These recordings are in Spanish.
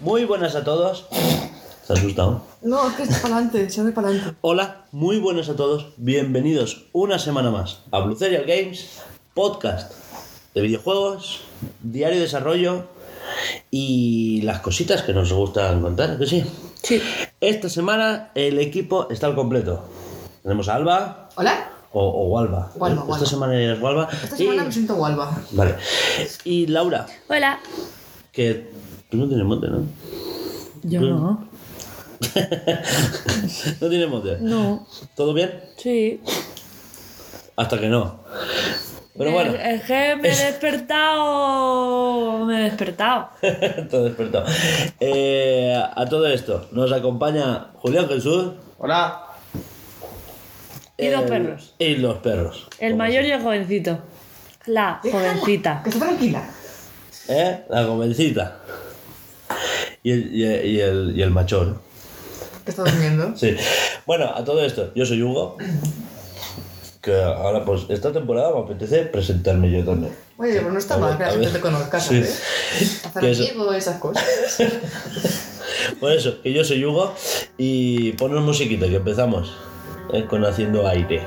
Muy buenas a todos. Se ha asustado. No, es que es para adelante, se hace para adelante. Hola, muy buenas a todos. Bienvenidos una semana más a Blue Serial Games, podcast de videojuegos, diario de desarrollo y las cositas que nos gustan contar, que sí. Sí. Esta semana el equipo está al completo. Tenemos a Alba ¿Hola? o, o Walba. ¿eh? Walba, Esta Walba. semana eres Walba. Esta y- semana me siento gualba. Vale. Y Laura, Hola. que tú no tienes mote, ¿no? Yo Bien. no. No tienes mote. No. ¿Todo bien? Sí. Hasta que no. Pero bueno, Es, es que me he despertado. Me he despertado. todo despertado. Eh, a todo esto, nos acompaña Julián Jesús. Hola. Y dos el- perros. Y los perros. El Como mayor y el jovencito. La jovencita. Que está tranquila. si- ¿Eh? La jovencita. Y el, y el, y el- y el machón. Que está durmiendo. Sí. Bueno, a todo esto, yo soy Hugo. Que ahora, pues, esta temporada me apetece presentarme yo también. Oye, pues no está A mal ver, que la a gente ver. te conozca, Sí. ¿sabes? Hacer Que eso- amigos, esas cosas. Por eso, que yo soy Hugo y ponos musiquita que empezamos eh, con haciendo aire.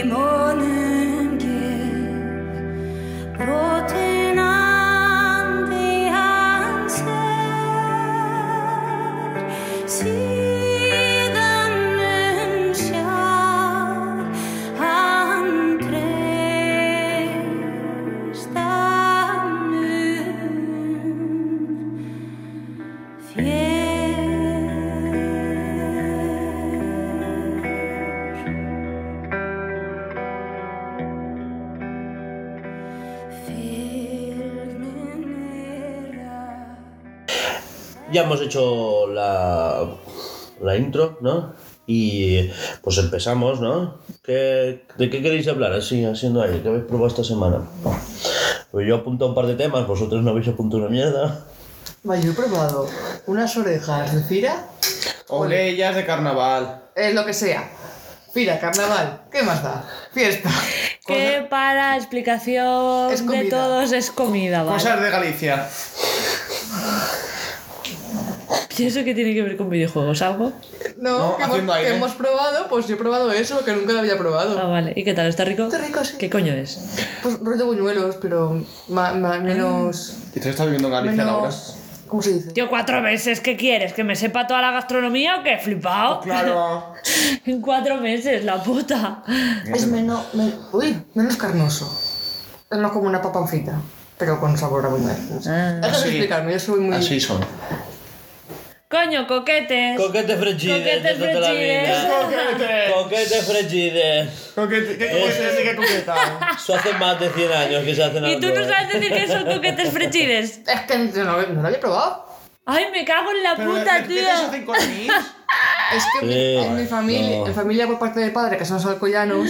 Rímonum gef Rotin andi hans er, síðan mun sjá, hann treyst að mun fjær. Ya hemos hecho la, la intro, ¿no? Y pues empezamos, ¿no? ¿Qué- ¿De qué queréis hablar? Así, haciendo aire. ¿Qué habéis probado esta semana? Pues yo apunto un par de temas, vosotros no habéis apuntado una mierda. Vale, yo he probado unas orejas de fira, Orellas de carnaval. eh, lo que sea. Fira, carnaval, ¿qué más da? Fiesta. Que para explicación Es de comida. todos es comida, ¿vale? Cosas de Galicia. ¿Y eso qué tiene que ver con videojuegos? ¿Algo? No, No, que, hemos, haciendo aire. que hemos probado, pues yo he probado eso, que nunca lo había Ah, probado. vale. ¿Y qué tal? ¿Está rico? Está rico, sí. ¿Qué coño es? Pues rollo de buñuelos, pero ma- ma- menos... ¿Y tú estás viviendo en Galicia, Laura? menos... ¿Cómo se dice? Tío, cuatro meses, ¿qué quieres? ¿Que me sepa toda la gastronomía o qué? ¿Flipado? Pues Claro. En cuatro meses, la puta. Es menos, men- uy, menos carnoso. Es no como una papa frita, pero con sabor a buñuelo. Ah. Déjame Así. explicarme, yo soy muy... Así son. Coño, coquetes. Coquete frechides, Coquete de toda la frechides. vida. Coquete frechides. ¿Qué coquete? ¿Qué coqueta? Eso hace más de 100 años que se hacen ¿Y tú no algo, ¿eh? sabes decir que son coquetes frechides? Es que no, lo- no lo había probado. Ay, me cago en la puta, tío. hacen con Es que mi- Sí, en mi familia, no. en familia por parte de padre, que son los alcoyanos,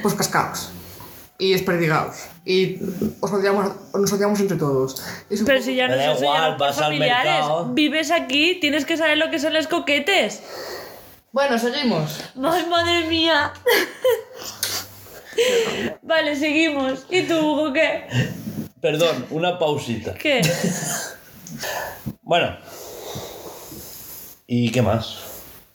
pues cascaos. Y desperdigados. Y os odiamos, nos odiamos entre todos. Y supongo- Pero si ya Me no da se igual, llaman por vas al familiares. mercado. Vives aquí, tienes que saber lo que son los coquetes. Bueno, seguimos. Ay, madre mía. vale, seguimos. ¿Y tú, Hugo, qué? Perdón, una pausita. ¿Qué? Bueno. ¿Y qué más?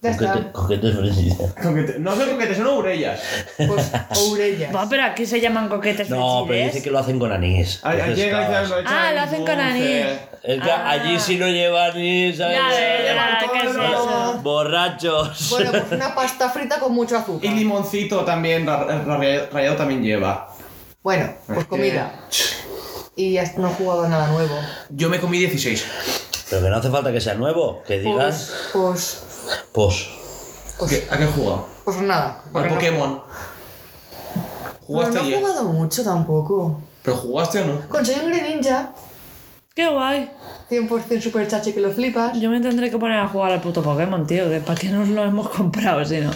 Ya está. Coquete, coquete frechides. No son coquetes, son orellas. Pues Ourellas. Va, pero aquí se llaman coquetes No, pero frechides. dice que lo hacen con anís. Ay, Entonces, Allí en Galicia claro. lo echan Ah, lo hacen con dulce. anís. Es que Ah. allí si no lleva anís, ¿sabes? Ya ves, Llevan ya, todo ¿qué es el eso? mundo. Borrachos. Bueno, pues una pasta frita con mucho Y azúcar. limoncito también, ra- ra- ra- rallado también lleva. Bueno, pues Es que- comida. Y ya no he jugado a nada nuevo. Yo me comí 16. Pero que no hace falta que sea nuevo, que digas, Pues, pues, pues, ¿Qué- ¿A qué he jugado? pues nada. Al Porque no- Pokémon. Pero ¿Jugaste no he ayer? jugado mucho tampoco. ¿Pero jugaste o no? Con Sayongre Ninja, Qué guay. 100% super chachi que lo flipas. Yo me tendré que poner a jugar al puto Pokémon, tío. Que ¿Para qué nos lo hemos comprado si no?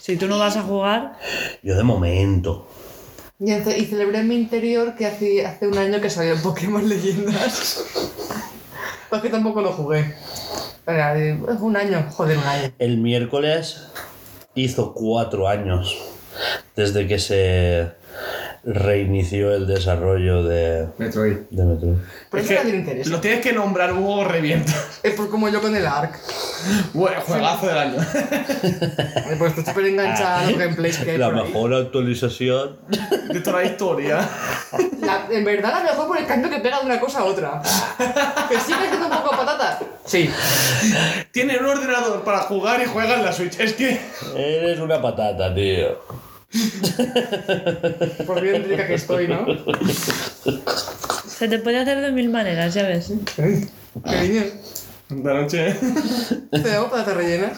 Si tú no vas a jugar, Yo de momento. Y, en ce- y celebré en mi interior que hace, hace un año que salió Pokémon Leyendas. Porque tampoco lo jugué. Era, eh, un año, joder, un año. El miércoles hizo cuatro años desde que se reinició el desarrollo de, Metroid. de Metroid. Pero eso nadie le interesa. los tienes que nombrar, Hugo revienta. Es por como yo con el ARC. Bueno, juegazo del año. Eh, Pues estoy súper enganchada a los gameplays que hay La por ahí. mejor actualización. De toda la historia. La- en verdad la mejor por el cambio que pega de una cosa a otra. Que sigue siendo un poco patata. Sí. Tienen un ordenador para jugar y juegan la Switch. Es que. Eres una patata, tío. Por bien rica que estoy, ¿no? se te puede hacer de mil maneras, ya ves. Cariño, La noche. te damos patata rellena.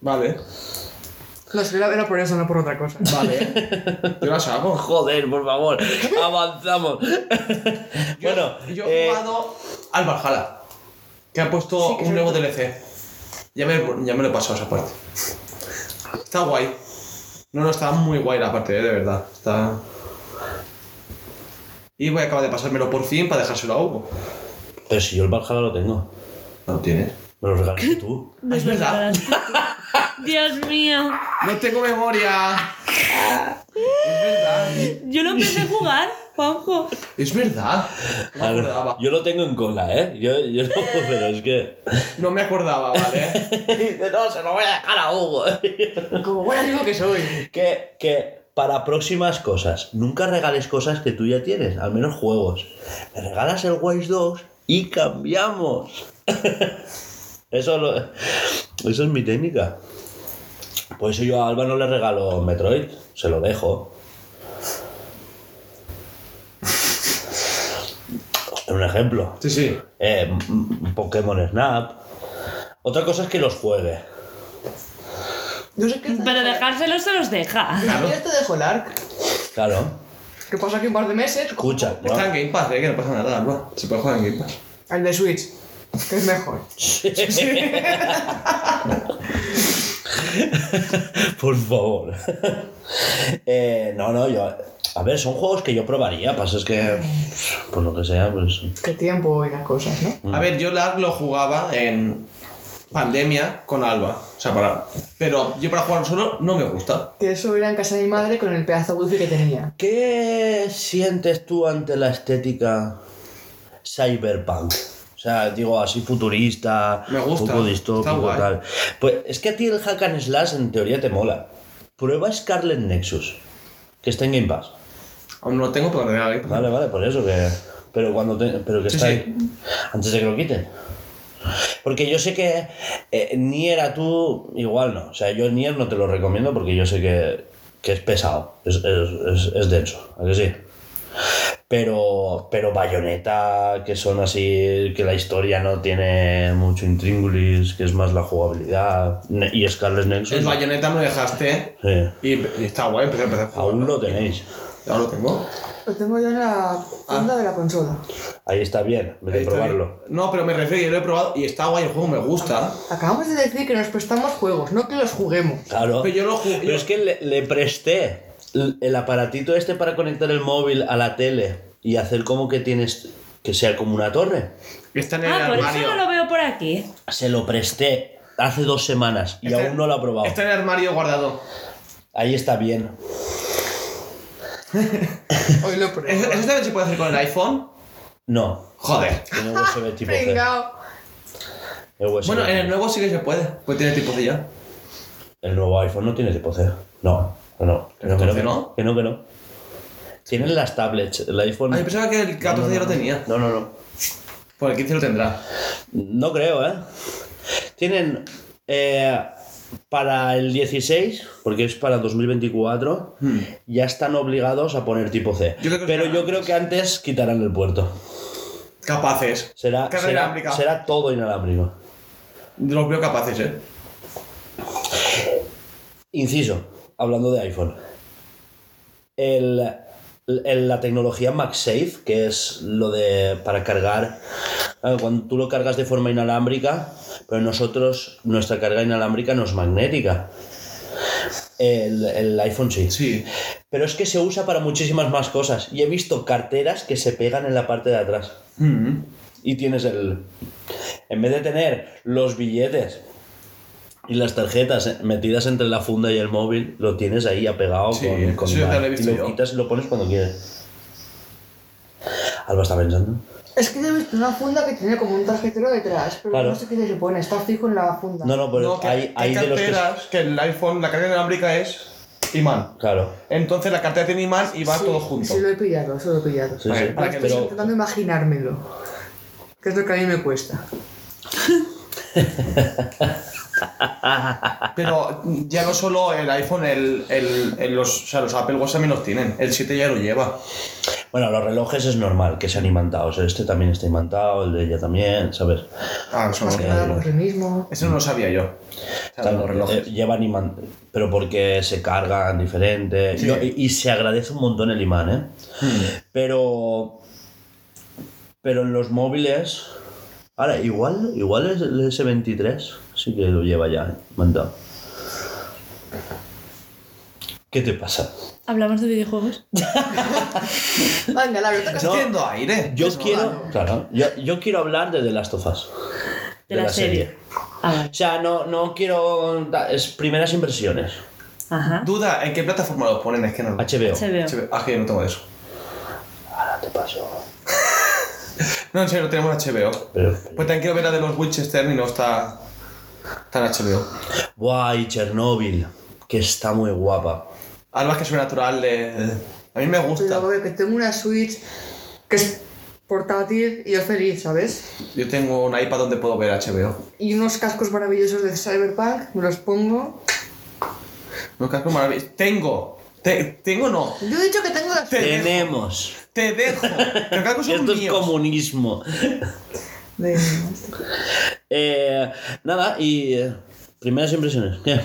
Vale. Lo sé, era era por eso, no por otra cosa. Vale. Yo las hago. Joder, por favor, avanzamos. Yo- bueno, yo he eh, jugado al Valhalla, que ha puesto un nuevo DLC. Ya me, ya me lo he pasado esa parte. Está guay. No, no, está muy guay la parte, eh, de verdad. Está. Y voy a acabar de pasármelo por fin para dejárselo a Hugo. pero si yo el Valhalla lo tengo, No lo tienes. me lo regalaste tú. Es verdad. Dios mío. No tengo memoria. Es verdad. Yo lo empecé a jugar, Juanjo. Es verdad. No me acordaba. Ah, yo lo tengo en cola, ¿eh? Yo, yo no, pero es que. No me acordaba, ¿vale? Dice, no, se lo voy a dejar a Hugo. Como buen amigo que soy. que, que para próximas cosas, nunca regales cosas que tú ya tienes, al menos juegos. Me regalas el Wise 2 y cambiamos. eso, lo- eso es mi técnica. Por eso yo a Alba no le regalo Metroid, se lo dejo. Un ejemplo. Sí, sí. Eh, m- m- Pokémon Snap. Otra cosa es que los juegue. Yo sé que te Pero dejárselo se los deja. dejo, yo te dejo el ARC. Claro. Que pasa aquí un par de meses. Escucha. ¿no? Está en Game Pass, ¿eh? que no pasa nada, bro. Se puede jugar en Game Pass. El de Switch. Que es mejor. Por favor. Eh, no, no, yo. A ver, son juegos que yo probaría. Pasa es que. Por lo que sea, pues. Qué tiempo y las cosas, ¿no? A ver, yo Lark lo jugaba en pandemia con Alba. O sea, para. Pero yo para jugar solo no me gusta. Que eso era en casa de mi madre con el pedazo de wifi que tenía. ¿Qué sientes tú ante la estética cyberpunk? O sea, digo, así futurista, Me gusta, un poco distópico está guay. tal. Pues es que a ti el hack and slash en teoría te mola. Prueba Scarlet Nexus, que está en Game Pass. Aún no lo tengo ¿eh? porque no tengo Vale, vale, por eso que. Pero cuando te- pero que Sí, está sí. ahí, antes de que lo quiten. Porque yo sé que eh, Nier a tú igual no. O sea, yo Nier no te lo recomiendo porque yo sé que, que es pesado, es, es- es- es denso, ¿a que sí? Pero, pero Bayonetta, que son así, que la historia no tiene mucho intríngulis, que es más la jugabilidad, ne- y Scarlet Nexus. El bayoneta me dejaste. Sí. Y, y está guay, empecé, empecé a jugar. Aún lo tenéis. Ahora lo tengo. Lo tengo yo en la funda de la consola. Ahí está bien, de Ahí probarlo. está. No, pero me refiero, yo lo he probado y está guay el juego, me gusta. Acabamos de decir que nos prestamos juegos, no que los juguemos. Claro. Pero yo lo jugué. Pero es que le, le presté el, el aparatito este para conectar el móvil a la tele y hacer como que tienes que sea como una torre. Está en el Ah, por eso armario. no lo veo por aquí. Se lo presté hace dos semanas y Está en- aún no lo ha probado. Está en el armario guardado. Ahí está bien. Hoy lo ¿Eso, pruebo. eso también se puede hacer con el iPhone? No, Joder. tiene USB tipo C. Pringao. El USB. Bueno, en el nuevo sí que se puede, porque tiene tipo de ya. El nuevo iPhone no tiene tipo C. No, no, no. Que no, que no, que Entonces, no. ¿no? Que no, que no. Tienen las tablets. El iPhone. Ah, yo pensaba que el 14 ya lo tenía. No, no, no. Pues el 15 lo tendrá. No creo, ¿eh? Tienen eh, para el 16, porque es para 2024, ya están obligados a poner tipo C. Hmm. Yo creo que Pero será yo creo que antes quitarán el puerto. Capaces. Será, Carga será, inalámbrica. será todo inalámbrico. Los veo capaces, eh. Inciso, hablando de iPhone. El el- la tecnología MagSafe, que es lo de para cargar, ah, cuando tú lo cargas de forma inalámbrica, pero nosotros, nuestra carga inalámbrica no es magnética. El, el iPhone sí. Sí. Pero es que se usa para muchísimas más cosas. Y he visto carteras que se pegan en la parte de atrás. Mm. Y tienes el... En vez de tener los billetes y las tarjetas eh, metidas entre la funda y el móvil, lo tienes ahí apegado Sí, con, con eso ya la- lo he visto y lo yo. quitas y lo pones cuando quieres. Alba está pensando. Es que yo he visto una funda que tiene como un tarjetero detrás, pero Claro. no sé qué se supone, está fijo en la funda. No, no, pero No, que- hay, que hay de los que... carteras que el iPhone, la carga inalámbrica es imán. Claro. Entonces la cartera tiene imán y va Sí, todo junto. Sí, lo he pillado, eso lo he pillado. Sí, Vale, sí. para que Estoy Pero intentando imaginármelo. Que es lo que a mí me cuesta. Pero ya no solo el iPhone, el, el, el- los, o sea, los Apple Watch también los tienen. El 7 ya lo lleva. bueno, los relojes es normal que sean imantados. Este también está imantado, el de ella también, ¿sabes? Ah, eso Más no, que nada por lo mismo. eso no lo sabía yo. O sea, los relojes. Eh, llevan imán, pero porque se cargan diferente. Sí. Hmm. No, y, y se agradece un montón el imán, ¿eh? Pero. Pero en los móviles. Ahora, igual, igual es el S23 sí que lo lleva ya, ¿eh? mandado. ¿Qué te pasa? ¿Hablamos de videojuegos? Venga, la verdad que No, Haciendo aire. Yo Eso, ah, quiero. vale. Claro, yo, yo quiero hablar de The Last of Us. De, la, serie. Ah, vale. O sea, no, no quiero. da- Es primeras impresiones. Ajá. Duda, ¿en qué plataforma lo ponen? Es que no lo HBO. HBO. HBO. Ah, que yo no tengo eso. Ahora Ah, te paso. No, en serio, no tenemos HBO. Pero, Pues también quiero ver la de los Winchester y no está, está en HBO. Guay, Chernóbil, que está muy guapa. Alba es que sobrenatural de... A mí me gusta. Pero, a ver, que tengo una Switch que es portátil y yo feliz, ¿sabes? Yo tengo un iPad donde puedo ver HBO. Y unos cascos maravillosos de Cyberpunk, me los pongo. No casco maravilloso. Tengo. Te- tengo no. Yo he dicho que tengo las... Te- Tenemos. Te dejo. Los cascos son Esto es míos. comunismo. De... Eh, nada, y eh, primeras impresiones. ¿Qué?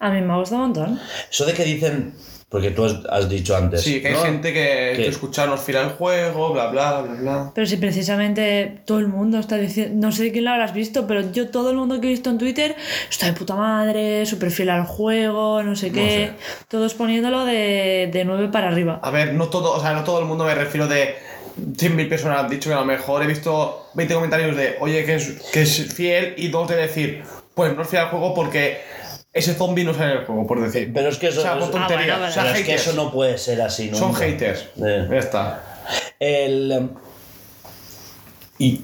A mí me ha gustado un montón. Eso de que dicen, porque tú has, has dicho antes. Sí, que hay ¿no? gente que, ¿Qué? que escucha nos fila el juego, bla, bla, bla, bla. Pero si precisamente todo el mundo está diciendo, no sé quién lo habrás visto, pero yo todo el mundo que he visto en Twitter está de puta madre, súper fiel al juego, no sé qué. Todos poniéndolo de, de 9 para arriba. A ver, no todo, o sea, no todo el mundo me refiero de 100.000 personas han dicho que a lo mejor he visto 20 comentarios de, oye, que es, que es fiel y dos de decir, pues no es fiel al juego porque ese zombie no sale en el juego, por decir. Pero es que eso- O sea, por eso- tontería. Ah, bueno, o sea, Pero es que haters. eso no puede ser así, ¿no? Son haters. Eh. Ya está. El, em, y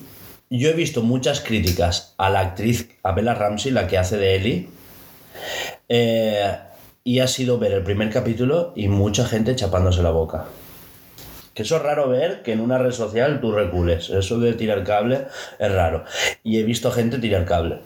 yo he visto muchas críticas a la actriz, a Bella Ramsey, la que hace de Ellie. eh, y ha sido ver el primer capítulo y mucha gente chapándose la boca. Que eso es raro ver que en una red social tú recules. Eso de tirar cable es raro. Y he visto gente tirar cable.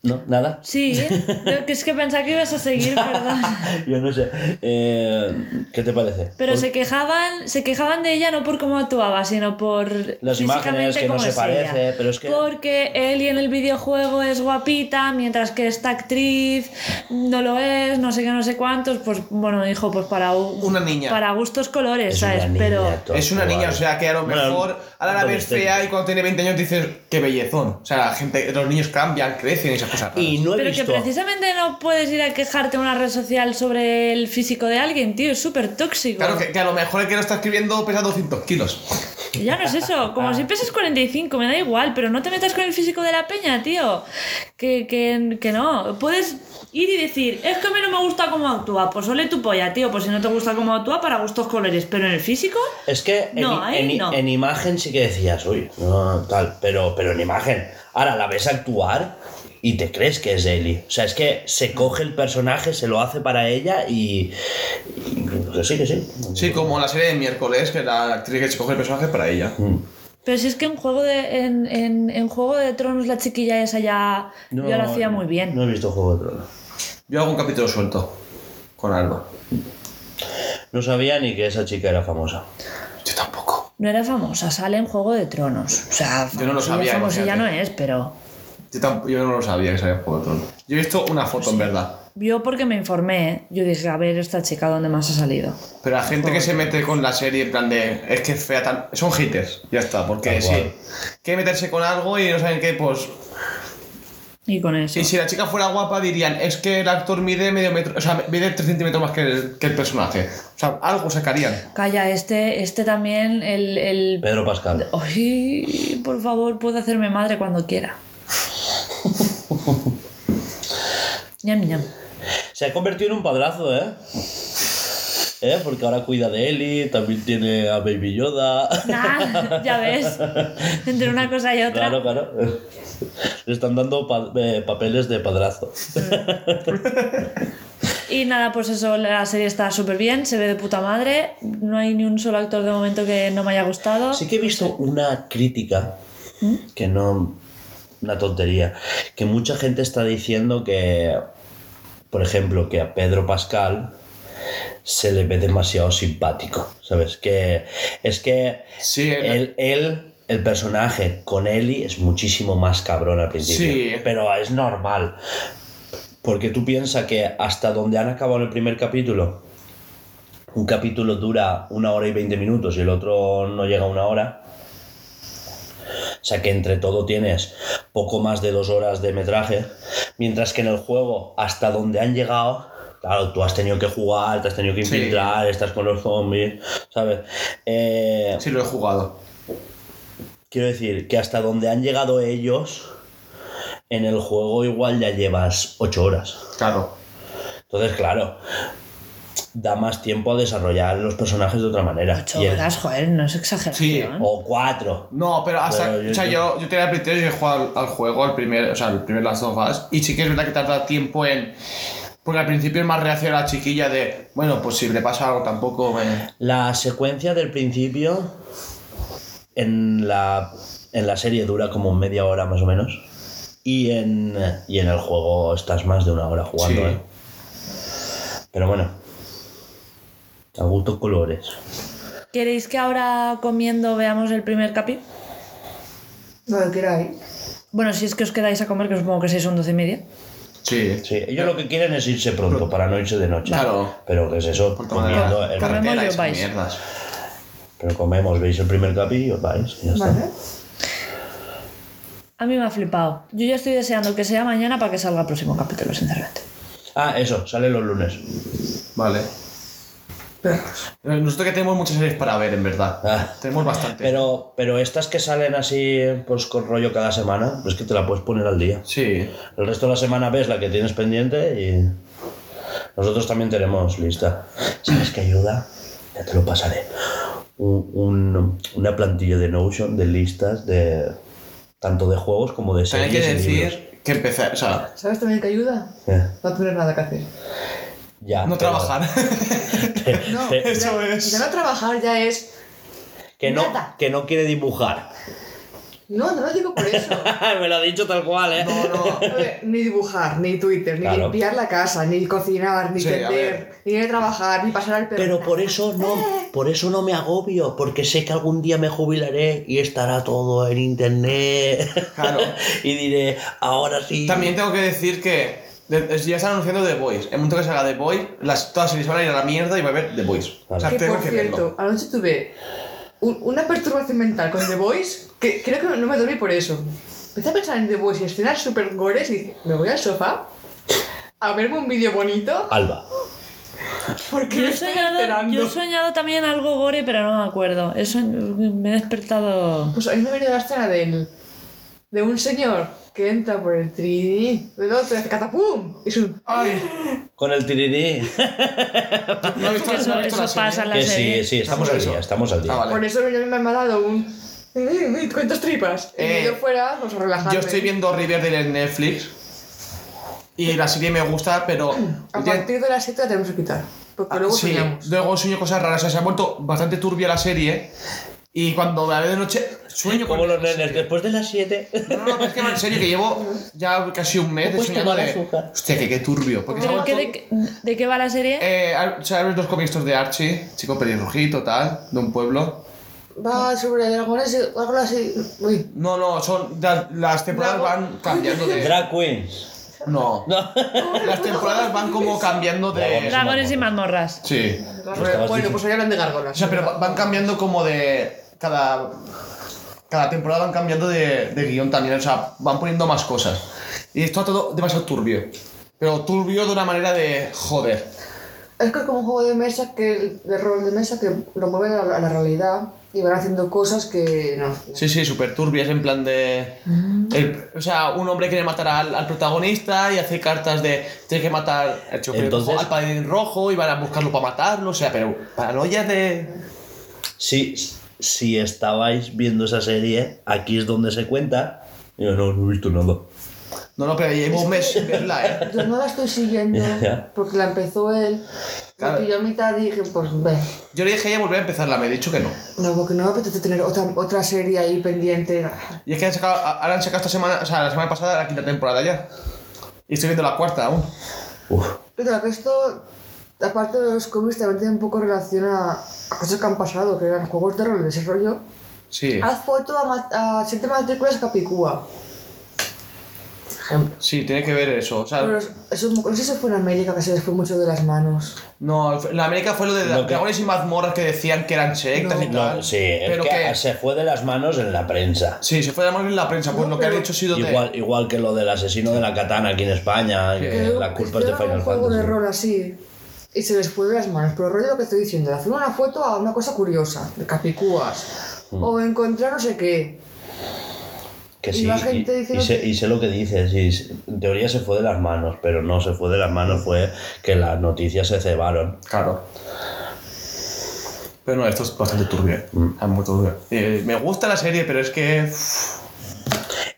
¿No? ¿Nada? Sí, yo- que es que pensaba que ibas a seguir, perdón. Yo no sé. Eh, ¿Qué te parece? Pero Pues- se quejaban, se quejaban de ella no por cómo actuaba, sino por Las imágenes, que no cómo se es parece, ella. pero es que- Porque Ellie en el videojuego es guapita, mientras que esta actriz no lo es, no sé qué, no sé cuántos, pues bueno, dijo, pues para u- Una niña. Para gustos colores, Es ¿sabes? una niña, pero todo Es una niña, igual. o sea, que a lo pues, Bueno, eh. mejor ahora la ves adolescente. fea y cuando tiene 20 años dices, qué bellezón. O sea, la gente, los niños cambian, crecen y esas cosas. raras. Y no he pero que visto. precisamente no puedes ir a quejarte a una red social sobre el físico de alguien, tío, es súper tóxico. Claro, que, que a lo mejor el que lo está escribiendo pesa 200 kilos. Ya no es eso, como si pesas 45, me da igual, pero no te metas con el físico de la peña, tío. Que, que, que no, puedes ir y decir, es que a mí no me gusta cómo actúa, pues ole tu polla, tío, pues si no te gusta cómo actúa, para gustos colores, pero en el físico, Es que en, No, ahí en- no. en imagen sí que decías, uy, no, tal, pero, pero en imagen. Ahora la ves actuar y te crees que es Ellie. O sea, es que se coge el personaje, se lo hace para ella y. y- que sí, que sí. Sí, como la serie de miércoles, que la actriz que se coge el personaje para ella. Mm. pero si es que en Juego de, en, en, en juego de Tronos la chiquilla esa ya, No, yo la hacía muy bien. No he visto Juego de Tronos. Yo hago un capítulo suelto con Alba. No sabía ni que esa chica era famosa. Yo tampoco. No era famosa, sale en Juego de Tronos. O sea, Yo no lo famosilla, sabía, famosilla imagínate. no es, pero... Yo, tamp- yo no lo sabía que sabía Juego de Tronos. Yo he visto una foto, en verdad. Yo porque me informé, ¿eh? yo dije, a ver, esta chica, ¿dónde más ha salido? Pero la gente que se mete con la serie, en plan de. Es que es fea, tal. Son haters, ya está, porque Tal sí. cual. Quieren meterse con algo y no saben qué, pues. Y con eso. Y si la chica fuera guapa, dirían, es que el actor mide medio metro, o sea, mide 3 centímetros más que el, que el personaje. O sea, algo sacarían. Calla, este, este también, el... el... Pedro Pascal. Ay, por favor, puede hacerme madre cuando quiera. ñam, ñam. Se ha convertido en un padrazo, ¿eh? ¿Eh? Porque ahora cuida de Ellie, también tiene a Baby Yoda. Nah, ya ves, entre una cosa y otra. Claro, claro. Le están dando pa- eh, papeles de padrazo. Y nada, pues eso, la serie está súper bien, se ve de puta madre. No hay ni un solo actor de momento que no me haya gustado. Sí que he visto una crítica que no. Una tontería. Que mucha gente está diciendo que. Por ejemplo, que a Pedro Pascal se le ve demasiado simpático. ¿Sabes? Que. Es que. Sí, el- él. él el personaje con Ellie es muchísimo más cabrón al principio. Sí. Pero es normal. Porque tú piensas que hasta donde han acabado el primer capítulo, un capítulo dura una hora y 20 minutos y el otro no llega a una hora. O sea que entre todo tienes poco más de dos horas de metraje. Mientras que en el juego, hasta donde han llegado, claro, tú has tenido que jugar, te has tenido que Sí. infiltrar, estás con los zombies, ¿sabes? Eh, Sí, lo he jugado. Quiero decir que hasta donde han llegado ellos, en el juego igual ya llevas ocho horas. Claro. Entonces, claro, da más tiempo a desarrollar los personajes de otra manera. Ocho Y el- horas, joder, no es exageración. O cuatro. No, pero hasta. Pero yo- o sea, yo, yo tenía el Playstation y he jugado al, al juego, al primer, o sea, el primer Last of Us, y sí que es verdad que tarda tiempo en. Porque al principio es más reacción a la chiquilla de, bueno, pues si le pasa algo tampoco me. La secuencia del principio en la, en la serie dura como media hora más o menos. Y en, y en el juego estás más de una hora jugando. Sí. ¿eh? Pero bueno, a gusto colores. ¿Queréis que ahora comiendo veamos el primer capi? Lo que queráis. Bueno, si es que os quedáis a comer, que supongo que seis son doce y media. Sí. Sí, ellos lo que quieren es irse pronto para no irse de noche. Claro. Pero ¿qué es eso? Por tomar Comiendo eh, la el- Comemos carretera y y os esas vais. mierdas. Pero comemos, veis el primer capi y os vais. y ya está. Vale. A mí me ha flipado. Yo ya estoy deseando que sea mañana para que salga el próximo capítulo, sinceramente. Ah, eso, sale los lunes. Vale. Pero- Nosotros que tenemos muchas series para ver, en verdad. Ah. Tenemos bastante. Pero, pero estas que salen así, pues con rollo cada semana, pues que te la puedes poner al día. Sí. El resto de la semana ves la que tienes pendiente y nosotros también tenemos lista. ¿Sabes qué ayuda? Ya te lo pasaré. Un- un- una plantilla de Notion de listas de tanto de juegos como de También series. hay que y libros. decir que empezar, o sea, ¿Sabes también que ayuda? Eh, No tener nada que hacer. ya, no pero- trabajar. No, Te- eso ya, es. ya no trabajar ya es. Que no, Nada. que no quiere dibujar. No, no lo digo por eso. Me lo ha dicho tal cual, ¿eh? No, no. Oye, Ni dibujar, ni Twitter, ni Claro. limpiar la casa, ni cocinar, ni Sí, a tender, ver. ni ir a trabajar, ni pasar al perro. Pero por eso no, por eso no me agobio, porque sé que algún día me jubilaré y estará todo en internet. Claro. y diré, ahora sí. También tengo que decir que de- es- ya están anunciando The Voice. En el momento que salga The Voice, las, todas las series van a ir a la mierda y va a haber The Voice. Claro. O sea, Que tengo por que cierto, verlo. anoche tuve un- una perturbación mental con The Voice que creo que no me dormí por eso. Empecé a pensar en The Voice y escenas súper gores y dije, me voy al sofá a verme un vídeo bonito Alba. porque Yo me he, estoy soñado, enterando. yo he soñado también algo gore, pero no me acuerdo. Eso me he despertado. Pues a mí me ha venido la escena del, de un señor que entra por el 3D, del otro y hace catapum y es un... Ay, Con el tirirí. no he visto, Eso- no he eso visto la serie. pasa en la- Que serie. sí, sí, estamos al día, estamos al día. Ah, vale. Por eso me, me ha dado un... ¿Cuántas tripas? Eh, y yo fuera, vamos a relajarme. Yo estoy viendo Riverdale en Netflix y la serie me gusta, pero... A ya- Ah, partir de las 7 la tenemos que quitar. Porque luego sí, soñamos. luego sueño cosas raras. O sea, se ha vuelto bastante turbia la serie y cuando la veo de noche sueño Como con... los nenes, después de las 7. No, no, no, es que en serio, que llevo ya casi un mes de Pues soñando tomar de... azúcar. Hostia, que qué turbio. Porque se ha ¿Pero qué, vuelto- de, de qué va la serie? Eh, al- ¿Sabes los cómics estos de Archie? Chico pelirrojito, tal, de un pueblo. Va sobre dragones y algo así. Uy. No, no, son las, las temporadas Drago. van cambiando de... Drag Queens. No. No. Las temporadas van como cambiando de. Dragones y mazmorras. Sí. estabas Bueno, dic- pues hoy hablan de O gárgolas. sea, pero va- van cambiando como de. Cada. Cada temporada van cambiando de, de guión también, o sea, van poniendo más cosas. Y esto todo demasiado turbio. Pero turbio de una manera de joder. Es que es como un juego de mesa, que de rol de mesa, que lo mueven a la, a la realidad y van haciendo cosas que no. Sí, sí, súper turbias, en plan de. Mm. el- o sea, un hombre quiere matar al, al protagonista y hace cartas de. Tienes que matar al chofer Entonces- rojo, al padre rojo y van a buscarlo para matarlo, o sea, pero paranoia de. Si, si estabais viendo esa serie, aquí es donde se cuenta. Yo no, no he visto nada. No, no, pero llevo un mes sin verla, ¿eh? Yo no la estoy siguiendo Ya, ya. porque la empezó él. Claro. Me pilló a mitad y dije, pues ve. Yo le dije a ella volver a empezarla, me ha dicho que no. No, porque no me apetece tener otra, otra serie ahí pendiente. Y es que han sacado, a- ahora han sacado esta semana, o sea, la semana pasada la quinta temporada ya. Y estoy viendo la cuarta aún. Uf. Pero que esto, aparte de los cómics, también tiene un poco relación a, a cosas que han pasado, que eran juegos de rol, ese rollo. Sí. Haz foto a, ma- a siete matrículas Capicúa. Ejemplo. Sí, tiene que ver eso. O sea, Pero es- eso, no sé si eso fue en América que se les fue mucho de las manos. no, en la América fue lo de Lo que- dragones y mazmorras que decían que eran sectas y No. tal. No, sí, es pero que, que- se fue de las manos en la prensa. Sí, se fue de la mano en la prensa, pues No, lo que ha pero- dicho ha sido de... Igual, igual que lo del asesino de la katana aquí en España, que Creo Eh, la que culpa es de hicieron Final un juego de Fantasy. rol así y se les fue de las manos. Pero rollo lo que estoy diciendo, hacer una foto a una cosa curiosa, de capicúas, Mm. o encontrar no sé qué. Que Y sí, la y- gente y, diciendo sé, que- y sé lo que dices. y s- en teoría se fue de las manos, pero no se fue de las manos, fue que las noticias se cebaron. Claro. Pero no, esto es bastante turbio. Mm. Es muy turbio. Eh, me gusta la serie, pero es que... uff,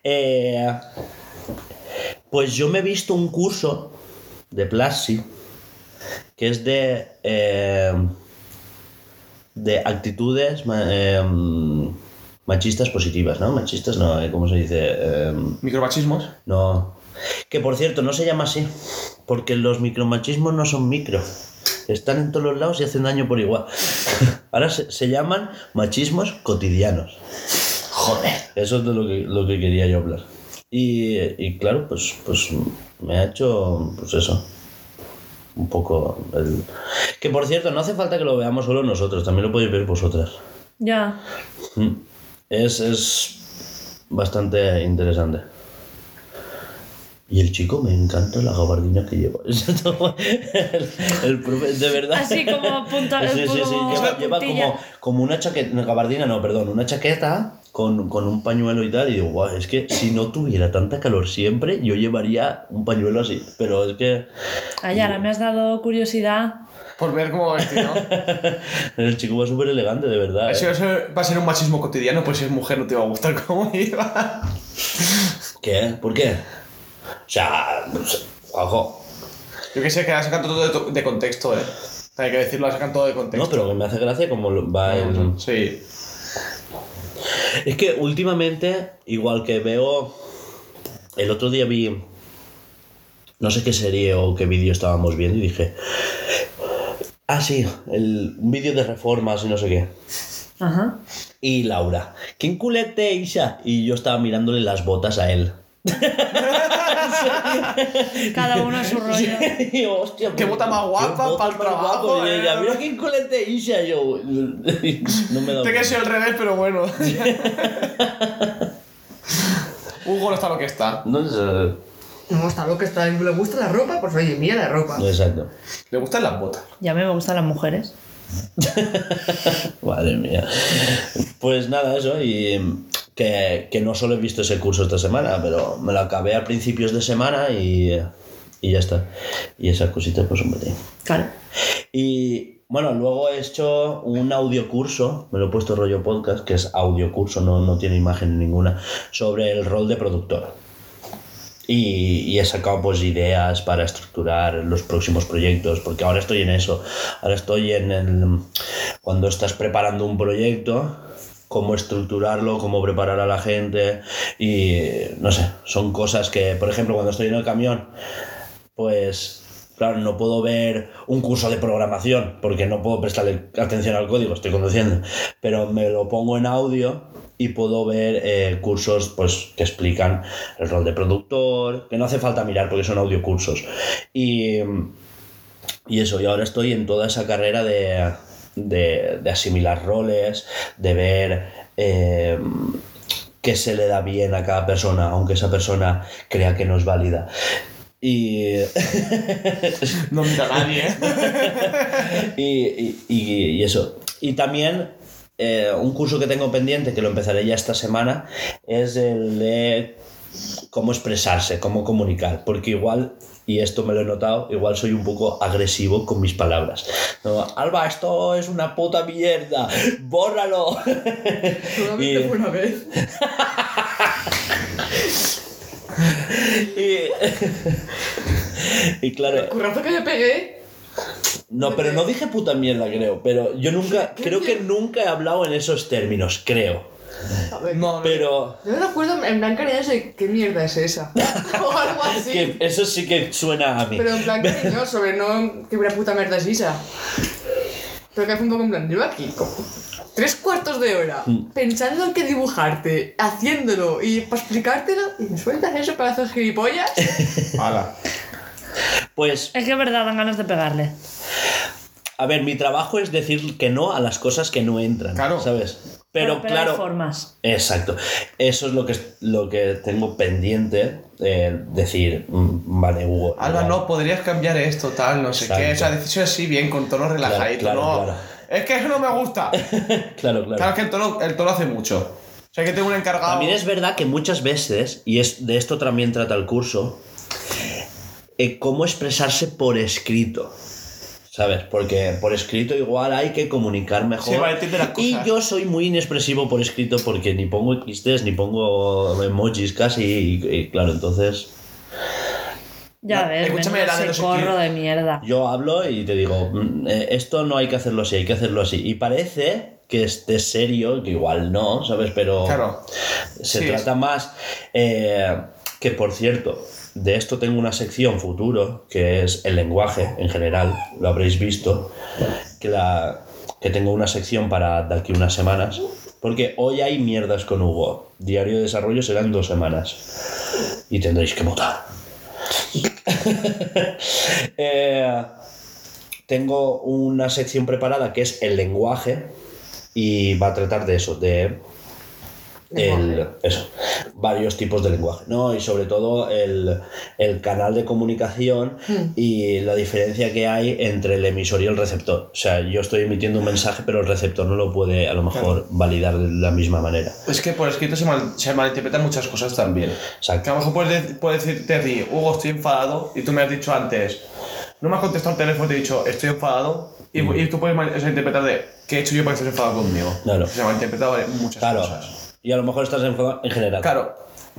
Eh, pues yo me he visto un curso de Plassi que es de. eh, de actitudes ma- em, machistas positivas, ¿no? Machistas no, eh, ¿cómo se dice? Em, Micromachismos. no. Que por cierto, no se llama así, porque los micromachismos no son micro. Están en todos los lados y hacen daño por igual. Ahora se, se llaman machismos cotidianos. Joder. Eso es de lo que, lo que quería yo hablar. Y, y claro, pues, pues me ha hecho, pues eso. Un poco... el- Que por cierto, no hace falta que lo veamos solo nosotros, también lo podéis ver vosotras. Ya. Es, es bastante interesante. Y el chico me encanta la gabardina que lleva. el, el profe, de verdad. Así como punta- Sí, sí, sí, como Lleva, lleva puntilla. como, como una chaqueta, una gabardina, no, perdón, una chaqueta con, con un pañuelo y tal. Y digo, guau, es que si no tuviera tanta calor siempre, yo llevaría un pañuelo así. Pero es que Ay, ahora me has dado curiosidad. Por ver cómo vestir, ¿no? el chico va súper elegante, de verdad. Si ¿eh? eso va a ser un machismo cotidiano, pues si es mujer no te va a gustar cómo iba. ¿Qué? ¿Por qué? O sea, pues, Juanjo, Yo que sé, que la sacan todo de, to- de contexto, eh. O sea, Hay que decirlo, la sacan todo de No, contexto. pero que me hace gracia como lo- va el... Sí. Es que últimamente, igual que veo. El otro día vi. No sé qué serie o qué vídeo estábamos viendo y dije. Ah, sí, el, un vídeo de reformas y no sé qué. Ajá. Y Laura, ¿quién culete, Isa? Y yo estaba mirándole las botas a él. Cada uno a su rollo. Y yo, hostia, ¿Qué pues, bota más guapa bota pa'l más trabajo, guapa. Y ella, eh? mira quién culete, Isa. Yo, no me da. Te que ser al revés, pero bueno. Hugo no está lo que está. No sé. No, está lo que está, le gusta la ropa, pues oye, mira la ropa. Exacto. Le gustan las botas. Ya me gustan las mujeres. Madre mía. Pues nada, eso. Y mm, que, que no solo he visto ese curso esta semana, pero me lo acabé a principios de semana y, eh, y ya está. Y esas cositas, pues hombre. tío. Claro. Y bueno, luego he hecho un audio curso, me lo he puesto rollo podcast, que es audio curso, no, no tiene imagen ninguna, sobre el rol de productor. Y, y he sacado pues ideas para estructurar los próximos proyectos, porque ahora estoy en eso. Ahora estoy en el. Cuando estás preparando un proyecto, cómo estructurarlo, cómo preparar a la gente. Y no sé, son cosas que, por ejemplo, cuando estoy en el camión, pues claro, no puedo ver un curso de programación porque no puedo prestarle atención al código, estoy conduciendo, pero me lo pongo en audio y puedo ver eh, cursos pues, que explican el rol de productor, que no hace falta mirar porque son audiocursos. Y, mm, y eso, y ahora estoy en toda esa carrera de, de, de asimilar roles, de ver... eh, qué se le da bien a cada persona, aunque esa persona crea que no es válida. Y No mira a nadie, ¿eh? y, y- y- y eso. Y también eh, un curso que tengo pendiente, que lo empezaré ya esta semana, es el de cómo expresarse, cómo comunicar. Porque igual, y esto me lo he notado, igual soy un poco agresivo con mis palabras. No, Alba, esto es una puta mierda, bórralo. Solamente Y- fue una vez. Y- y claro, El currazo que le pegué. No, pero no dije puta mierda, creo. Pero yo nunca, creo que nunca he hablado en esos términos, creo. A ver. No, no. Pero Yo me acuerdo en plan cariñoso y qué mierda es esa. o algo así. que eso sí que suena a mí. Pero en plan cariñoso, sobre no qué una puta mierda es esa. Pero que hace un poco en plan, llevo aquí como tres cuartos de hora Mm. pensando en qué dibujarte, haciéndolo y para explicártelo y me sueltas eso para hacer gilipollas. Ala. Pues, Es que es verdad, dan ganas de pegarle. a ver, mi trabajo es decir que no a las cosas que no entran, Claro. ¿sabes? Pero, hay claro, formas. Exacto. Eso es lo que, lo que tengo pendiente. eh, decir, mm, vale, Hugo. Alba, vale. no, podrías cambiar esto, tal, no sé Exacto. qué. O sea, decisión así, bien, con tono relajadito, claro, ¿no? claro. Es que eso no me gusta. Claro, claro. Claro, es que el tono, el tono hace mucho. O sea, que tengo un encargado. También es verdad que muchas veces, y es, de esto también trata el curso, eh, cómo expresarse por escrito. ¿Sabes? Porque por escrito igual hay que comunicar mejor. Sí, vale, entiende las y cosas. yo soy muy inexpresivo por escrito porque ni pongo XTs, ni pongo emojis casi. Y, y claro, entonces Ya No, ves, escúchame, menudo la de no sé socorro quién. de mierda. yo hablo y te digo, "Mm, eh, esto no hay que hacerlo así, hay que hacerlo así. Y parece que esté serio, que igual no, ¿sabes? Pero... Claro. Se Sí, trata más eh, que, por cierto, de esto tengo una sección futuro, que es el lenguaje en general, lo habréis visto, que, la, que tengo una sección para de aquí unas semanas, porque hoy hay mierdas con Hugo. Diario de desarrollo serán dos semanas y tendréis que votar. Eh, tengo una sección preparada que es el lenguaje y va a tratar de eso, de el, eso, varios tipos de lenguaje, ¿no? Y sobre todo el, el canal de comunicación y la diferencia que hay entre el emisor y el receptor. O sea, yo estoy emitiendo un mensaje, pero el receptor no lo puede a lo mejor validar de la misma manera. Es que por escrito se, mal- se malinterpretan muchas cosas también. Que a Exacto. lo mejor puedes, de- puedes decirte a ti, Hugo, estoy enfadado, y tú me has dicho antes, no me has contestado el teléfono, te he dicho, estoy enfadado, y, Mm. y tú puedes mal- o sea, interpretar de, ¿qué he hecho yo para que estés enfadado conmigo? Claro. Se malinterpretado vale, muchas Claro. cosas. Y a lo mejor estás enfadado en general. Claro.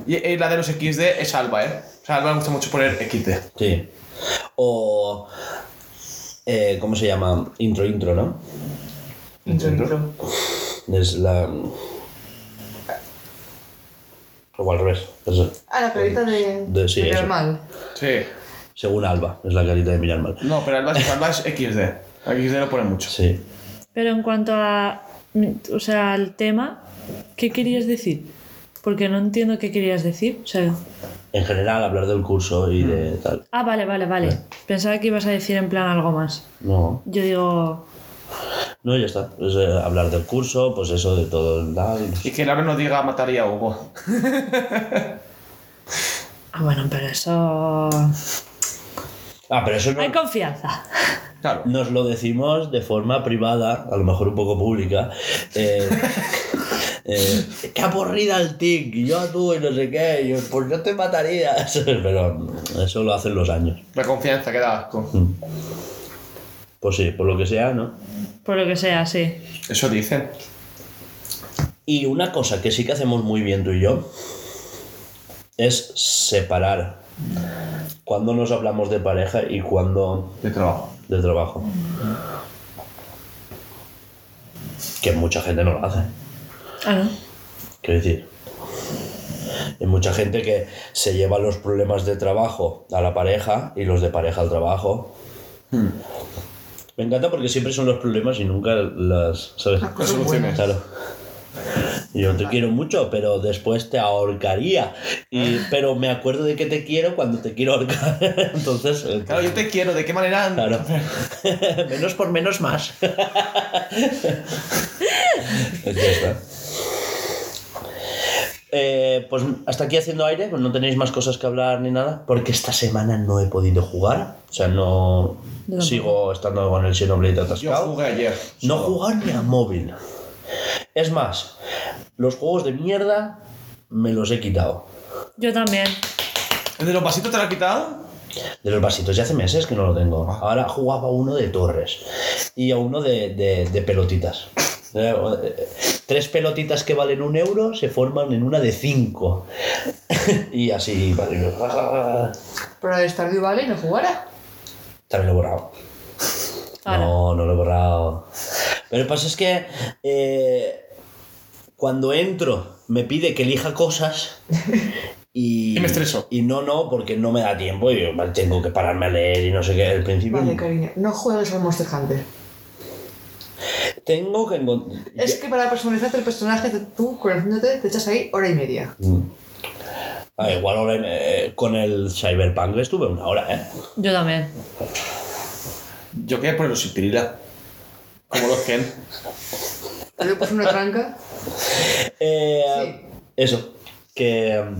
Y, y la de los XD es Alba, ¿eh? O sea, a Alba le gusta mucho poner XD. Sí. O. eh, ¿Cómo se llama? Intro, intro, ¿no? Intro, Intro. intro. Es la. O al revés. eso. Ah, la carita de, De- sí, de eso. normal. Sí. Según Alba, es la carita de mirar mal. No, pero Alba, es- Alba es XD. XD lo pone mucho. Sí. Pero en cuanto a. O sea, al tema, ¿qué querías decir? Porque no entiendo qué querías decir. O sea. En general, hablar del curso y de tal. Ah, vale, vale, vale. Pensaba que ibas a decir en plan algo más. No, Yo digo. no, ya está. Pues, eh, hablar del curso, pues eso, de todo el tal. Y que el Alba no diga mataría a Hugo. Ah, bueno, pero eso. Ah, pero eso no, Hay confianza. Claro. nos lo decimos de forma privada, a lo mejor un poco pública. Eh, eh, qué aburrida el tic, y yo a tú y no sé qué, y yo, pues no te mataría. Pero eso lo hacen los años. La confianza que da asco. Pues sí, por lo que sea, ¿no? Por lo que sea, sí. Eso dicen. Y una cosa que sí que hacemos muy bien tú y yo es separar cuando nos hablamos de pareja y cuando De trabajo. de trabajo. Que mucha gente no lo hace. Ah, no. Quiero decir, hay mucha gente que se lleva los problemas de trabajo a la pareja y los de pareja al trabajo. Hmm. Me encanta porque siempre son los problemas y nunca las. ¿Sabes? Las soluciones. Claro. Y yo te quiero mucho, pero después te ahorcaría. Y, Ah. pero me acuerdo de que te quiero cuando te quiero ahorcar. Entonces, eh, Claro, yo te quiero, ¿de qué manera? claro. menos por menos más. Pues ya está. Eh, pues hasta aquí haciendo aire, pues no tenéis más cosas que hablar ni nada, porque esta semana no he podido jugar. O sea, no Yo tampoco. sigo estando con el Xenoblade Yo atascado. jugué ayer. No jugar ni a móvil. Es más, los juegos de mierda me los he quitado. Yo también. ¿El de los vasitos te lo has quitado? De los vasitos, ya hace meses que no lo tengo. Ah. Ahora jugaba a uno de torres y a uno de, de- de pelotitas. Eh, eh, Tres pelotitas que valen un euro se forman en una de cinco. y así, vale, Pero el Stardew Valley no jugara. también lo he borrado. Ahora. No, no lo he borrado. Pero lo que pasa es que eh, cuando entro me pide que elija cosas y, Y me estreso. Y no, no, porque no me da tiempo y yo tengo que pararme a leer y no sé qué. Al principio Vale, cariño, no juegues al Monster Hunter. tengo que encontrar... Es que para personalizarte el personaje, te- tú conociéndote, te echas ahí hora y media. Ah, igual ahora, eh, con el Cyberpunk estuve una hora, ¿eh? Yo también. Yo quería ponerlo sin pirila. Como los Ken. Te le puse una tranca. Eh, Sí. Eso, que... mm,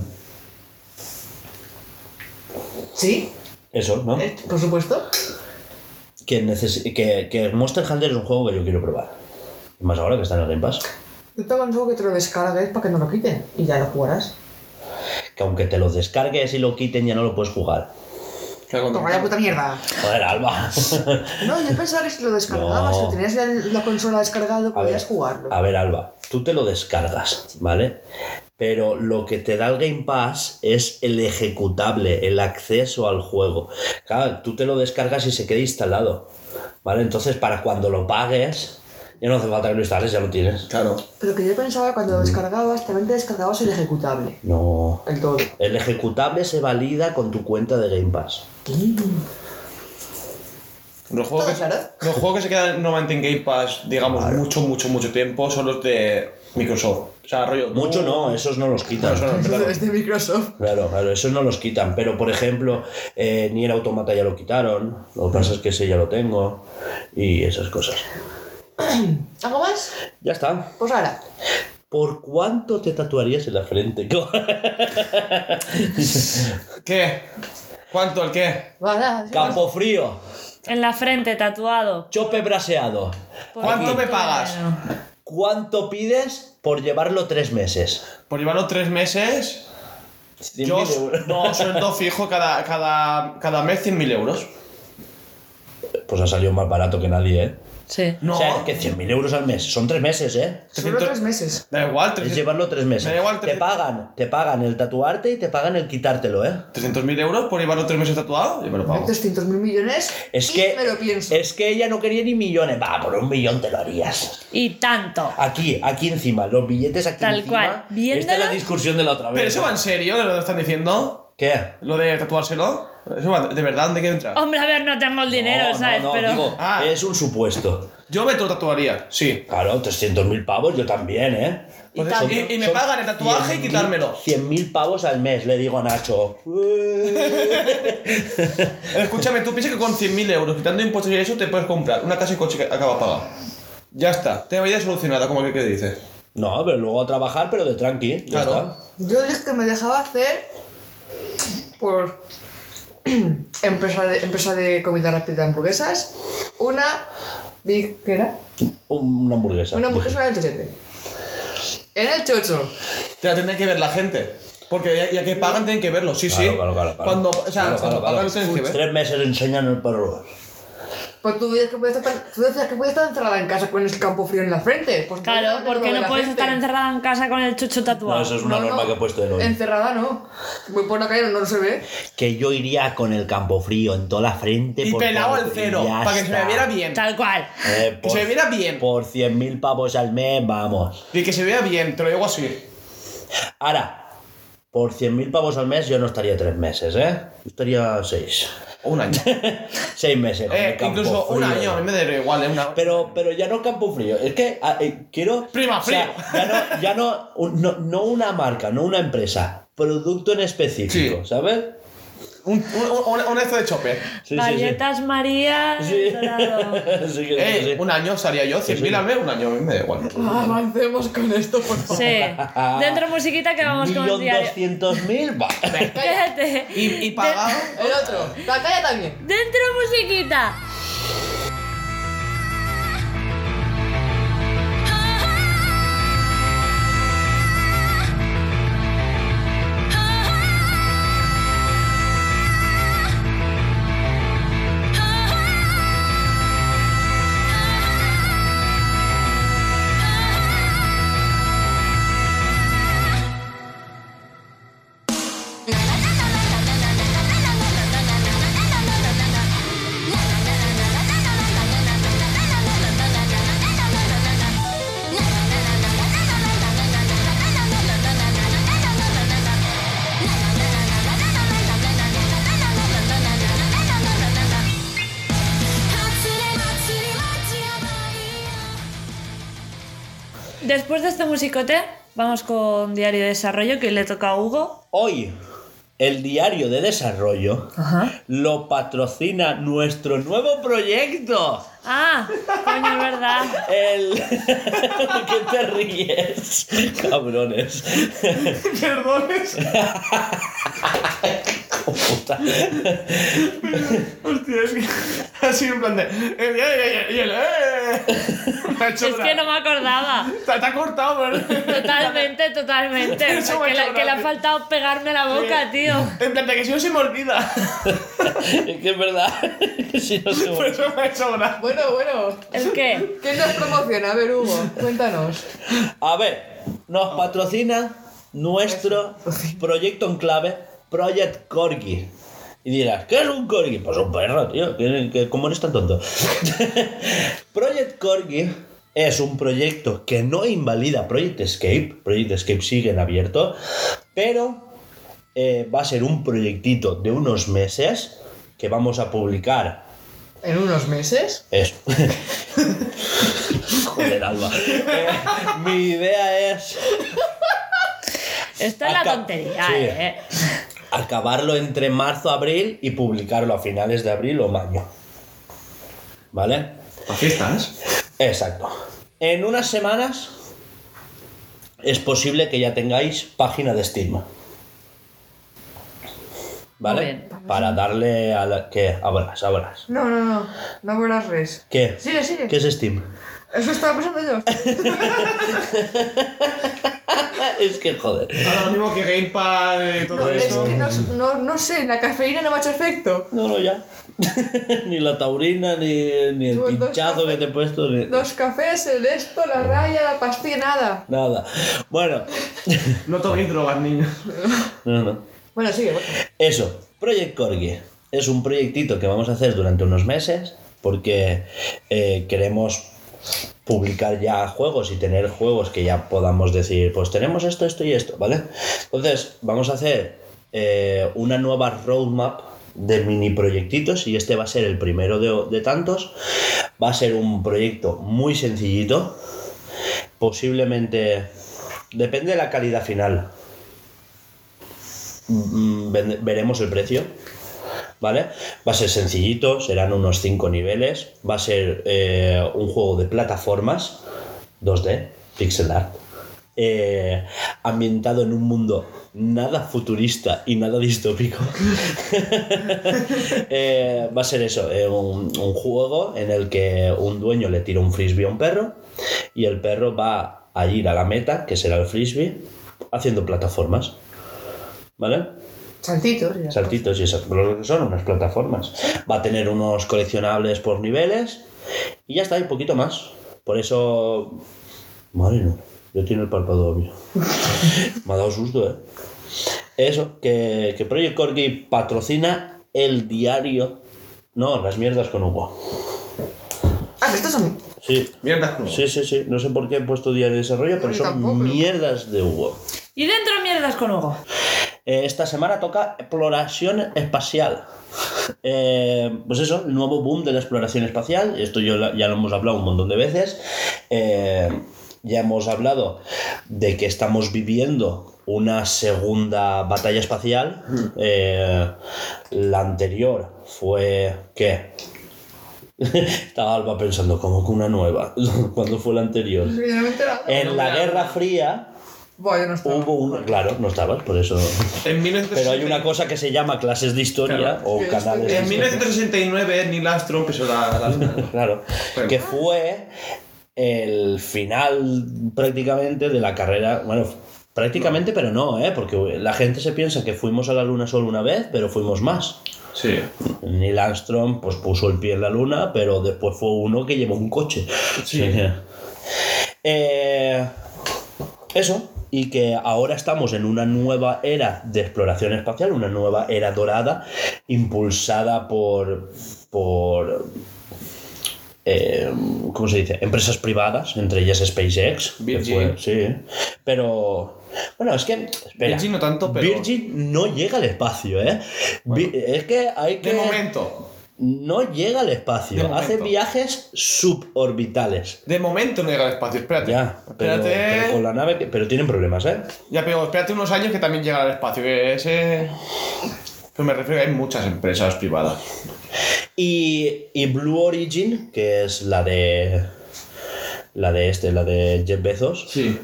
Sí, Eso, ¿no? eh, por supuesto. Que, neces- que, que Monster Hunter es un juego que yo quiero probar. Y más ahora que está en el Game Pass. Yo te aconsejo que te lo descargues para que no lo quiten y ya lo jugarás. Que aunque te lo descargues y lo quiten, ya no lo puedes jugar. Claro, cuando- Toma la puta mierda. Joder, Alba. No, yo pensaba que si lo descargabas, No. si tenías ya la consola descargada, A ver, podías jugarlo. A ver, Alba, tú te lo descargas, ¿vale? Pero lo que te da el Game Pass es el ejecutable, el acceso al juego. Claro, tú te lo descargas y se queda instalado, ¿vale? Entonces, para cuando lo pagues, ya no hace falta que lo instales, ya lo tienes. Claro. Pero que yo pensaba que cuando lo descargabas, también te descargabas el ejecutable. No. El todo. El ejecutable se valida con tu cuenta de Game Pass. Los juegos, que, Todo claro. los juegos que se quedan normalmente en Game Pass, digamos, mucho, mucho, mucho tiempo son los de Microsoft. O sea, rollo. uh, Mucho no, esos no los quitan. Claro, son- claro. de Microsoft. Claro, claro, eso no los quitan, pero por ejemplo, eh, ni el automata ya lo quitaron, lo que pasa es que ese ya lo tengo y esas cosas. ¿Algo más? Ya está. Pues ahora. ¿Por cuánto te tatuarías en la frente? ¿Qué? ¿Cuánto? ¿El qué? Vale, Campo frío, En la frente, tatuado. chope braseado. Por ¿Cuánto me favor. pagas? ¿Cuánto pides por llevarlo tres meses? Por llevarlo tres meses, 100.000 yo euros. no sueldo fijo cada, cada, cada mes 100.000 euros. Pues ha salido más barato que nadie, ¿eh? Sí. No. O sea, que 100.000 euros al mes, son tres meses, ¿eh? Solo tres meses. Da igual, Es 300 llevarlo tres meses. Me da igual, te tres- pagan, te pagan el tatuarte y te pagan el quitártelo, ¿eh? 300.000 euros por llevarlo tres meses tatuado, yo me lo pago. 300.000 millones. Es y que, Me lo pienso. es que ella no quería ni millones. Va, por un millón te lo harías. Y tanto. Aquí, aquí encima, los billetes aquí Tal encima. cual. Esta es la Viéndolo. discusión de la otra vez. Pero eso va en serio, de lo que están diciendo, ¿Qué? lo de tatuárselo. Eso va, de verdad, ¿de qué entra? Hombre, a ver, no tengo el dinero, no, ¿sabes? no, no, Pero. digo, Ah. es un supuesto. Yo me lo tatuaría, sí. Claro, 300.000 pavos, yo también, ¿eh? Pues Son- eso, y- y me son pagan el tatuaje y 100.000 quitármelo. 100.000 pavos al mes, le digo a Nacho. Escúchame, tú piensas que con 100.000 euros, quitando impuestos y eso, te puedes comprar una casa y coche que acabas pagado. Ya está, tengo idea solucionada, como que, que dices. No, pero luego a trabajar, pero de tranqui. ya Claro. está. Yo dije que me dejaba hacer por empresa de, empresa de comida rápida de hamburguesas. Una. Big, ¿Qué era? Una hamburguesa. Una hamburguesa en el chochete. En el chocho. Te la tendrá que ver la gente. Porque ya, ya que pagan, tienen que verlo, sí, Claro, sí. claro, claro, claro. Cuando, o sea, Claro, claro, cuando pagan, claro. lo tienes que ver. Tres meses enseñan el perro. Pues tú decías que podías estar, tú decías que podías estar encerrada en casa con el campo frío en la frente. Pues Claro, porque no puedes estar encerrada en casa con el chocho tatuado. No, eso es una norma que he puesto en en hoy. Encerrada no. Voy por la calle, no se ve. que yo iría con el campo frío en toda la frente. Y por pelado favor, al cero, ya para que se me está. viera bien. Tal cual. Eh, Que se me viera bien. Por 100.000 pavos al mes, vamos. Y que se vea bien, te lo digo así. Ahora, por 100.000 pavos al mes yo no estaría tres meses, ¿eh? Yo estaría seis. O un año. seis meses. con Eh, el campo incluso un frío. año, a mí me daría igual, eh, una. Pero, pero ya no campo frío. Es que ah, eh, quiero. Prima o sea, frío. ya no, ya no, un- no, no una marca, no una empresa. Producto en específico, Sí. ¿sabes? Un, un, un, un esto de chope. Sí, sí, sí. Galletas María Sí. el dorado. Sí que- sí, Eh, sí. un año salía yo, 100.000 al mes, un año, a mí me da igual. Avancemos con esto, por favor. Sí. Dentro musiquita que vamos con el Millón diario. doscientos mil. va. Cállate. Y, y pagado. El otro, la calle también. Dentro musiquita. Después de este musicote, vamos con diario de desarrollo que le toca a Hugo. Hoy, el diario de desarrollo lo patrocina nuestro nuevo proyecto. Ah, coño, es verdad. El. ¿Qué te ríes? Cabrones. Perdones. Puta. Hostia, es que. Así en plan de. eh, eh, eh, Y el. ¡Eh! Me ha hecho Es una- que no me acordaba. Te, te ha cortado, pero. Totalmente, totalmente. Eso me ha Que, la- hecho que le ha gracia. faltado pegarme la boca, tío. En plan de que si no se me olvida. Es que es verdad. que si no se Por Pues eso me ha hecho gracia. Bueno, bueno. ¿El qué? ¿Quién nos promociona? A ver, Hugo, cuéntanos. A ver, nos patrocina nuestro proyecto en clave, Project Corgi. Y dirás, ¿qué es un corgi? Pues un perro, tío. que- que- ¿Cómo eres tan tonto? Project Corgi es un proyecto que no invalida Project Escape. Project Escape sigue en abierto, pero eh, va a ser un proyectito de unos meses que vamos a publicar. ¿En unos meses? Eso. Joder, Alba. Eh, mi idea es Esto es la Acá- tontería, Sí. eh. acabarlo entre marzo, abril y publicarlo a finales de abril o mayo. ¿Vale? ¿A fiestas? Exacto. En unas semanas es posible que ya tengáis página de Steam. Muy ¿Vale? bien. Para darle a la... ¿Qué? Abras, abras. No, no, no. No vuelas res. ¿Qué? Sigue, sigue. ¿Qué es Steam? Eso estaba pensando yo. es que joder. Ahora mismo que Gamepad y todo No, es eso. que Pues no, no, no sé, la cafeína no me ha hecho efecto. No, no, ya. ni la taurina, ni, ni el Tú, dos pinchazo que te he puesto. ni- Dos cafés, el esto, la raya, la pastilla, nada. Nada. Bueno. No toméis drogas, niños. No, no. Bueno, sigue. bueno. Eso, Project Corgi. Es un proyectito que vamos a hacer durante unos meses porque eh, queremos publicar ya juegos y tener juegos que ya podamos decir, pues tenemos esto, esto y esto, ¿vale? Entonces, vamos a hacer eh, una nueva roadmap de mini proyectitos y este va a ser el primero de, de tantos. Va a ser un proyecto muy sencillito, posiblemente... Depende de la calidad final, Mm, vende- veremos el precio. ¿Vale? Va a ser sencillito, serán unos 5 niveles. Va a ser eh, un juego de plataformas 2D, pixel art, eh, ambientado en un mundo nada futurista y nada distópico. Eh, va a ser eso, eh, un, un juego en el que un dueño le tira un frisbee a un perro y el perro va a ir a la meta, que será el frisbee, haciendo plataformas. ¿Vale? Saltitos. ya. Saltitos y esas, pero lo que son unas plataformas. Va a tener unos coleccionables por niveles y ya está, y poquito más. Por eso. Madre mía, yo tengo el párpado obvio. Me ha dado susto, ¿eh? Eso, que, que Project Corgi patrocina el diario. No, las mierdas con Hugo. Ah, que estos son. Sí, Mierda. sí, sí, sí. No sé por qué he puesto diario de desarrollo, pero Yo son tampoco, pero- mierdas de Hugo. Y dentro mierdas con Hugo. Eh, esta semana toca exploración espacial. Eh, pues eso, el nuevo boom de la exploración espacial. Esto yo la- ya lo hemos hablado un montón de veces. Eh, ya hemos hablado de que estamos viviendo una segunda batalla espacial. Mm. Eh, la anterior fue. ¿Qué? Estaba Alba pensando, ¿cómo que una nueva? ¿Cuándo fue la anterior? No me he enterado. En la Guerra Fría Bueno, no estaba. Eh, hubo una. Claro, no estabas, por eso. En Pero hay una cosa que se llama clases de historia Claro. o Sí, canales de En historia. 1969 Neil Armstrong pisó la, la- Claro. Bueno. Que fue el final prácticamente de la carrera. Bueno, prácticamente, pero no, ¿eh? Porque la gente se piensa que fuimos a la luna solo una vez, pero fuimos más. Sí. Neil Armstrong pues puso el pie en la luna, pero después fue uno que llevó un coche. Sí. Eh, eso, y que ahora estamos en una nueva era de exploración espacial, una nueva era dorada, impulsada por. por. eh, ¿Cómo se dice? Empresas privadas, entre ellas SpaceX. que Virgin. fue- sí. Pero. Bueno, es que. espera. Virgin no tanto, pero- Virgin no llega al espacio, ¿eh? Vi- Es que hay que De momento. no llega al De espacio, momento. hace viajes suborbitales. De momento no llega al espacio. Espérate. Ya, pero, espérate. pero con la nave, que- pero tienen problemas, ¿eh? Ya, pero espérate unos años que también llega al espacio. Que ese. Pero me refiero a que hay muchas empresas privadas. Y, y Blue Origin, que es la de la de este, la de Jeff Bezos, Sí.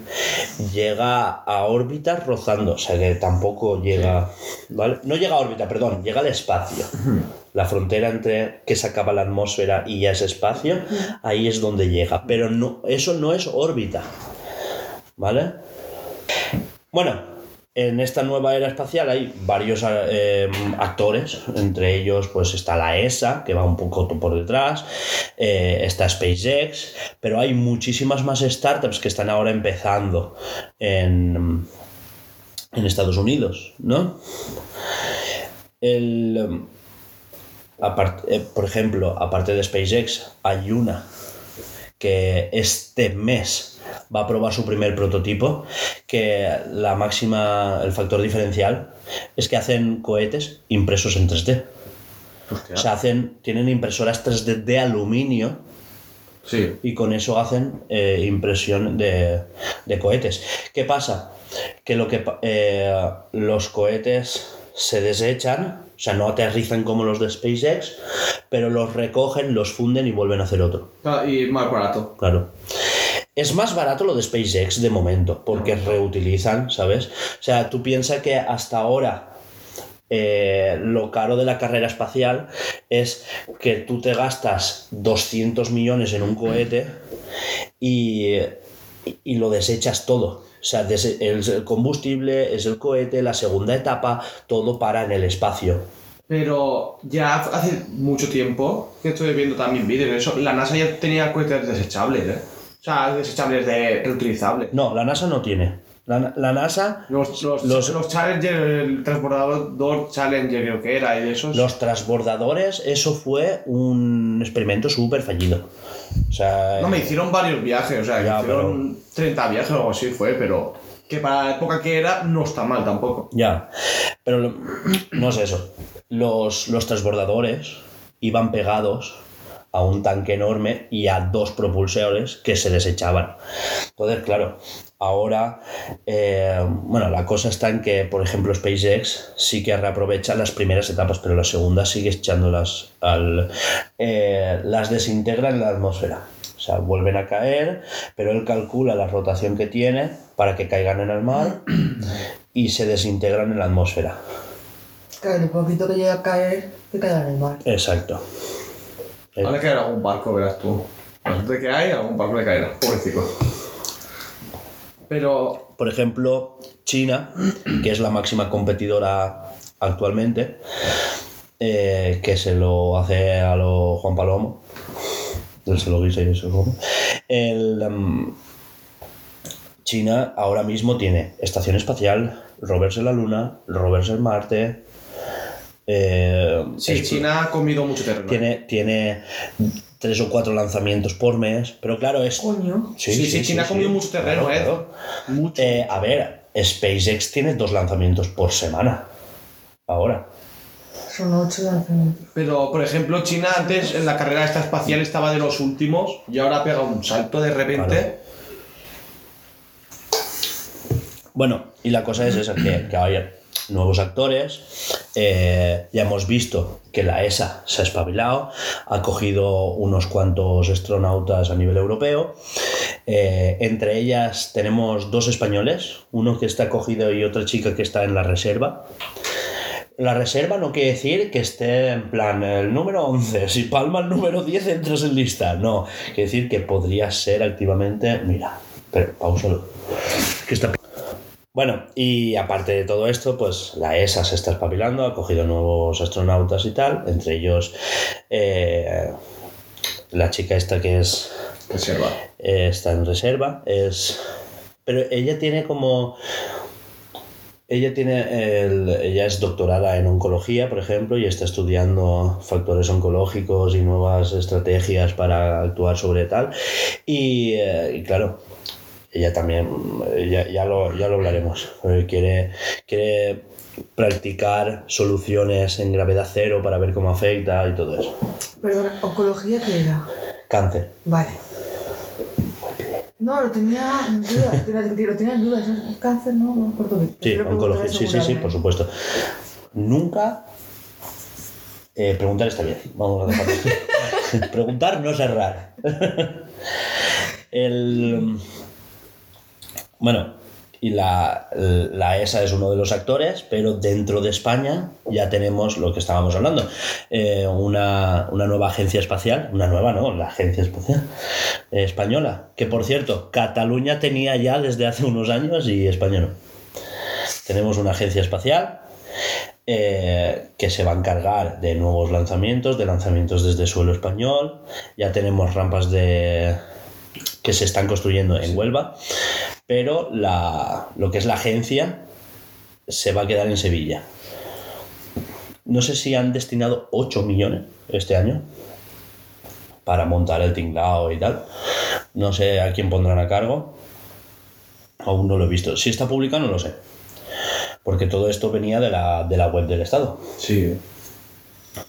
llega a órbita rozando, o sea que tampoco llega, ¿vale? No llega a órbita, perdón, llega al espacio. La frontera entre que se acaba la atmósfera y ya es espacio, ahí es donde llega, pero no eso no es órbita. ¿Vale? Bueno, en esta nueva era espacial hay varios a- eh, actores, entre ellos pues está la ESA, que va un poco por detrás, eh, está SpaceX, pero hay muchísimas más startups que están ahora empezando en, en Estados Unidos, ¿no? El, em, apart- eh, por ejemplo, aparte de SpaceX, hay una que este mes va a probar su primer prototipo, que la máxima, el factor diferencial es que hacen cohetes impresos en 3D. Hostia. O sea, hacen, tienen impresoras 3D de aluminio sí. y con eso hacen eh, impresión de, de cohetes. ¿Qué pasa? Que, lo que pa- eh, los cohetes se desechan, o sea, no aterrizan como los de SpaceX, pero los recogen, los funden y vuelven a hacer otro. Ah, Y más barato. Claro. Es más barato lo de SpaceX de momento, porque reutilizan, ¿sabes? O sea, tú piensas que hasta ahora eh, lo caro de la carrera espacial es que tú te gastas 200 millones en un cohete y, y lo desechas todo. O sea, des- el el combustible, es el cohete, la segunda etapa, todo para en el espacio. Pero ya hace mucho tiempo que estoy viendo también vídeos de eso. La NASA ya tenía cohetes desechables, ¿eh? O sea, desechables de reutilizables. No, la NASA no tiene. La, la NASA Los, los, Los- los, Challenger, el transbordador Challenger creo que era, y de esos. Los transbordadores, eso fue un experimento súper fallido. O sea, No, me hicieron varios viajes, o sea, Eh, Ya, hicieron 30 viajes o algo así fue, pero que para la época que era no está mal tampoco. ya. Pero lo- no es eso. Los, los transbordadores iban pegados a un tanque enorme y a dos propulsores que se desechaban. Entonces, claro, ahora, eh, bueno, la cosa está en que, por ejemplo, SpaceX sí que reaprovecha las primeras etapas, pero las segundas sigue echándolas al... eh, las desintegra en la atmósfera. O sea, vuelven a caer, pero él calcula la rotación que tiene para que caigan en el mar y se desintegran en la atmósfera. Claro, el poquito que llega a caer, que caiga en el mar. Exacto. Eh. Ahora caerá algún barco, verás tú. De que hay, algún barco le caerá, pobrecito. Pero, Por ejemplo, China, que es la máxima competidora actualmente, eh, que se lo hace a lo Juan Palomo, él se lo guisa y eso como. El, em, China ahora mismo tiene estación espacial, rovers en la Luna, rovers en Marte. eh, sí, es- China ha comido mucho terreno. ¿eh? tiene, tiene tres o cuatro lanzamientos por mes, pero claro, es. Coño. Sí, sí, China ha comido mucho terreno, claro, ¿eh? claro. Mucho. Eh, a ver, SpaceX tiene dos lanzamientos por semana. Ahora. Son ocho lanzamientos. Pero, por ejemplo, China antes en la carrera esta espacial estaba de los últimos y ahora pega un salto de repente. Claro. Bueno, y la cosa es esa, que, que hay nuevos actores. eh, ya hemos visto que la ESA se ha espabilado, ha cogido unos cuantos astronautas a nivel europeo. Eh, entre ellas tenemos dos españoles, uno que está cogido y otra chica que está en la reserva. La reserva no quiere decir que esté en plan el número 11, si palma el número 10 entras en lista, no, quiere decir que podría ser activamente, mira, pero pausalo, que está bueno, y aparte de todo esto, pues la ESA se está espabilando, ha cogido nuevos astronautas y tal, entre ellos eh, la chica esta que es Reserva. eh, está en reserva, es... Pero ella tiene como... Ella, tiene el- ella es doctorada en oncología, por ejemplo, y está estudiando factores oncológicos y nuevas estrategias para actuar sobre tal. Y, eh, y claro, ella también, eh, ya, ya lo, ya lo hablaremos, eh, quiere, quiere practicar soluciones en gravedad cero para ver cómo afecta y todo eso. Perdona, ¿oncología qué era? Cáncer. Vale. No, lo tenía en duda, lo tenía- lo tenía en duda, ¿es un cáncer? No, no me acuerdo bien. Sí, Prefiero oncología. preguntar Sí, sí, sí, por asegurarme. supuesto. Nunca eh, preguntar está bien. Vamos a dejarlo. así. preguntar no es errar. El, bueno, y la, la ESA es uno de los actores, pero dentro de España ya tenemos lo que estábamos hablando. eh, una, una nueva agencia espacial, una nueva, ¿no? La agencia espacial eh, española, que por cierto, Cataluña tenía ya desde hace unos años y España no tenemos una agencia espacial eh, que se va a encargar de nuevos lanzamientos, de lanzamientos desde suelo español. Ya tenemos rampas de que se están construyendo en Huelva, pero la, lo que es la agencia se va a quedar en Sevilla. No sé si han destinado 8 millones este año para montar el tinglao y tal. No sé a quién pondrán a cargo. Aún no lo he visto. Si está publicado, no lo sé porque todo esto venía de la, de la web del Estado. Sí.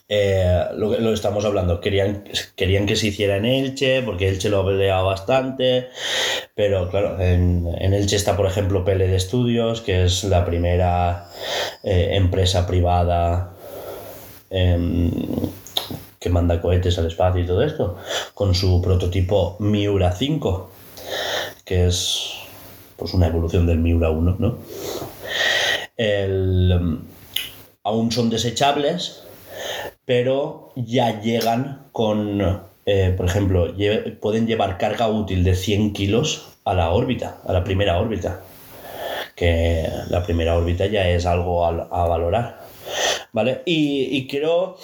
Eh, lo, que- lo estamos hablando, querían, querían que se hiciera en Elche, porque Elche lo ha peleado bastante, pero claro, en, en Elche está, por ejemplo, PLD Studios, que es la primera eh, empresa privada em, que manda cohetes al espacio y todo esto, con su prototipo Miura 5, que es pues una evolución del Miura 1, ¿no? El, em, aún son desechables, pero ya llegan con, eh, por ejemplo, lle- pueden llevar carga útil de 100 kilos a la órbita, a la primera órbita, que la primera órbita ya es algo al- a, valorar. ¿Vale? Y, y quiero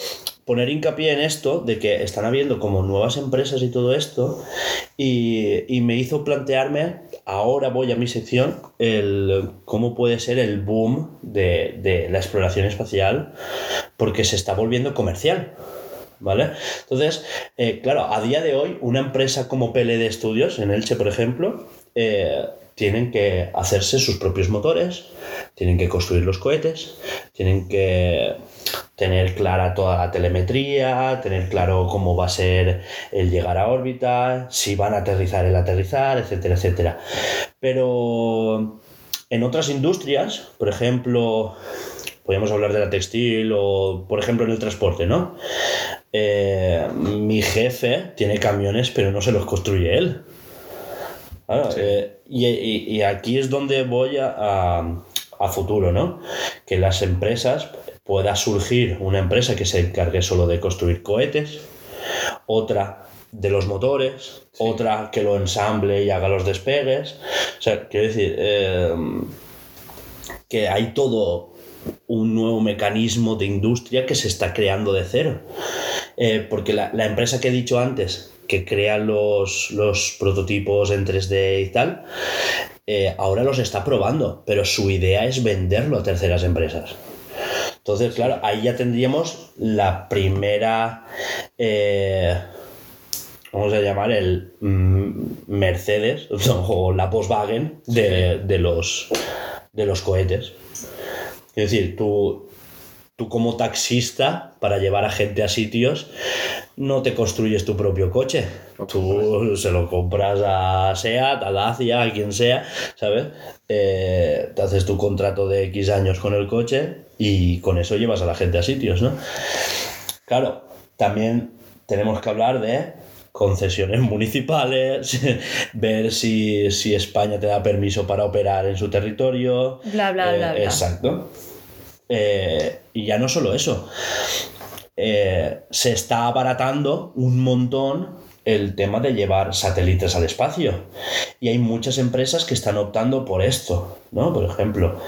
poner hincapié en esto, de que están habiendo como nuevas empresas y todo esto, y, y me hizo plantearme, ahora voy a mi sección, el, cómo puede ser el boom de, de la exploración espacial porque se está volviendo comercial. ¿Vale? Entonces, eh, claro, a día de hoy, una empresa como PLD Studios, en Elche, por ejemplo, eh, tienen que hacerse sus propios motores, tienen que construir los cohetes, tienen que tener clara toda la telemetría, tener claro cómo va a ser el llegar a órbita, si van a aterrizar el aterrizar, etcétera, etcétera. Pero en otras industrias, por ejemplo, podríamos hablar de la textil o, por ejemplo, en el transporte, ¿no? Eh, mi jefe tiene camiones, pero no se los construye él. Claro, eh, y, y- y aquí es donde voy a, a- a futuro, ¿no? Que las empresas pueda surgir una empresa que se encargue solo de construir cohetes, otra de los motores, otra que lo ensamble y haga los despegues. O sea, quiero decir, eh, que hay todo un nuevo mecanismo de industria que se está creando de cero. Eh, porque la, la empresa que he dicho antes, que crea los, los prototipos en 3D y tal, eh, ahora los está probando, pero su idea es venderlo a terceras empresas. Entonces, claro, ahí ya tendríamos la primera, eh, vamos a llamar el mm, Mercedes o la Volkswagen de, de los de los cohetes. Es decir, tú, tú como taxista, para llevar a gente a sitios, no te construyes tu propio coche. Tú se lo compras a SEAT, a Dacia, a quien sea, ¿sabes? Eh, te haces tu contrato de X años con el coche y con eso llevas a la gente a sitios, ¿no? Claro, también tenemos que hablar de concesiones municipales, ver si, si España te da permiso para operar en su territorio. Bla, bla, Eh, bla, bla. Exacto. Eh, y ya no solo eso, eh, se está abaratando un montón el tema de llevar satélites al espacio. Y hay muchas empresas que están optando por esto, ¿no? Por ejemplo,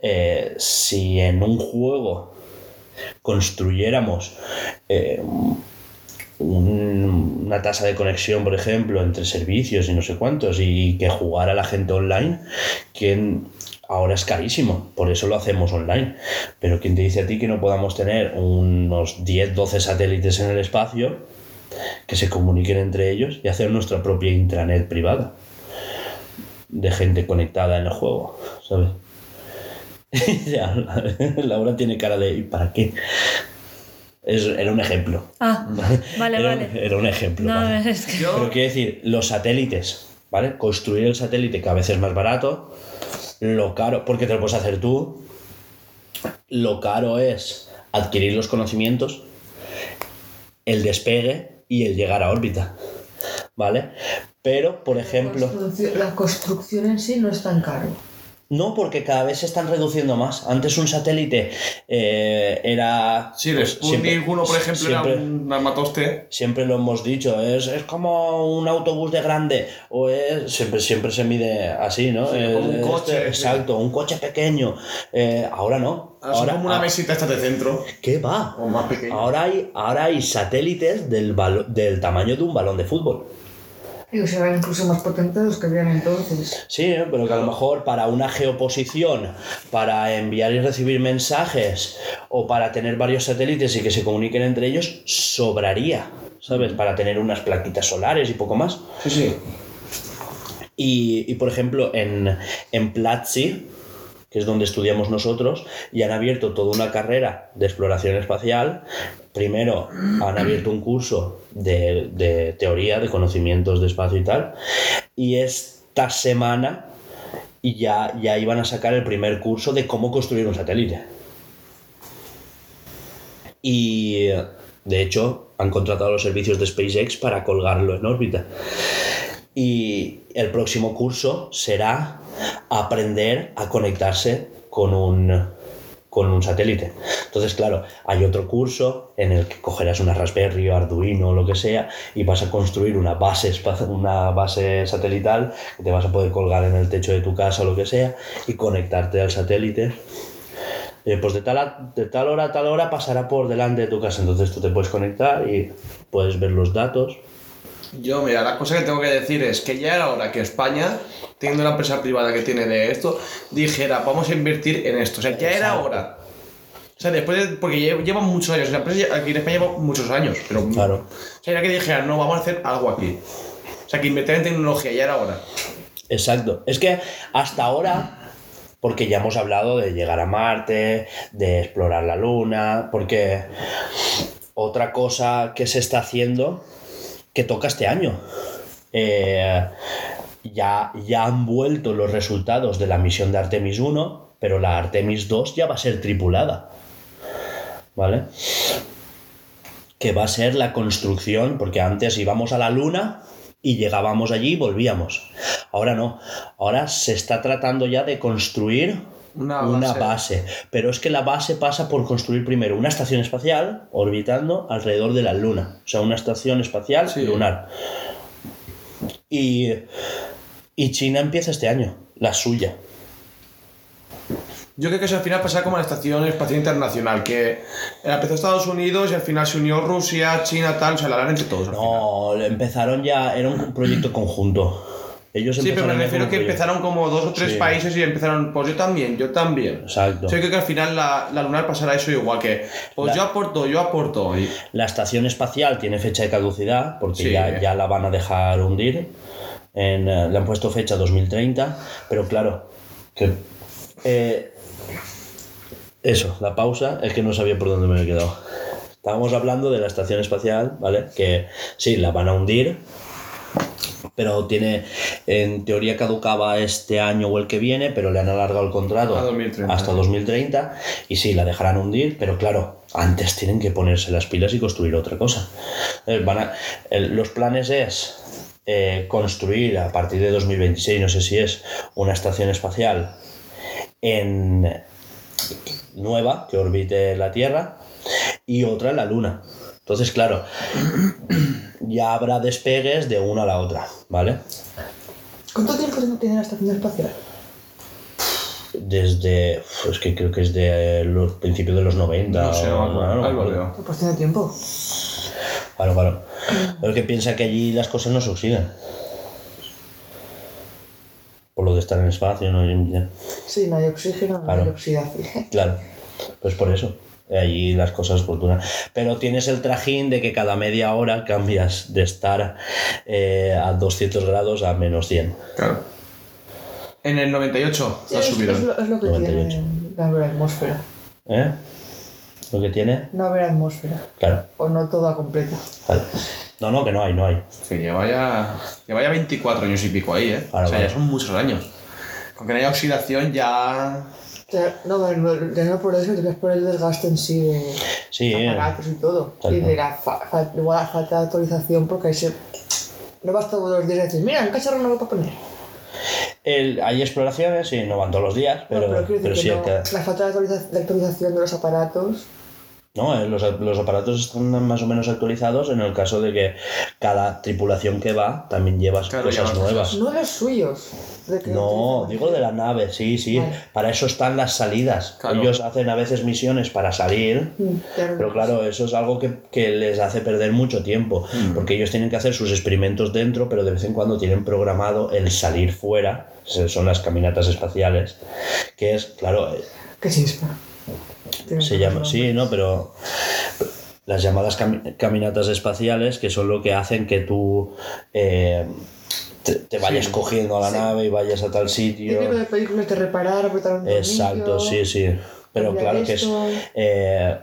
eh, si en un juego construyéramos eh, un- una tasa de conexión, por ejemplo, entre servicios y no sé cuántos, y que jugara la gente online, que ahora es carísimo, por eso lo hacemos online. Pero ¿quién te dice a ti que no podamos tener unos 10, 12 satélites en el espacio que se comuniquen entre ellos y hacer nuestra propia intranet privada de gente conectada en el juego, ¿sabes? Ya, Laura tiene cara de ¿y para qué? Es, era un ejemplo Ah, vale, era, vale. era un ejemplo. No, eh. ¿vale? es que. Pero quiero decir, los satélites, ¿vale? Construir el satélite, que a veces es más barato, lo caro, porque te lo puedes hacer tú, lo caro es adquirir los conocimientos, el despegue y el llegar a órbita, ¿vale? Pero, por ejemplo... La construcción en sí no es tan caro. No, porque cada vez se están reduciendo más. Antes un satélite eh, era... Sí, el pues, Sputnik siempre- 1, por ejemplo, era siempre- un armatoste. Siempre lo hemos dicho, es, es como un autobús de grande, o es, siempre, siempre se mide así, ¿no? Sí, Es- como un este, coche, sí. exacto, un coche pequeño. Eh, ahora no. Ahora, son Ahora, como una ah, mesita esta de centro. ¿Qué va? O más pequeña. Ahora hay, ahora hay satélites del, balo- del tamaño de un balón de fútbol. Y o serán incluso más potentes los que habían entonces. Sí, ¿eh? pero que a lo mejor para una geoposición, para enviar y recibir mensajes o para tener varios satélites y que se comuniquen entre ellos, sobraría, ¿sabes? Para tener unas plaquitas solares y poco más. Sí, sí. Y, y, por ejemplo, en, en Platzi, que es donde estudiamos nosotros, y han abierto toda una carrera de exploración espacial. Primero han abierto un curso de, de teoría, de conocimientos de espacio y tal. Y esta semana ya, ya iban a sacar el primer curso de cómo construir un satélite. Y de hecho han contratado los servicios de SpaceX para colgarlo en órbita. Y el próximo curso será aprender a conectarse con un, con un satélite. Entonces, claro, hay otro curso en el que cogerás una Raspberry o Arduino o lo que sea y vas a construir una base, espa- una base satelital que te vas a poder colgar en el techo de tu casa o lo que sea y conectarte al satélite. Eh, pues de tal, a- de tal hora a tal hora pasará por delante de tu casa, entonces tú te puedes conectar y puedes ver los datos. Yo, mira, la cosa que tengo que decir es que ya era hora que España, teniendo la empresa privada que tiene de esto, dijera, vamos a invertir en esto. O sea, ya era Exacto. hora. O sea, después de, porque lle- llevan muchos años, la empresa ya- aquí en España lleva muchos años, pero Claro. o sea, era que dijeran, no, vamos a hacer algo aquí. O sea, que invertir en tecnología ya era hora. Exacto. Es que hasta ahora, porque ya hemos hablado de llegar a Marte, de explorar la Luna, porque otra cosa que se está haciendo que toca este año. Eh, ya, ya han vuelto los resultados de la misión de Artemis 1, pero la Artemis 2 ya va a ser tripulada. ¿Vale? Que va a ser la construcción, porque antes íbamos a la Luna y llegábamos allí y volvíamos. Ahora no. Ahora se está tratando ya de construir Una una base. base. Pero es que la base pasa por construir primero una estación espacial orbitando alrededor de la Luna. O sea, una estación espacial Sí. lunar. Y, y China empieza este año, la suya. Yo creo que eso al final pasará como en la Estación Espacial Internacional, que empezó Estados Unidos y al final se unió Rusia, China, tal, o sea, la harán entre todos. al final. No, empezaron ya, era un proyecto conjunto. Ellos Sí, pero me empezaron ya refiero como que proyecto. empezaron como dos o tres Sí. países y empezaron, pues yo también, yo también. Exacto. Sí, Yo creo que al final la, la lunar pasará eso igual que, pues La- yo aporto, yo aporto. Y, La estación espacial tiene fecha de caducidad porque Sí. ya, ya la van a dejar hundir. En, eh, le han puesto fecha 2030, pero claro, que Eh, eso, la pausa es que no sabía por dónde me había quedado. Estábamos hablando de la estación espacial, ¿vale? Que sí, la van a hundir, pero tiene, en teoría caducaba este año o el que viene, pero le han alargado el contrato A 2030. hasta 2030 y sí, la dejarán hundir, pero claro, antes tienen que ponerse las pilas y construir otra cosa. Eh, van a- el- los planes es eh, construir a partir de 2026, no sé si es, una estación espacial en nueva que orbite la Tierra y otra en la Luna. Entonces, claro, ya habrá despegues de una a la otra, ¿vale? ¿Cuánto tiempo no tiene la estación espacial? Desde, uf, es que creo que es de los principios de los 90. No sé, o- no, no, no me algo acuerdo. veo. Pues tiene tiempo. Claro, claro. Pero es que piensa que allí las cosas no se oxidan. Por lo de estar en el espacio, ¿no? Ya. Sí, no hay oxígeno, no Claro. hay oxidación. Claro, pues por eso. Allí las cosas fortuna. Pero tienes el trajín de que cada media hora cambias de estar eh, a 200 grados a menos 100. Claro. En el 98 la es, es subieron. lo, es lo que 98. tiene no haber atmósfera. ¿Eh? ¿Lo que tiene? No haber atmósfera. Claro, O no toda completa. claro. No, no, que no hay, no hay. Sí, lleva ya, lleva ya 24 años y pico ahí, ¿eh? Ahora, o sea, vale. ya son muchos años. Con que no haya oxidación ya... O sea, no, bueno, ya no por eso, ya es por el desgaste en sí de Sí, eh. aparatos y todo. Tal Y de cual. la fa- fa- igual la falta de actualización porque ahí se... No vas todos los días a decir, mira, un cacharro nuevo para poner. El- hay exploraciones, sí, no van todos los días, pero, no, pero quiero pero sí decir hay que no, que- la falta de, actualiza- de actualización de los aparatos... No, eh, los, los aparatos están más o menos actualizados en el caso de que cada tripulación que va también lleva Claro, cosas lleva nuevas. No los suyos. de que No, utilizan- digo de la nave, sí, sí. Vale. Para eso están las salidas. Claro. Ellos hacen a veces misiones para salir. Mm, ya no- Pero claro, eso es algo que, que les hace perder mucho tiempo, porque ellos tienen que hacer sus experimentos dentro, pero de vez en cuando tienen programado el salir fuera, se- son las caminatas espaciales, que es, claro, eh, Qué chispa. Tiene se un llama, nombre. sí, ¿no? Pero las llamadas cami- caminatas espaciales, que son lo que hacen que tú eh, te, te vayas cogiendo a la nave y vayas a tal sitio. Típico de películas de reparar, apretar un tornillo... Exacto, sí, sí. Pero cambiar claro que es esto. eh,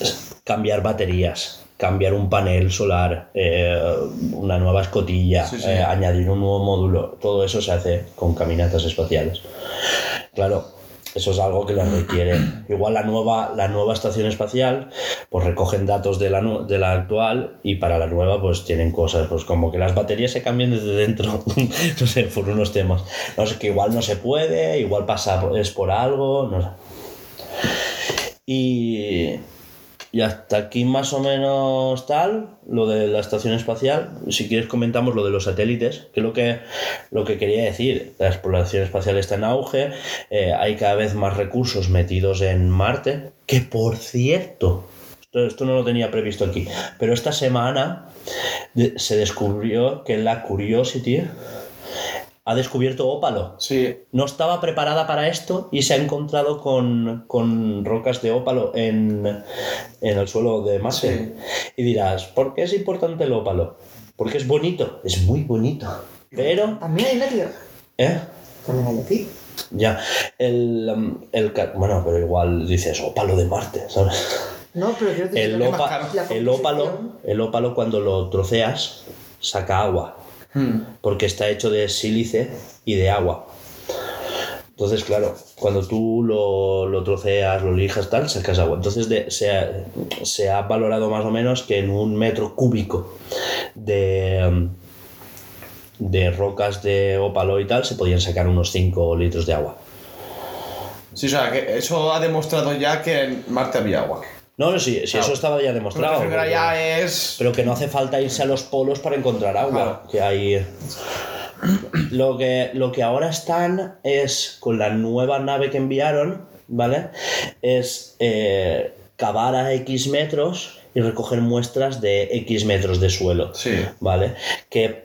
es cambiar baterías, cambiar un panel solar, eh, una nueva escotilla, Sí, sí. eh, añadir un nuevo módulo. Todo eso se hace con caminatas espaciales. Claro, eso es algo que las requiere. Igual la nueva, la nueva estación espacial, pues recogen datos de la, nu- de la actual y para la nueva pues tienen cosas, pues como que las baterías se cambian desde dentro, no sé, por unos temas. No sé, que igual no se puede, igual pasa, por- es por algo, no sé. Y, y hasta aquí más o menos tal, lo de la estación espacial. Si quieres comentamos lo de los satélites, que es lo que, lo que quería decir. La exploración espacial está en auge, eh, hay cada vez más recursos metidos en Marte, que por cierto, esto, esto no lo tenía previsto aquí, pero esta semana de- se descubrió que la Curiosity ha descubierto ópalo Sí, no estaba preparada para esto y se ha encontrado con, con rocas de ópalo en, en el suelo de Marte. Y dirás, ¿por qué es importante el ópalo? Porque es bonito, es muy bonito. Pero, También hay una tierra. ¿eh? También hay aquí. Ya, el, um, el ca- Bueno, pero igual dices, ópalo de Marte, ¿sabes? No, pero quiero decir El, que opa- más caro. La el composición- ópalo, el ópalo cuando lo troceas, saca agua. Hmm. porque está hecho de sílice y de agua. Entonces, claro, cuando tú lo, lo troceas, lo lijas, tal, sacas agua. Entonces de- se, ha, se ha valorado más o menos que en un metro cúbico de, mm, de rocas de ópalo y tal se podían sacar unos 5 litros de agua. sí, o sea, que eso ha demostrado ya que en Marte había agua. No, no, si, si eso estaba ya demostrado. Pero porque- ya es... Pero que no hace falta irse a los polos para encontrar agua. Que hay. Lo que, lo que ahora están es con la nueva nave que enviaron, ¿vale? Es eh, cavar a X metros y recoger muestras de X metros de suelo. Sí. ¿vale? Que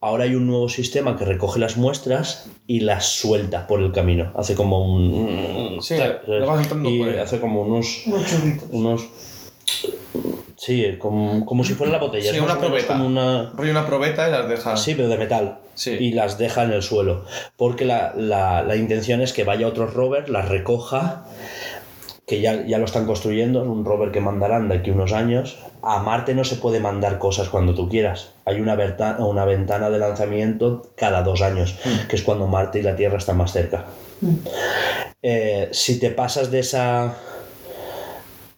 ahora hay un nuevo sistema que recoge las muestras y las suelta por el camino. Hace como un. Sí, lo vas soltando y por ahí. hace como unos. Unos churritos. unos Sí, como, como si fuera la botella. Sí, es más una o menos probeta. Como una... Rollo una probeta y las dejas. Sí, pero de metal. Sí. Y las deja en el suelo. Porque la, la- la intención es que vaya otro rover, las recoja, que ya, ya lo están construyendo, es un rover que mandarán de aquí unos años. A Marte no se puede mandar cosas cuando tú quieras. Hay una, verta- una ventana de lanzamiento cada dos años, Hmm. que es cuando Marte y la Tierra están más cerca. Eh, si te pasas de esa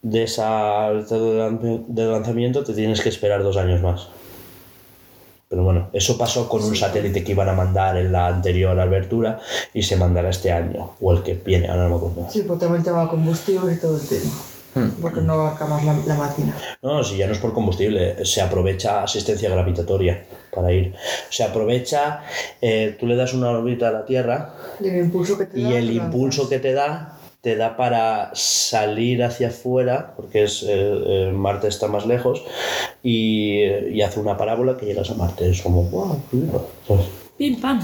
de esa de lanz- de lanzamiento te tienes que esperar dos años más pero bueno, eso pasó con un satélite que iban a mandar en la anterior albertura y se mandará este año, o el que viene, ahora no me acuerdo. Sí, pues porque también te va a combustible y todo el tema. Hmm. Porque no abarca más la, la máquina. No, si ya no es por combustible, se aprovecha asistencia gravitatoria para ir. Se aprovecha, eh, tú le das una órbita a la Tierra Y el impulso que te da. y el te lanzas. impulso que te da, te da para salir hacia afuera, porque es, eh, eh, Marte está más lejos, y, y hace una parábola que llegas a Marte. Es como, wow, qué lindo", ¿sabes? Pim, pam.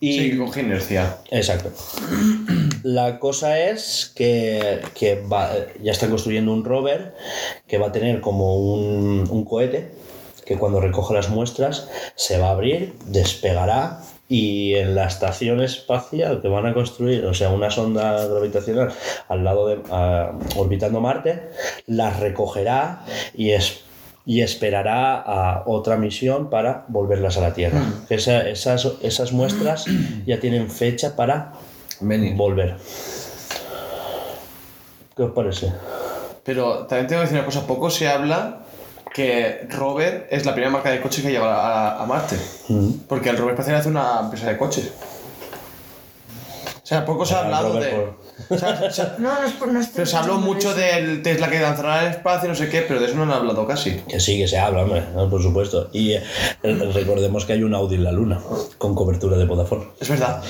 Y, Sí, que coge inercia. Exacto. La cosa es que, que va- ya están construyendo un rover que va a tener como un, un cohete que cuando recoja las muestras se va a abrir, despegará y en la estación espacial que van a construir, o sea, una sonda gravitacional al lado de a- orbitando Marte, las recogerá y es y esperará a otra misión para volverlas a la Tierra. Que esa- esas, esas muestras ya tienen fecha para Venir. volver. ¿Qué os parece? Pero también tengo que decir una cosa, poco se habla que Robert es la primera marca de coches que lleva a, a Marte. Mm. Porque el Robert Espacial hace una empresa de coches. O sea, poco se ha Ah, el hablado Robert de... o sea, se ha- No, no es por. No es pero se habló mucho del Tesla que lanzará al espacio, no sé qué, pero de eso no han hablado casi. Que sí, que se habla, hombre, ¿no? por supuesto. Y eh, recordemos que hay un Audi en la Luna con cobertura de Vodafone. Es verdad.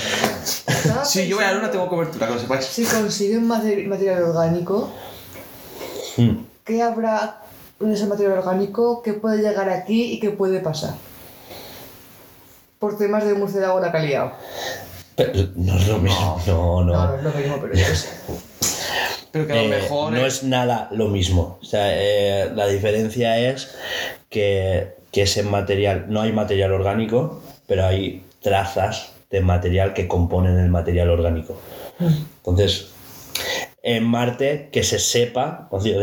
Estaba Si yo voy a la luna pensando, tengo cobertura, que lo sepáis. Si consiguen mater- material orgánico, Mm. ¿qué habrá en ese material orgánico que puede llegar aquí y que puede pasar? Por temas de murciélago la calidad. Pero no es lo mismo. No, no. No, no es lo mismo, pero yo qué sé. Pero que a lo Eh, mejor... no eh, es nada lo mismo. O sea, eh, la diferencia es que, que ese material, no hay material orgánico, pero hay trazas de material que componen el material orgánico. Entonces, en Marte, que se sepa, o sea,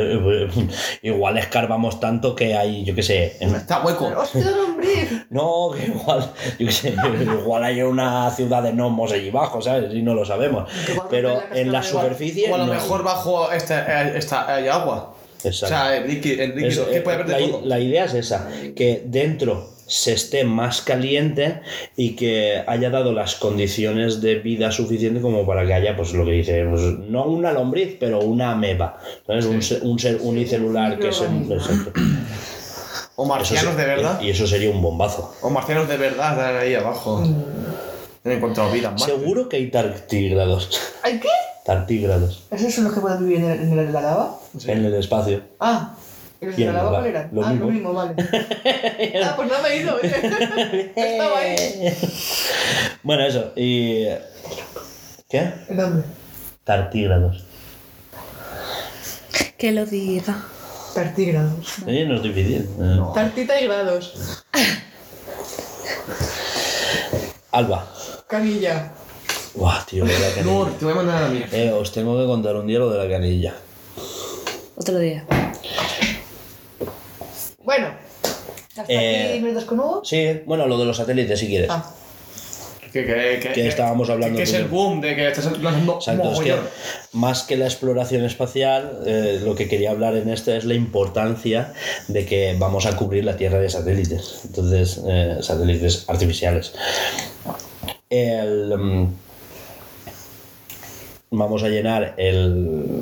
igual escarbamos tanto que hay, yo qué sé, en- Está hueco. ¡Hostia, hombre! no, que igual, yo qué sé, igual hay una ciudad de gnomos allí bajo, ¿sabes? Y no lo sabemos. Igual Pero rompen la en la cascada de superficie. O a lo no. mejor bajo esta, eh, esta- hay agua. Exacto. O sea, el líquido, el líquido, Eso, que eh, puede haber de la, i- todo. la idea es esa, que dentro se esté más caliente y que haya dado las condiciones de vida suficiente como para que haya, pues lo que dice, pues, no una lombriz, pero una ameba, ¿sabes? Un, ser, un ser unicelular que se... microorganismo. exacto. O Eso marcianos se- de verdad. Y eso sería un bombazo. O marcianos de verdad están ahí abajo. Han encontrado vida en Marte. Seguro que hay tartígrados. ¿Ay, qué? Tartígrados. ¿Esos son los que pueden vivir en, el- en el- la lava? Sí. En el espacio. Ah, ¿y los Y de la el lava va- cuál eran? lo ah, mismo. lo mismo, vale. ah, pues no me he ido. ¿eh? Estaba ahí. Bueno, eso. Y... ¿Qué? El nombre. Tartígrados. Que lo diga. Tartígrados. Oye, no es difícil. Eh, Tartita y grados. Alba. Canilla. Buah, tío, lo de la canilla. No, te voy a mandar a la mierda. Eh, os tengo que contar un día lo de la canilla. Otro día. Bueno. ¿Hasta Eh, aquí minutos con Hugo? Sí, bueno, lo de los satélites, si quieres. Ah, Que, que, que, Que estábamos hablando Que, que es tú. el boom de que estás lanzando Exacto, es que mogollón. más que la exploración espacial, eh, lo que quería hablar en este es la importancia de que vamos a cubrir la Tierra de satélites, entonces eh, satélites artificiales. El, mm, vamos a llenar el,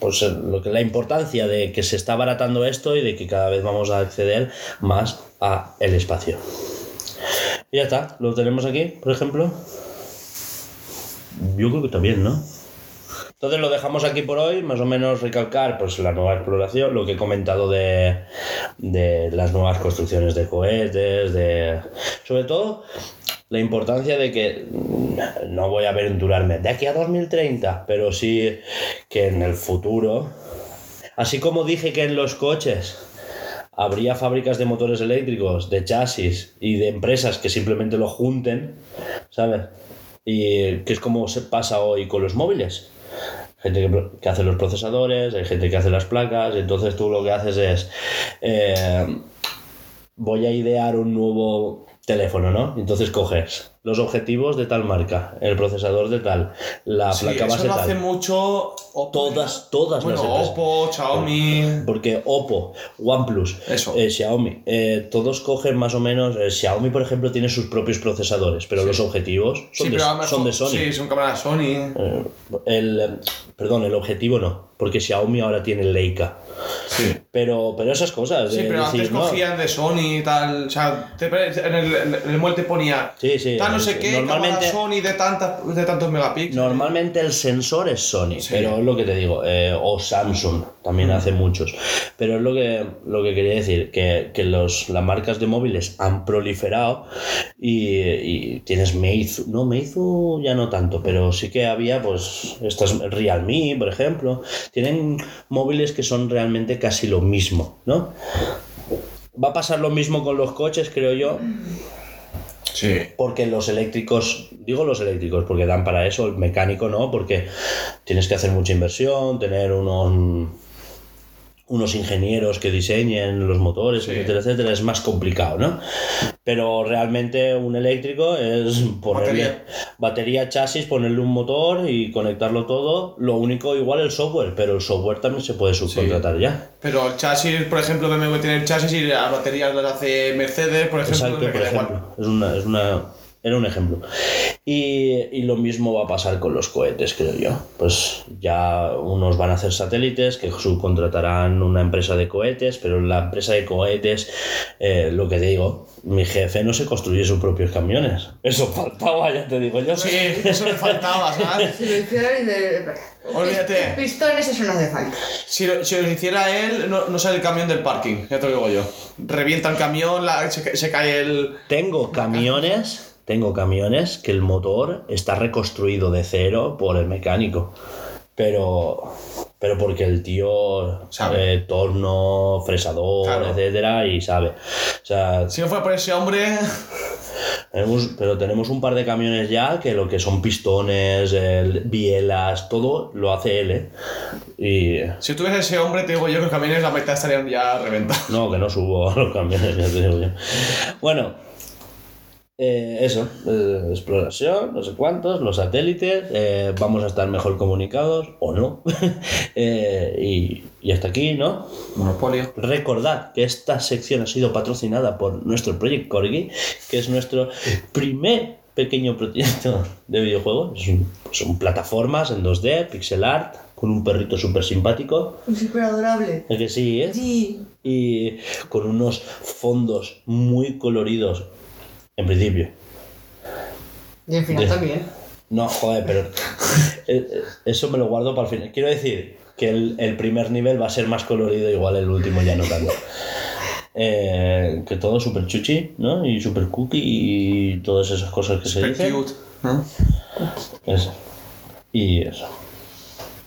pues, el- lo que la importancia de que se está abaratando esto y de que cada vez vamos a acceder más a el espacio. Y ya está, lo tenemos aquí, por ejemplo. Yo creo que también, ¿no? Entonces lo dejamos aquí por hoy, más o menos recalcar pues la nueva exploración, lo que he comentado de, de las nuevas construcciones de cohetes, de sobre todo la importancia de que mm, no voy a aventurarme de aquí a 2030, pero sí que en el futuro Así como dije que en los coches habría fábricas de motores eléctricos, de chasis y de empresas que simplemente lo junten, ¿sabes? Y que es como se pasa hoy con los móviles. Gente que, pro- que hace los procesadores, hay gente que hace las placas, y entonces tú lo que haces es... eh, voy a idear un nuevo teléfono, ¿no? Entonces coges los objetivos de tal marca, el procesador de tal, la Sí, placa eso base lo hace tal. mucho Oppo. Todas, todas bueno, las empresas. Oppo, Xiaomi. Porque Oppo, OnePlus, Eso. eh, Xiaomi, eh, todos cogen más o menos. eh, Xiaomi, por ejemplo, tiene sus propios procesadores, pero los objetivos son, Sí, de, pero además son de Sony. Sí, son cámaras Sony. Eh, el, eh, perdón, el objetivo no, porque Xiaomi ahora tiene Leica. Sí. Pero, pero esas cosas. Sí, de pero antes decir, no, cogían de Sony y tal. O sea, te- en el, en el móvil te ponía Sí, sí, tal no sé sí. qué, Normalmente- cámara Sony de, tantas, de tantos megapíxeles. Normalmente el sensor es Sony, ¿eh? Sí. pero es lo que te digo, eh, o Samsung también hace muchos. Pero es lo que, lo que quería decir, que, que los, las marcas de móviles han proliferado y, y tienes Meizu, no, Meizu ya no tanto, pero sí que había pues estas Realme, por ejemplo, tienen móviles que son realmente casi lo mismo, ¿no? Va a pasar lo mismo con los coches, creo yo, Sí. porque los eléctricos, digo los eléctricos, porque dan para eso, el mecánico no, porque tienes que hacer mucha inversión, tener unos, unos ingenieros que diseñen los motores, Sí. etcétera, etcétera, es más complicado, ¿no? Pero realmente un eléctrico es ponerle Batería. batería. chasis, ponerle un motor y conectarlo todo, lo único igual el software, pero el software también se puede subcontratar ya. Pero el chasis, por ejemplo, BMW tiene el chasis y las baterías las hace Mercedes, por ejemplo. Exacto, por me queda igual. ejemplo. Es una, es una, era un ejemplo. Y, y lo mismo va a pasar con los cohetes, creo yo. Pues ya unos van a hacer satélites que subcontratarán una empresa de cohetes, pero la empresa de cohetes, eh, lo que digo, mi jefe no se construye sus propios camiones. Eso faltaba, ya te digo yo. Sí, eso me faltaba, ¿sabes? Si lo hicieran y de... Olvídate. Pistones, eso no hace falta. Si lo, si lo hiciera él, no, no sale el camión del parking, ya te lo digo yo. Revienta el camión, la- se, ca- se cae el. Tengo camiones, tengo camiones que el motor está reconstruido de cero por el mecánico. Pero pero porque el tío Sabe. sabe torno, fresador, Claro. etcétera y sabe. O sea, Si no fuera por ese hombre. tenemos- pero tenemos un par de camiones ya que lo que son pistones, el- bielas, todo lo hace él. ¿eh? Y Si tuviese ese hombre, te digo yo que los camiones la mitad estarían ya reventados. No, que no subo a los camiones, ya te digo yo. Bueno, eh, eso, eh, exploración, no sé cuántos, los satélites, eh, vamos a estar mejor comunicados o no. Eh, y, y hasta aquí, ¿no? Monopolio. Recordad que esta sección ha sido patrocinada por nuestro Project Corgi, que es nuestro primer pequeño proyecto de videojuego. Es un- pues, son plataformas en 2D, pixel art, con un perrito súper simpático. Es súper adorable. Es que sí, ¿eh? Sí. y con unos fondos muy coloridos. En principio. Y al final De- también. No, joder, pero eh, eh, eso me lo guardo para el final. Quiero decir que el, el primer nivel va a ser más colorido, igual el último ya no tanto. Eh, que todo súper chuchi, ¿no? Y súper cookie y todas esas cosas que se Super dicen. cute. ¿no? Eso. Y eso.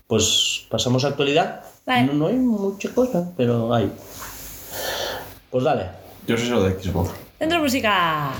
Pues pasamos a actualidad. Vale. No, no hay mucha cosa, pero hay. Pues dale. Yo sé eso de Xbox. Dentro música.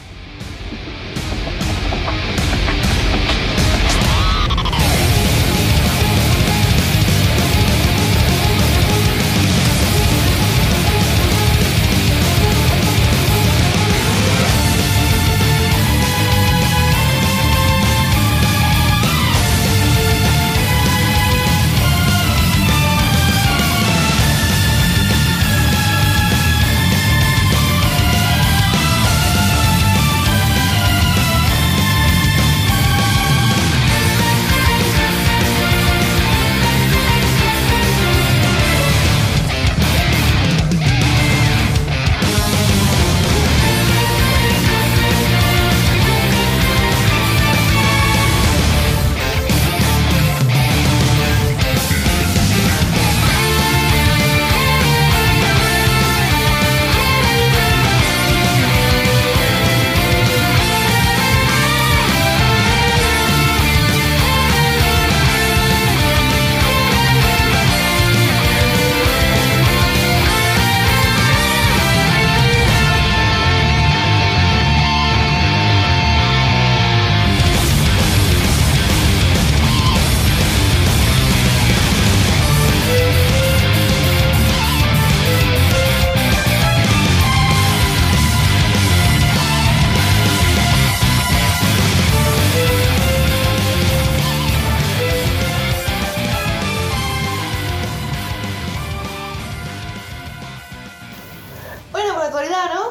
verdad, ¿no?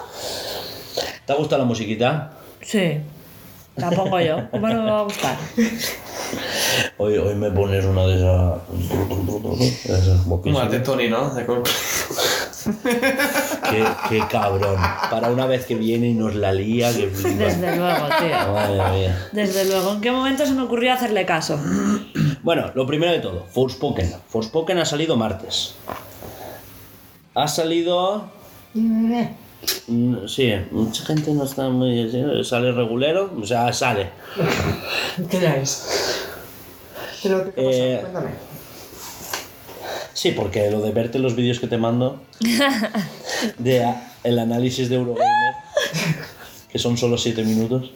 ¿Te ha gustado la musiquita? Sí. Tampoco yo. ¿Cómo no me va a gustar? Hoy, hoy me pones una de esas. de esas como Como que- la de Tony, ¿no? De Coldplay. qué, qué cabrón. Para una vez que viene y nos la lía, que flipa. Desde luego, tío. Madre mía. Desde luego. ¿En qué momento se me ocurrió hacerle caso? Bueno, lo primero de todo, Forspoken. Forspoken ha salido martes. Ha salido. Eh, Mm, Sí, mucha gente no está muy. sí, Sale regulero, o sea, sale. ¿Qué ya es? Pero, ¿qué pasa? Eh, Cuéntame. Sí, porque lo de verte los vídeos que te mando de a- el análisis de Eurogamer, que son solo 7 minutos.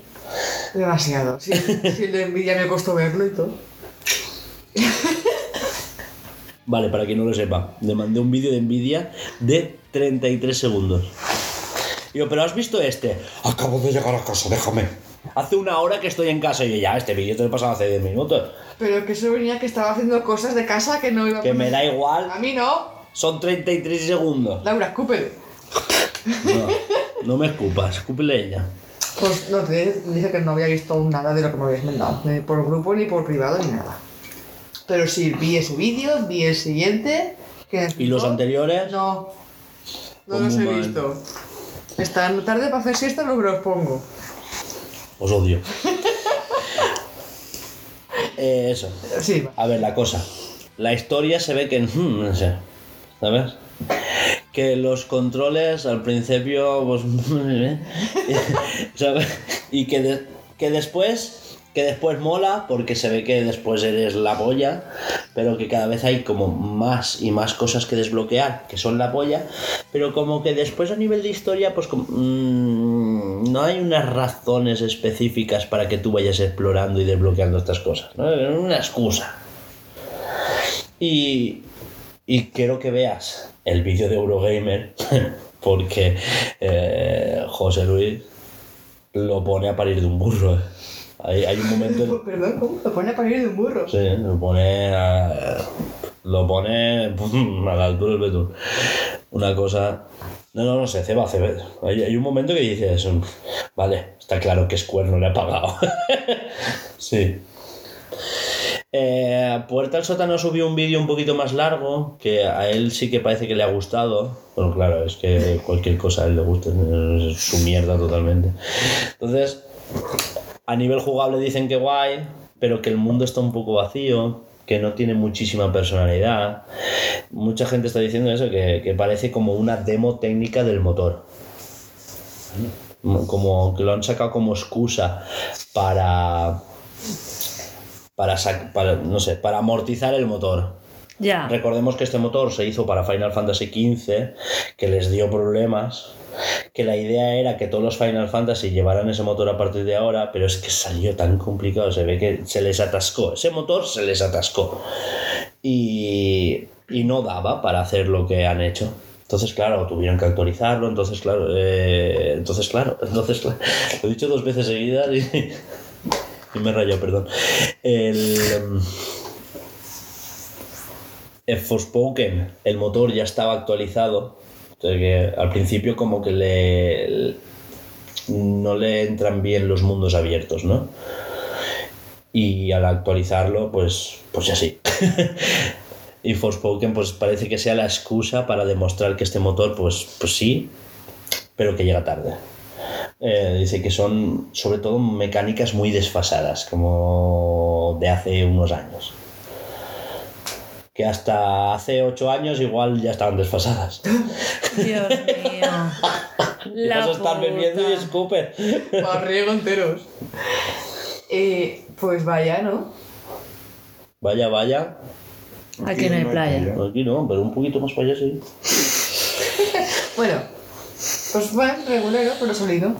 Demasiado. Si, si la envidia me costó verlo y todo. Vale, para quien no lo sepa, le mandé un vídeo de Nvidia de 33 segundos. Y yo, pero has visto este. Acabo de llegar a casa, déjame. Hace una hora que estoy en casa y yo, ya, este vídeo te lo he pasado hace 10 minutos. Pero que eso venía que estaba haciendo cosas de casa que no iba a Que me poner. da igual, A mí no. son 33 segundos. Laura, escúpelo. No, no me escupas, escúpele ella. Pues no te dije que no había visto nada de lo que me habías mandado, ni por grupo, ni por privado, ni nada. Pero sí, vi ese vídeo, vi el siguiente. Que ¿Y los anteriores? No. No Pues los he muy mal. visto. Están tarde para hacer siesta, no me los pongo. Os odio. Eh, eso. Sí, va. A ver, la cosa. La historia se ve que. hmm, no sé. ¿Sabes? Que los controles al principio. Pues, ¿Sabes? Y que, de- que después. Que después mola, porque se ve que después eres la polla, pero que cada vez hay como más y más cosas que desbloquear, que son la polla, pero como que después a nivel de historia, pues como, mm, no hay unas razones específicas para que tú vayas explorando y desbloqueando estas cosas, ¿no? Es una excusa. Y, y quiero que veas el vídeo de Eurogamer, porque eh, José Luis lo pone a parir de un burro. eh. Hay, hay un momento en- Pues, Perdón, ¿cómo? Lo pone a parir de un burro. Sí, lo pone a, lo pone a la altura del betún. Una cosa. No, no, no, se ceba, ceba. Hay, hay un momento que dices, vale, está claro que Square no le ha pagado. sí. Eh, Puerta al sótano subió un vídeo un poquito más largo, que a él sí que parece que le ha gustado. Bueno, claro, es que cualquier cosa a él le gusta, es su mierda totalmente. Entonces, a nivel jugable dicen que guay, pero que el mundo está un poco vacío, que no tiene muchísima personalidad. Mucha gente está diciendo eso, que, que parece como una demo técnica del motor. Como que lo han sacado como excusa para. Para, sac- para, no sé, para amortizar el motor. Ya. Recordemos que este motor se hizo para Final Fantasy XV, que les dio problemas, que la idea era que todos los Final Fantasy llevaran ese motor a partir de ahora, pero es que salió tan complicado, se ve que se les atascó, ese motor se les atascó y, y no daba para hacer lo que han hecho. Entonces, claro, tuvieron que actualizarlo, entonces, claro, eh, entonces, claro, entonces, claro, lo he dicho dos veces seguidas y, y me he rayado, perdón. El... em, en Forspoken el motor ya estaba actualizado. Entonces que al principio como que le no le entran bien los mundos abiertos, ¿no? Y al actualizarlo, pues, pues así. y Forspoken pues parece que sea la excusa para demostrar que este motor, pues, pues sí, pero que llega tarde. Eh, dice que son sobre todo mecánicas muy desfasadas, como de hace unos años que hasta hace ocho años igual ya estaban desfasadas. Dios mío. Y La vas a estar bebiendo y puta. escupe. Barriego enteros. Eh, pues vaya, ¿no? Vaya, vaya. Aquí no hay playa. Aquí no, pero un poquito más para allá sí. Bueno, pues va, regulero, pero sólido.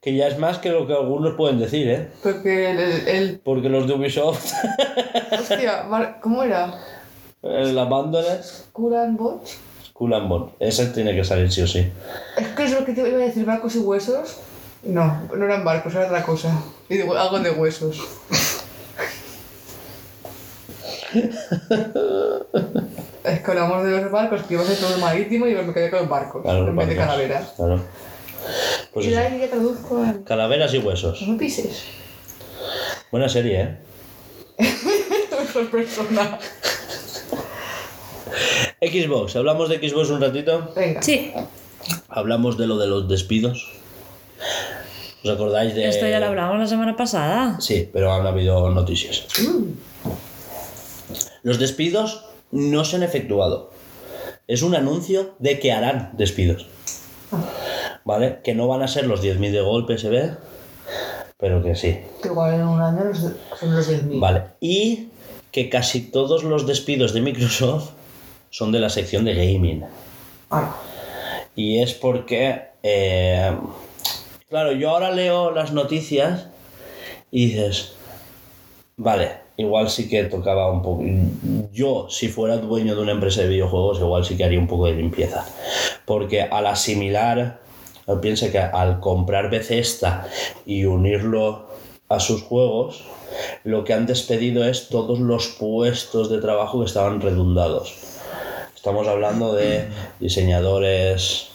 Que ya es más que lo que algunos pueden decir, ¿eh? Porque el. el, el- Porque los de Ubisoft, hostia, Mar- ¿cómo era? el Abandoned, ¿Curan Bots? Skull and Bones. Ese tiene que salir sí o sí. Es que es lo que te iba a decir, barcos y huesos. No, no eran barcos, era otra cosa. Y digo, algo de huesos. es que hablamos de los barcos, que iba a ser todo marítimo y me quedé con los barcos, Claro, en vez de barcos. calaveras. Claro. Pues y eso. ahí ya traduzco en... Calaveras y huesos. No pises. Buena serie, ¿eh? Mejor persona. Xbox, hablamos de Xbox un ratito. Venga. Sí, Hablamos de lo de los despidos. ¿Os acordáis de.? esto ya lo hablamos la semana pasada. Sí, pero han habido noticias. Los despidos no se han efectuado. Es un anuncio de que harán despidos. ¿Vale? Que no van a ser los 10.000 de golpe, se ve. Pero que sí. Que igual en un año los- son los 10.000. Vale. Y que casi todos los despidos de Microsoft son de la sección de gaming. Ah, Y es porque, eh, claro, yo ahora leo las noticias y dices, vale, igual sí que tocaba un poco... Yo, si fuera dueño de una empresa de videojuegos, igual sí que haría un poco de limpieza. Porque al asimilar, piensa que al comprar Bethesda y unirlo a sus juegos, lo que han despedido es todos los puestos de trabajo que estaban redundados. Estamos hablando de diseñadores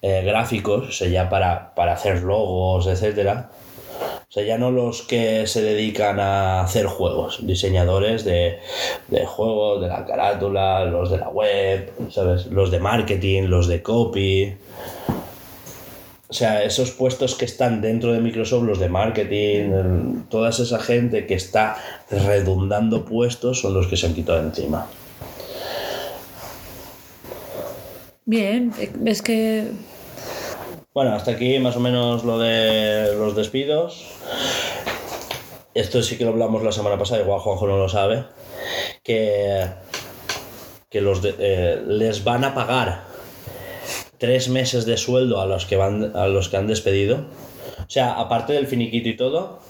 eh, gráficos, o sea, ya para, para hacer logos, etcétera. O sea, ya no los que se dedican a hacer juegos, diseñadores de, de juegos, de la carátula, los de la web, ¿sabes? Los de marketing, los de copy. O sea, esos puestos que están dentro de Microsoft, los de marketing, el- toda esa gente que está redundando puestos son los que se han quitado de encima. Bien, eh, es que. Bueno, hasta aquí más o menos lo de los despidos. Esto sí que lo hablamos la semana pasada, igual Juanjo no lo sabe. Que, que los de- eh, les van a pagar tres meses de sueldo a los que van a los que han despedido. O sea, aparte del finiquito y todo,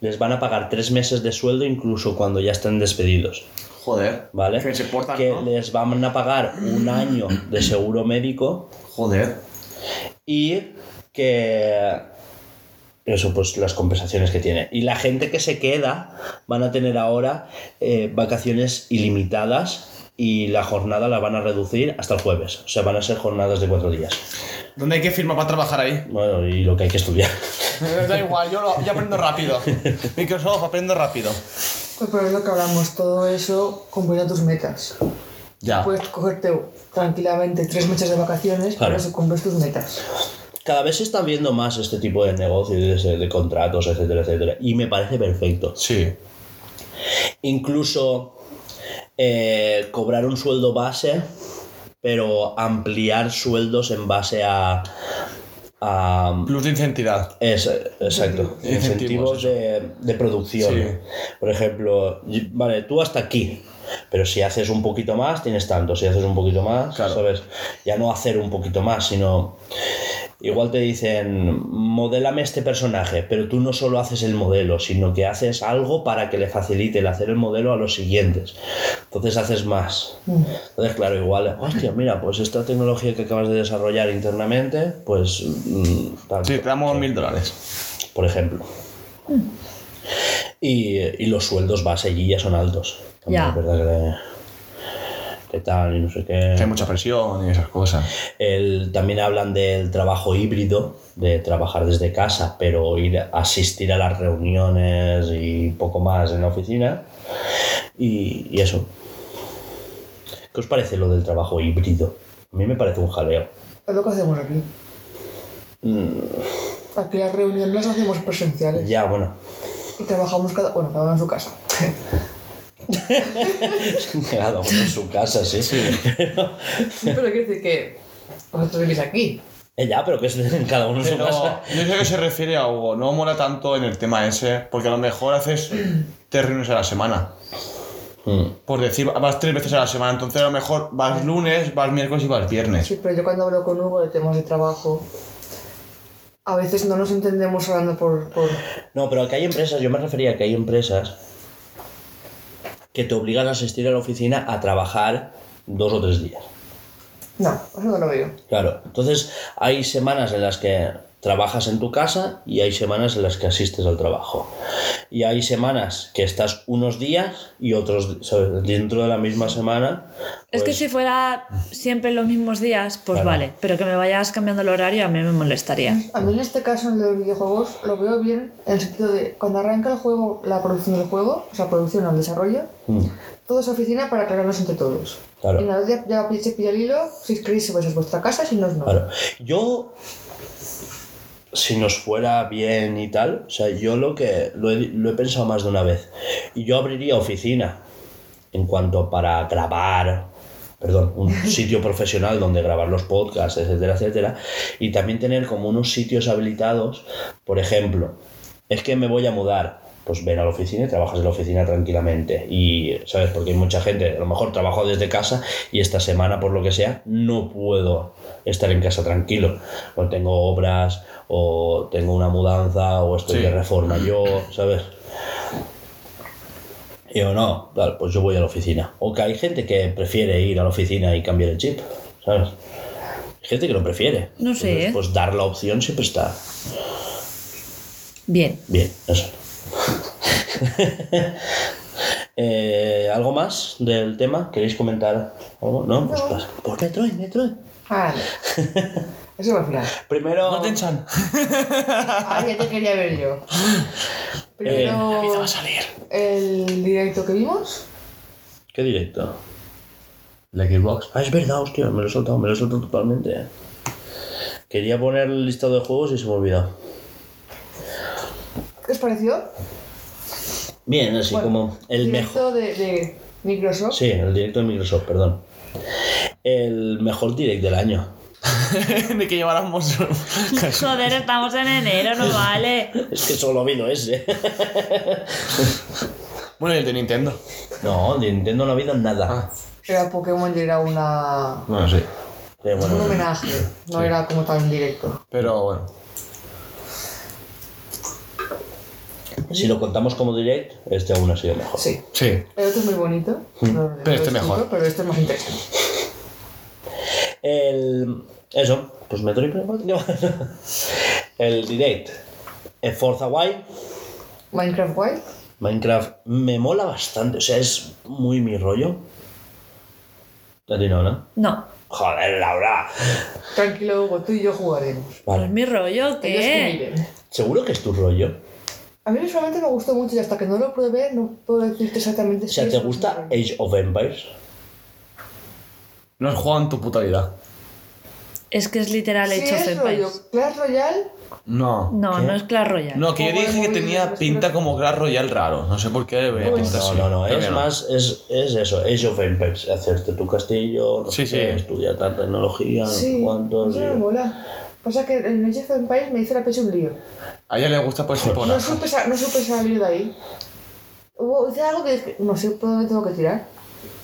les van a pagar tres meses de sueldo incluso cuando ya estén despedidos. Joder. ¿Vale? Que se portan, Que ¿no? les van a pagar un año de seguro médico Joder. y que eso pues las compensaciones que tiene y la gente que se queda van a tener ahora eh, vacaciones ilimitadas y la jornada la van a reducir hasta el jueves o sea van a ser jornadas de cuatro días ¿Dónde hay que firmar para trabajar ahí? bueno y lo que hay que estudiar Eh, da igual, yo, lo- yo aprendo rápido. Microsoft, aprendo rápido. pues por eso que hablamos, todo eso cumpliendo tus metas. Ya. Puedes cogerte tranquilamente tres meses de vacaciones, Claro. pero si cumples tus metas. cada vez se están viendo más este tipo de negocios de, de contratos etcétera etcétera y me parece perfecto Sí. incluso eh, cobrar un sueldo base, pero ampliar sueldos en base a... a- Plus de intensidad. es- eh, exacto, Incentivos, incentivos de, de producción. Sí. Por ejemplo, y- vale, tú hasta aquí, pero si haces un poquito más, tienes tanto, si haces un poquito más, Claro. ¿sabes? Ya no hacer un poquito más, sino... Igual te dicen, modélame este personaje, pero tú no solo haces el modelo, sino que haces algo para que le facilite el hacer el modelo a los siguientes. Entonces haces más. Entonces, claro, igual, hostia, mira, pues esta tecnología que acabas de desarrollar internamente, pues... mm, tanto". Sí, te damos mil dólares. por ejemplo. Y, y los sueldos base allí ya son altos. También Ya. es verdad que, que tal y no sé qué. Que hay mucha presión y esas cosas. El- también hablan del trabajo híbrido, de trabajar desde casa, pero ir a asistir a las reuniones y poco más en la oficina. Y, y eso. ¿Qué os parece lo del trabajo híbrido? A mí me parece un jaleo. Es lo que hacemos aquí. Mm. Aquí las reuniones las hacemos presenciales. Ya, bueno. Y trabajamos cada, bueno, cada uno en su casa. Cada uno en su casa, sí. Sí, pero quiero decir que vosotros vivís aquí. Eh, Ya, pero que es cada uno en su Pero casa. yo sé que se refiere a Hugo. No mola tanto en el tema ese, porque a lo mejor haces tres reuniones a la semana. Mm. Por decir, vas tres veces a la semana, entonces a lo mejor vas lunes, vas miércoles y vas viernes. Sí, pero yo cuando hablo con Hugo de temas de trabajo, a veces no nos entendemos hablando por... por... No, pero que hay empresas, yo me refería a que hay empresas que te obligan a asistir a la oficina a trabajar dos o tres días. No, eso no lo veo. Claro, entonces hay semanas en las que Trabajas en tu casa y hay semanas en las que asistes al trabajo. Y hay semanas que estás unos días y otros ¿sabes? dentro de la misma semana. Es que pues, si fuera siempre los mismos días, pues Claro. vale, pero que me vayas cambiando el horario a mí me molestaría. A mí en este caso, en los videojuegos, lo veo bien en el sentido de cuando arranca el juego, la producción del juego, o sea, producción o el desarrollo, mm, todo es oficina para aclararnos entre todos. Claro. Y una vez ya- ya se pilla el hilo, si escribís, pues es vuestra casa, si no, es no. Claro. Yo, si nos fuera bien y tal, o sea, yo lo que lo he, lo he pensado más de una vez. Y yo abriría oficina en cuanto para grabar, perdón, un sitio profesional donde grabar los podcasts, etcétera, etcétera. Y también tener como unos sitios habilitados, por ejemplo, es que me voy a mudar. Pues ven a la oficina y trabajas en la oficina tranquilamente. Y, ¿sabes? Porque hay mucha gente, a lo mejor trabajo desde casa y esta semana, por lo que sea, no puedo estar en casa tranquilo. O tengo obras, o tengo una mudanza, o estoy Sí. de reforma yo, ¿sabes? Y yo no, tal, pues yo voy a la oficina. O que hay gente que prefiere ir a la oficina y cambiar el chip, ¿sabes? Hay gente que lo prefiere. No sé, Entonces, ¿eh? Pues dar la opción siempre está Bien. bien, eso. Eh, ¿Algo más del tema? ¿Queréis comentar algo? No, pues pasa. Pues Metroid, Metroid. Ah, eso va al final. Primero. Martin-chan. Ah, ya te quería ver yo. Eh, Primero, salir. el directo que vimos. ¿Qué directo? La Xbox. Ah, es verdad, hostia, me lo he soltado, me lo he soltado totalmente. eh. Quería poner el listado de juegos y se me olvidó. ¿Qué os pareció? Bien, así Bueno, como el mejor. directo de, de Microsoft. Sí, el directo de Microsoft, perdón. El mejor direct del año. Ni que lleváramos. Joder, estamos en enero, no vale. Es que solo ha habido ese. bueno, y el de Nintendo. No, de Nintendo no ha habido nada. Ah. Era Pokémon y era una, Bueno, sí. Eh, un bueno, homenaje, no era como tal un directo. Pero bueno. si lo contamos como direct, este aún ha sido mejor. Sí. Sí. El otro es muy bonito. Mm. no lo Pero este explico, mejor. Pero este es más interesante. El... Eso, pues Metroid Prime. no. El direct. El Forza Wild. Minecraft Wild. Minecraft me mola bastante, o sea, es muy mi rollo. A ti no, ¿no? No. Joder, Laura. Tranquilo, Hugo, tú y yo jugaremos. Pues Vale. mi rollo, Ellos que ¿qué? miren. ¿Seguro que es tu rollo? A mí personalmente me gustó mucho y hasta que no lo probé no puedo decirte exactamente O sea, ¿te gusta Age of Empires? No has jugado en tu puta vida. Es que es literal Sí, hecho es rollo Clash Royale. No. No, ¿Qué? no es Clash Royale. No, que yo Juego de dije que móvil, tenía pero- pinta como Clash Royale raro. No sé por qué. eh, No, no, pinta así. no, Creo es que más, es, es eso, Age of Empires, hacerte tu castillo, no Sí, sé, sí. estudiar tal tecnología, no sé Sí, cuánto, sí. ya me mola. Pasa que en Age of Empires me hizo la pecho un lío. A ella le gusta pues No Hipona. supe, sa- no supe salir de ahí. Hubo, hice algo que dije, no sé por dónde tengo que tirar.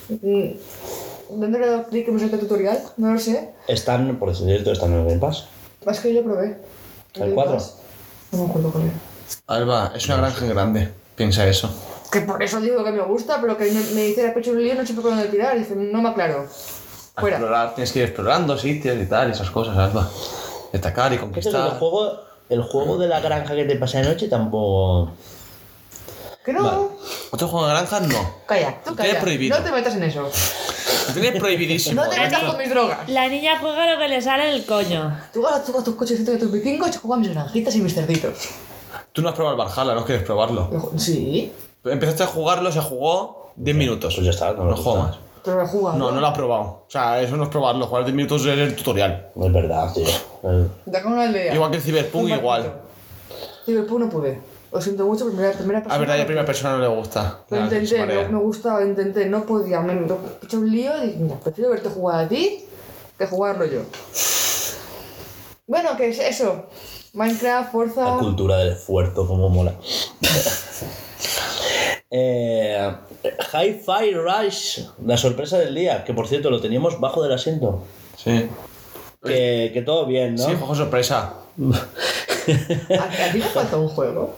Mm, ¿Dónde le doy clic que me salte el tutorial? No lo sé. Están, por cierto, están en el Game Pass. Más que yo lo probé. ¿El 4? No me acuerdo cuál era. Alba, es una granja grande. Piensa eso. Que por eso digo que me gusta, pero que me, me hice la pecho un lío, no supe por dónde tirar. Dice, no me aclaro. A Fuera. Explorar, tienes que ir explorando sitios y tal, y esas cosas, Alba. Destacar y Este es el conquistar. juego, el juego de la granja que te pasé anoche tampoco... Que no. Vale. Otro juego de granja no. Calla, tú Lo tiene calla. prohibido. No te metas en eso. Lo tienes prohibidísimo. ¿eh? No te metas con mis drogas. La niña juega lo que le sale del coño. Tú vas tú vas a tus cochecitos de tus vikingos, yo juego a mis naranjitas y mis cerditos. Tú no has probado el Valhalla, no quieres probarlo. Lo ju- Sí, Empezaste a jugarlo, se jugó 10 minutos. Pues ya está, no no, me gusta. juego más. pero lo he jugado. No, no lo has probado. O sea, eso no es probarlo. Jugar 10 minutos es el tutorial. Es verdad, tío. Eh, Da con una aldea. Igual que el Cyberpunk, Un igual. barquito. Liverpool no pude. Lo siento mucho, primera, primera persona. A Ah, verdad, ya a primera persona no le gusta. Lo Claro, se intenté, marea. no me gustaba, intenté, no podía. Me me eché un lío y dije, mira, prefiero verte jugar a ti que jugarlo yo. Bueno, que es eso. Minecraft, Forza. La cultura del esfuerzo, como mola. eh, Hi-Fi Rush, la sorpresa del día, que por cierto lo teníamos bajo del asiento. Sí. Que, que todo bien, ¿no? Sí, juego sorpresa. ¿A, a ti te falta un juego?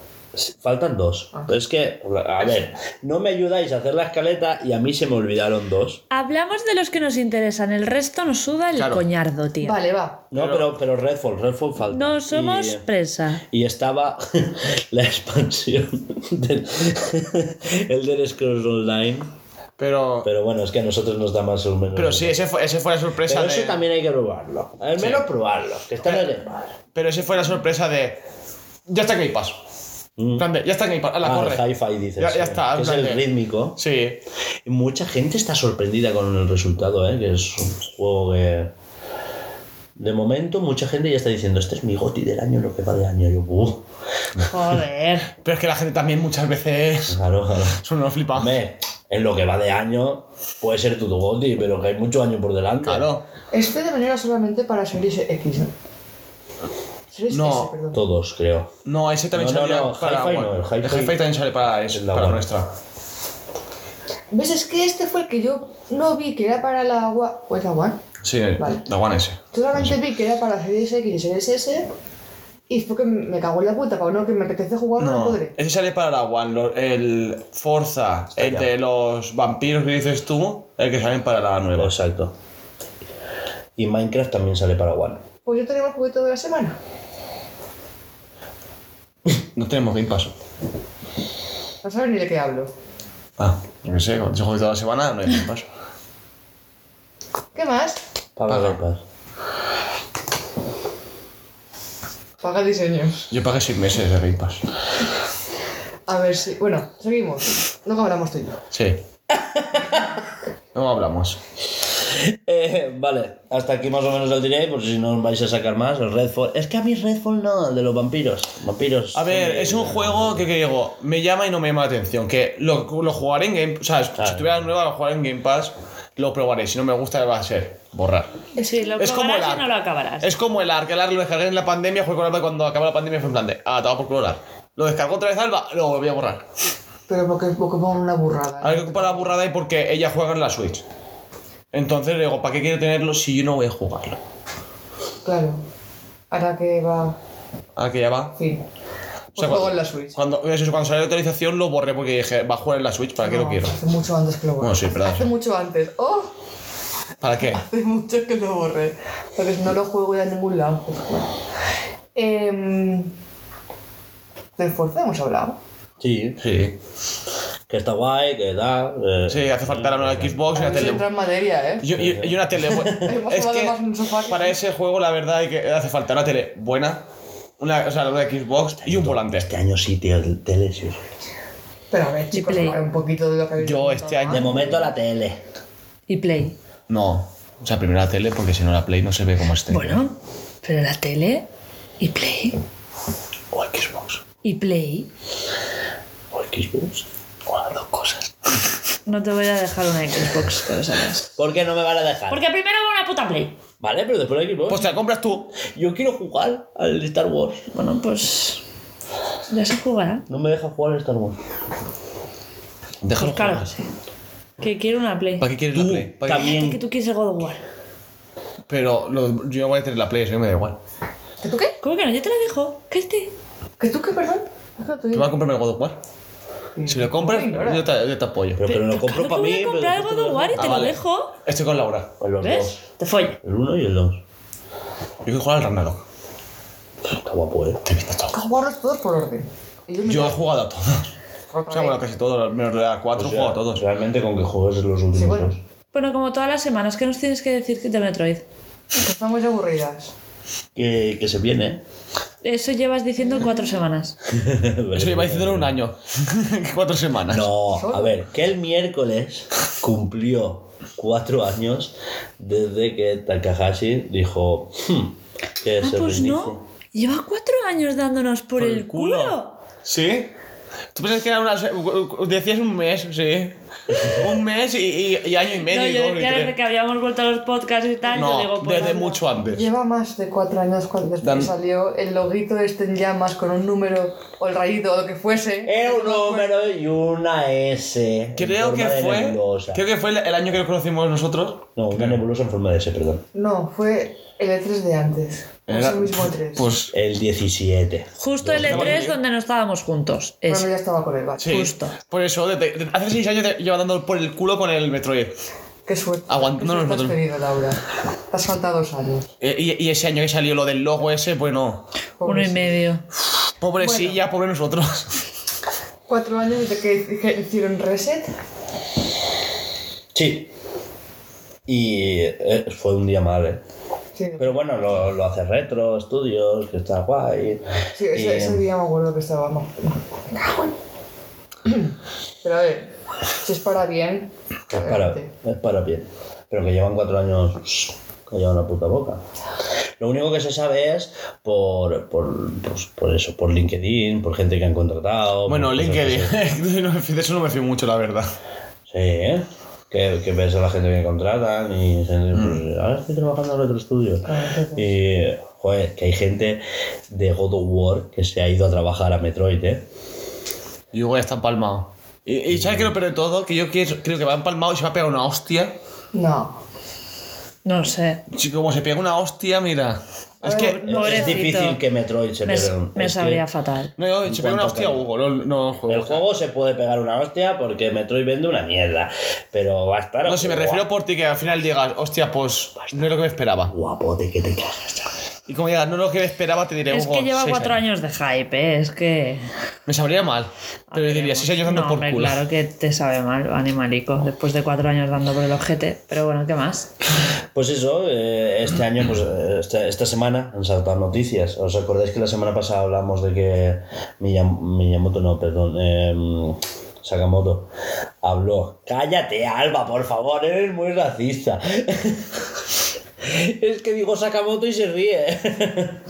Faltan dos. Ah. Es que, a ver, no me ayudáis a hacer la escaleta y a mí se me olvidaron dos. Hablamos de los que nos interesan, el resto nos suda el Claro. coñardo, tío. Vale, va. No, pero, pero Redfall, Redfall falta. No somos eh, Y- eh, presa. Y estaba la expansión del Elder Scrolls Online. Pero, Pero bueno, es que a nosotros nos da más o menos. pero sí, ese fue, ese fue la sorpresa. Pero de- eso también hay que probarlo. Al menos probarlo, que está en el embargo. Pero ese fue la sorpresa de. Ya está Game Pass. En plan de, ya está Game Pass. ala, Mm. Ah, corre. el hi-fi dices. Ya, sí, ya está. que en es plan el de- rítmico. Sí. Y Mucha gente está sorprendida con el resultado, ¿eh? que es un juego que. De momento, mucha gente ya está diciendo: Este es mi goti del año, lo que va de año. Yo, "Buh". Joder. Pero es que la gente también muchas veces. Claro, claro. Son unos flipados. Hombre, en lo que va de año, puede ser tu goti, pero que hay muchos años por delante. Claro. Este de manera solamente para Series X, ¿no? Series No. S, perdón. Todos, creo. No, ese también No, no, salía no, para. hi-fi bueno, no, el hi-fi- hi-fi también sale para, es, es la para buena. nuestra. ¿Ves? Es que este fue el que yo no vi que era para la One. ¿O es la One? Sí, Vale. la One S. Solamente vi que era para Series X y Series S. Y fue que me cagó en la puta, para uno que me apetece jugar, no, No, podré. ese sale para la One, lo- el Forza, el de los vampiros que dices tú, el que salen para la Pues nueva. Exacto. Y Minecraft también sale para One. Pues yo tenemos juguete de la semana. No tenemos Game Pass. No sabes ni de qué hablo. Ah, yo qué sé, con ese juego de toda la semana no hay Game Pass. ¿Qué más? Paga Paga. Game Pass. Paga diseños. Yo pagué seis meses de Game Pass. A ver si. Bueno, seguimos. Luego hablamos tú y yo. Sí. No hablamos. Eh, vale, hasta aquí más o menos el diré, por si no os vais a sacar más. El Redfall. Es que a mí Redfall no, el de los vampiros. Vampiros. A ver, zombies, es un eh, juego que, que digo, me llama y no me llama la atención. Que lo, lo jugaré en Game Pass. O sea, si tuviera la nueva, lo jugaré en Game Pass, lo probaré. Si no me gusta, va a ser borrar. Sí, lo Es como el probarás y ar- no lo acabarás. Es como el ARC, el ARC lo descargué en la pandemia, jugué con el ARC cuando acabó la pandemia fue en plan de, ah, te va por culo el ARC. Lo descargó otra vez Alba, lo volví a borrar. Pero porque es Pokémon una burrada. A ver qué ocupa la burrada y porque ella juega en la Switch. Entonces le digo, ¿para qué quiero tenerlo si yo no voy a jugarlo? Claro. Ahora que va. Ah, que ya va. Fin. Pues sea, juego cuando- en la Switch. Cuando, es eso, cuando salió la actualización lo borré porque dije, va a jugar en la Switch, ¿para qué lo No, quiero? Hace mucho antes que lo borré. Bueno, sí, verdad. Hace mucho antes. ¡Oh! ¿Para qué? Hace mucho que lo borré. Porque si no lo juego ya en ningún lado. Pues Eh, del Forza hemos hablado. Sí, Sí. que está guay, que da. eh, Sí, hace falta la nueva Xbox y A mí una se tele. entra en materia, ¿eh? Y, y- y una tele buena. Hemos es jugado más en un que sofá que- para ese juego la verdad es que hace falta una tele buena, una, o sea, la nueva Xbox y un volante. Este año sí, tío, el tele sí. Pero a ver, chicos, Play. hablar un poquito de lo que habéis Yo visto. este Ah. año... De momento la tele. Y Play. No. O sea, primero la tele, porque si no la Play no se ve como este. Bueno, pero la tele y Play. O Xbox. Y Play. O Xbox. O las dos cosas. No te voy a dejar una Xbox, que lo sabes. ¿Por qué no me van a dejar? Porque primero va una puta Play. Vale, pero después la Xbox. Pues te la compras tú. Yo quiero jugar al Star Wars. Bueno, pues. Ya se jugará. No me deja jugar al Star Wars. Déjalo Pues claro, jugar. sí. Que quiero una Play. ¿Para qué quieres la Play? ¿Para qué- Que También. tú quieres el God of War. Pero lo- yo voy a tener la Play, eso me da igual. ¿Que tú qué? ¿Cómo que no? Yo te la dejo. ¿Qué este? ¿Que tú qué, perdón? Deja tú ¿Tú vas a comprarme el God of War? Mm. Sí. Si lo compras, Ignora. yo te, yo te apoyo. Pero, pero lo compro claro para que mí. voy a pero comprar el después God of War y Ah, te lo vale. dejo. Estoy con Laura. Pues los dos. ¿Ves? Te follo. El uno y el dos. Yo quiero jugar al Ragnarok. Está guapo, eh. Te visto todo. A jugarlos todos por orden. Y yo me Yo he jugado a todos. O sea, bueno, casi todos, menos la 4 O sea, juego a todos. Realmente con que juegues los últimos Sí, bueno. dos. Bueno, como todas las semanas, ¿qué nos tienes que decir de Metroid? Estamos aburridas. Que, que se viene. Eso llevas diciendo cuatro semanas. Eso lleva diciéndolo un año. Cuatro semanas. No, a ver, que el miércoles cumplió cuatro años desde que Takahashi dijo "Hmm, que Ah, se pues reinicie. no. Lleva cuatro años dándonos por, el culo. ¿Sí? ¿Tú pensabas que era una... se- Decías un mes, sí. Un mes y, y- y año y medio. No, y yo dos, y decía tres. desde que habíamos vuelto a los podcasts y tal, No, yo digo, pues desde anda. mucho antes. Lleva más de cuatro años cuando después Dan- salió el loguito este en llamas con un número o el rayito o lo que fuese. Eh, Es E un número y una S. en Creo que forma de fue. nebulosa. Creo que fue el- el año que nos conocimos nosotros. No, una nebulosa en forma de S, perdón. No, fue el E3 de antes. No Es Era- el mismo E E3. Pues El 17. Justo el E3 donde no estábamos juntos. Bueno, Eso. ya estaba con el bache. sí. Justo. Por eso, desde- desde hace seis años lleva dando por el culo con el Metroid. Qué suerte. Aguantándonos Qué suerte has nosotros. tenido, Laura. Te has saltado dos años. Eh, Y, y ese año que salió lo del logo ese, pues no. Uno y Pobrecito. medio. Pobre silla, pobre nosotros. Cuatro años desde que, que hicieron reset. Sí. Y eh, fue un día mal, ¿eh? Sí, Pero bueno, lo, lo hace retro, estudios, que está guay. sí ese, Y, ese día me acuerdo que estábamos. Me cago en- Pero a ver, si es para bien. Es para, adelante. es para bien. Pero que llevan cuatro años callado la puta boca. Lo único que se sabe es por, por, pues, por eso, por LinkedIn, por gente que han contratado. Bueno, por cosas LinkedIn. así. No me fío- de eso no me fío mucho, la verdad. Sí, ¿eh? Que, que ves a la gente que contratan y gente, Mm. pues, ahora estoy trabajando en otro estudio. Y, joder, que hay gente de God of War que se ha ido a trabajar a Metroid, ¿eh? Yo voy a estar empalmado. Y, y ¿sabes qué es lo peor de todo? Que yo quiero- creo que va empalmado y se va a pegar una hostia. No. No sé. Sí, como se pega una hostia, mira. Es que. Es- Es Pobrecito. difícil que Metroid se Me, pegue un- me es que sabría fatal. No, yo, se pega una cuanto hostia a cae. Hugo, no, no juego. El juego se puede pegar una hostia porque Metroid vende una mierda. Pero va a estar. No, si me guapo. refiero por ti que al final digas, hostia, pues no es lo que me esperaba. Guapote que te cagas, chaval. Y como digas, no es lo que me esperaba, te diré, Es Hugo, que lleva seis cuatro años de hype, ¿eh? es que. Me sabría mal. Pero yo diría, Veremos. seis años dando No, por hombre, culo. Claro que te sabe mal, animalico, después de cuatro años dando por el ojete. Pero bueno, ¿qué más? Pues eso, eh, este año, pues eh, esta, esta semana han saltado noticias. ¿Os acordáis que la semana pasada hablamos de que Miyam- Miyamoto, no, perdón, em, Sakamoto habló? Cállate, Alba, por favor, eres muy racista. Es que digo Sakamoto y se ríe.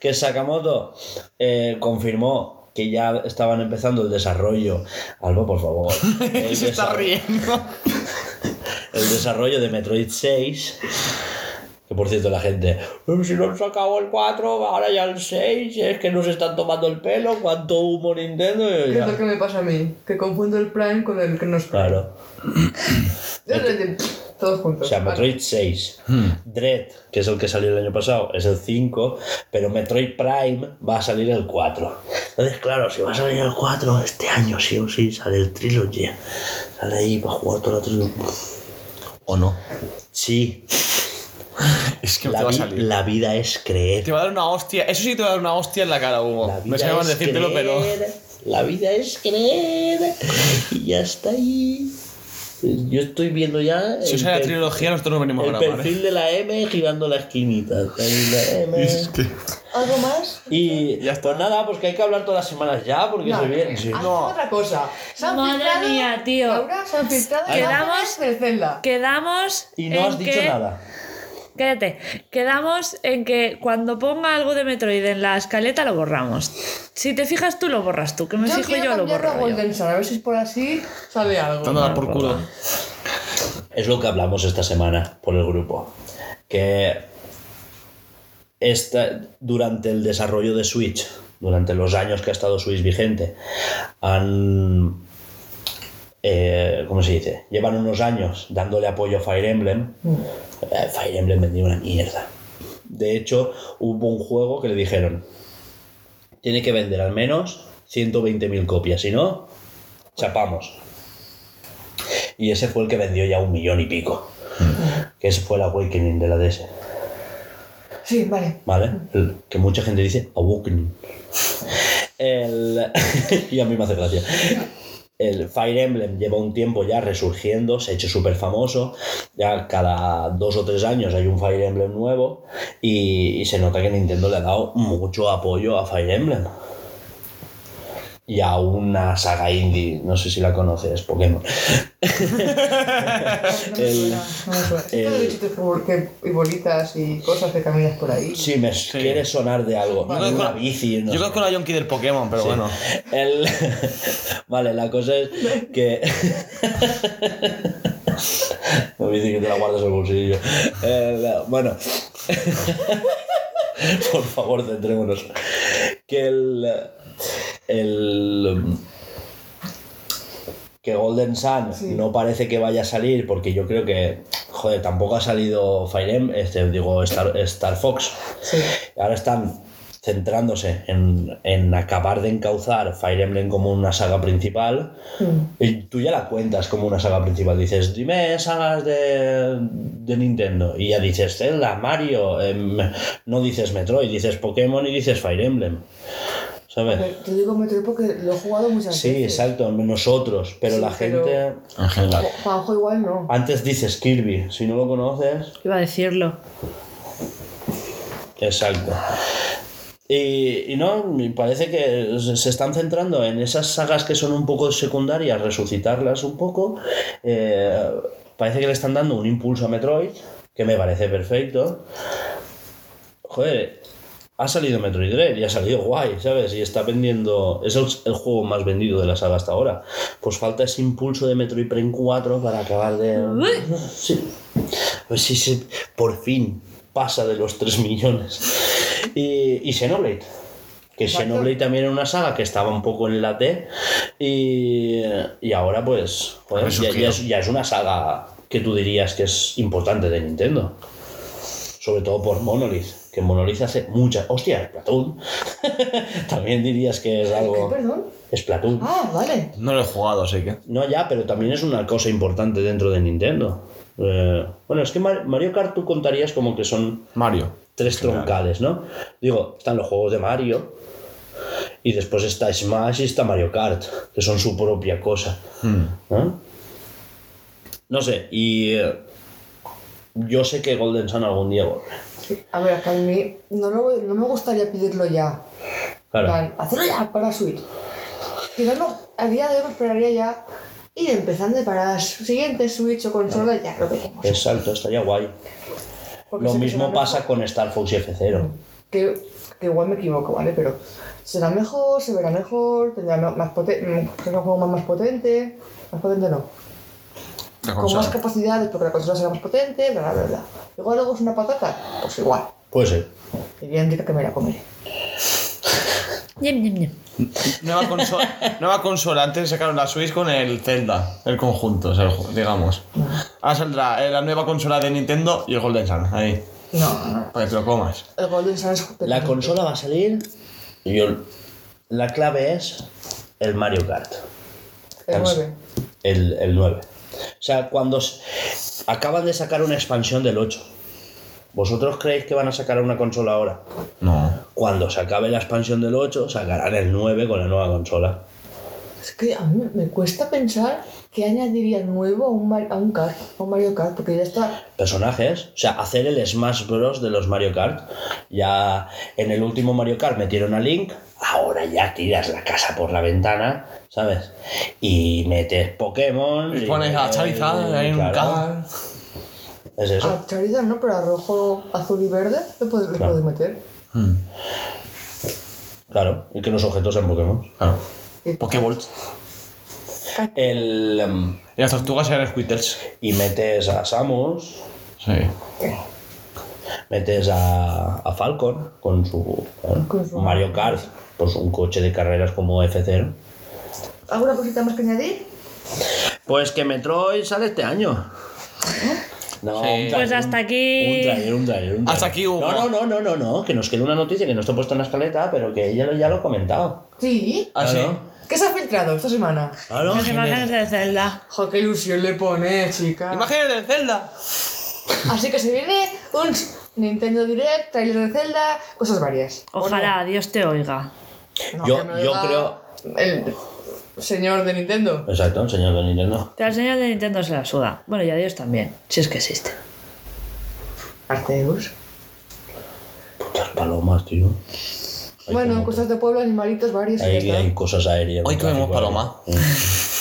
que Sakamoto eh, confirmó que ya estaban empezando el desarrollo. Alba, por favor. El Se está desa- riendo. el desarrollo de Metroid 6. Que por cierto, la gente, "Pero si no han sacado el 4, ahora ya el 6, es que nos están tomando el pelo, cuánto humo Nintendo. Y yo, ¿Qué es ya. lo que me pasa a mí? Que confundo el Prime con el que nos. Claro, Todos o juntos. sea, Metroid 6, Hmm. Dread, que es el que salió el año pasado, es el 5, pero Metroid Prime va a salir el 4. Entonces, claro, si va a salir el 4 este año, sí o sí, sale el Trilogy. Sale ahí para jugar toda la Trilogy. ¿O no? Sí, Es que te la, va a vi- salir. la vida es creer. Te va a dar una hostia. Eso sí te va a dar una hostia en la cara, Hugo. La vida Oh, Me sabemos es decírtelo, pero. creer, La vida es creer. Y ya está ahí. Yo estoy viendo ya. Si el os sale la per- trilogía, nosotros no venimos a el grabar. ¿eh? perfil de la M girando la esquinita. Ahí la M. Es que- ¿Algo más? Y Ya está. pues nada, pues que hay que hablar todas las semanas ya, porque se viene. sí. Haz Ah, No. otra cosa. Se han Madre filtrado- mía, tío. Laura, se han filtrado Quedamos- imágenes del Zelda. Quedamos. Y no en has dicho que- nada. Cállate. Quedamos en que cuando ponga algo de Metroid en la escaleta lo borramos. Si te fijas tú, lo borras tú. Que me Yo fijo quiero yo, lo cambiarlo a borro yo. Golden Sun, a ver si por así sale algo. Te van a dar por culo. Es lo que hablamos esta semana por el grupo. Que esta, durante el desarrollo de Switch, durante los años que ha estado Switch vigente, han. eh, ¿Cómo se dice? Llevan unos años dándole apoyo a Fire Emblem. Eh, Fire Emblem vendía una mierda. De hecho, hubo un juego que le dijeron: tiene que vender al menos 120.000 copias, si no, chapamos. Y ese fue el que vendió ya un millón y pico. Que ese fue el Awakening de la DS. Sí, vale. ¿Vale? El- que mucha gente dice Awakening. El- y a mí me hace gracia. El Fire Emblem lleva un tiempo ya resurgiendo, se ha hecho súper famoso. Ya cada dos o tres años hay un Fire Emblem nuevo. Y, y se nota que Nintendo le ha dado mucho apoyo a Fire Emblem. y a una saga indie, no sé si la conoces, Pokémon. No me suena, no me pues. suena. Esto de el- bichitos que vol- que- y bolitas y cosas que caminas por ahí. Si me quiere sonar de algo, creo una que- bici, no Yo sé. creo que la Yonki del Pokémon, pero Sí. bueno. El- Vale, la cosa es que. No me dice que te la guardas en el bolsillo. Eh, bueno. Por favor, centrémonos. Que el. El. Que Golden Sun no parece que vaya a salir porque yo creo que. Joder, tampoco ha salido Fire Emblem, este, digo, Star, Star Fox. Sí. Ahora están centrándose en, en acabar de encauzar Fire Emblem como una saga principal. Y tú ya la cuentas como una saga principal. Dices, dime sagas de, de Nintendo. Y ya dices Zelda, Mario. em, no dices Metroid, dices Pokémon y dices Fire Emblem. ¿Sabes? Pero Te digo Metroid porque lo he jugado muchas Sí, veces. exacto, nosotros. Pero Sí, la pero- gente. En general. exacto. Juanjo igual no. Antes dices Kirby. Si no lo conoces. Iba a decirlo. Exacto. Y, y no, me parece que se se están centrando en esas sagas que son un poco secundarias, resucitarlas un poco. Eh, parece que le están dando un impulso a Metroid, que me parece perfecto. Joder, ha salido Metroid Dread y ha salido guay, ¿sabes? Y está vendiendo. Es el, el juego más vendido de la saga hasta ahora. Pues falta ese impulso de Metroid Prime 4 para acabar de. Uy. Sí. A ver si se- por fin pasa de los 3 millones. Y, y Xenoblade. Que Xenoblade también era una saga que estaba un poco en la T. Y, y ahora, pues, joder, ya, ya es, ya es una saga que tú dirías que es importante de Nintendo. Sobre todo por Monolith. Que Monolith hace muchas. ¡Hostia! Splatoon. también dirías que es ¿Qué, algo. perdón? Splatoon. Ah, vale. No lo he jugado, así que. No, ya, pero también es una cosa importante dentro de Nintendo. Eh, bueno, es que Mar- Mario Kart tú contarías como que son Mario. tres troncales, ¿no? Digo, están los juegos de Mario y después está Smash y está Mario Kart, que son su propia cosa. ¿no? No sé, y eh, yo sé que Golden Sun algún día vuelve. A ver, es que a mí no, lo- no me gustaría pedirlo ya. Claro. Plan, hacerlo ya para Switch. Quizás no, a día de hoy me esperaría ya ir empezando para las siguientes Switch o consola, ya lo veremos. Exacto, estaría guay. Porque Lo sé que mismo será mejor. Hmm. pasa con Star Fox y F0. que, que igual me equivoco, ¿vale? Pero será mejor, se verá mejor, tendrá no- más potente, será un juego más, más potente, más potente no, La con más capacidades porque la consola será más potente, bla, bla, bla, bla. Igual luego es una patata, pues igual, Puede ser. y bien rica que me la comeré. Ñam, ñam, ñam. Nueva consola, nueva consola. Antes sacaron la Switch con el Zelda, el conjunto, o sea, el ju- digamos. Ahora saldrá eh, la nueva consola de Nintendo y el Golden Sun, ahí, No, no, para que te lo comas. el Golden Sun es La consola va a salir. y el- la clave es el Mario Kart. el 9. El, el 9. O sea, cuando s- acaban de sacar una expansión del 8. ¿Vosotros creéis que van a sacar una consola ahora? No. Cuando se acabe la expansión del 8, sacarán el 9 con la nueva consola. Es que a mí me cuesta pensar que añadiría nuevo a un, Mar- a un, Kart, a un Mario Kart, porque ya está, Personajes, o sea, hacer el Smash Bros. de los Mario Kart. Ya en el último Mario Kart metieron a Link, ahora ya tiras la casa por la ventana, ¿sabes? Y metes Pokémon. Y pones a metes- Charizard ahí en un claro, car. Es eso. a Charizard no, pero a rojo, azul y verde le puedes, le Claro. puedes meter. Ah. Claro, y que los objetos sean Pokémon. Claro. Y- Pokéballs. El, em, Y las tortugas eran Squittles. y metes a Samus, Sí. metes a, a Falcon con su, ¿eh? Con su- Mario Kart, pues un coche de carreras como F0. ¿Alguna cosita más que añadir? Pues que Metroid sale este año. No, Sí. un trailer, Pues hasta un- aquí. Un trailer, un trailer, un Hasta trailer. aquí hubo. No, no, no, no, no, no, que nos queda una noticia que no está puesta en la escaleta, pero que ella lo- ya lo ha comentado. Sí. Ah, sí. Claro. ¿Qué se ha filtrado esta semana? Claro, Las imágenes de Zelda. Jo, qué ilusión le pone, chica. Imágenes del Zelda. Así que se viene un Nintendo Direct, trailer de Zelda, cosas varias. Ojalá, Dios te oiga. No, Yo- que me lo yo diga El señor de Nintendo. Exacto, el señor de Nintendo. Te la señal de Nintendo se la suda. Bueno, y a Dios también, si es que existe. Arceus. Putas palomas, tío. Hay Bueno, como- cosas de pueblo, animalitos, varios y Hay, ya hay está. cosas aéreas. Hoy comemos Vale, vale. paloma.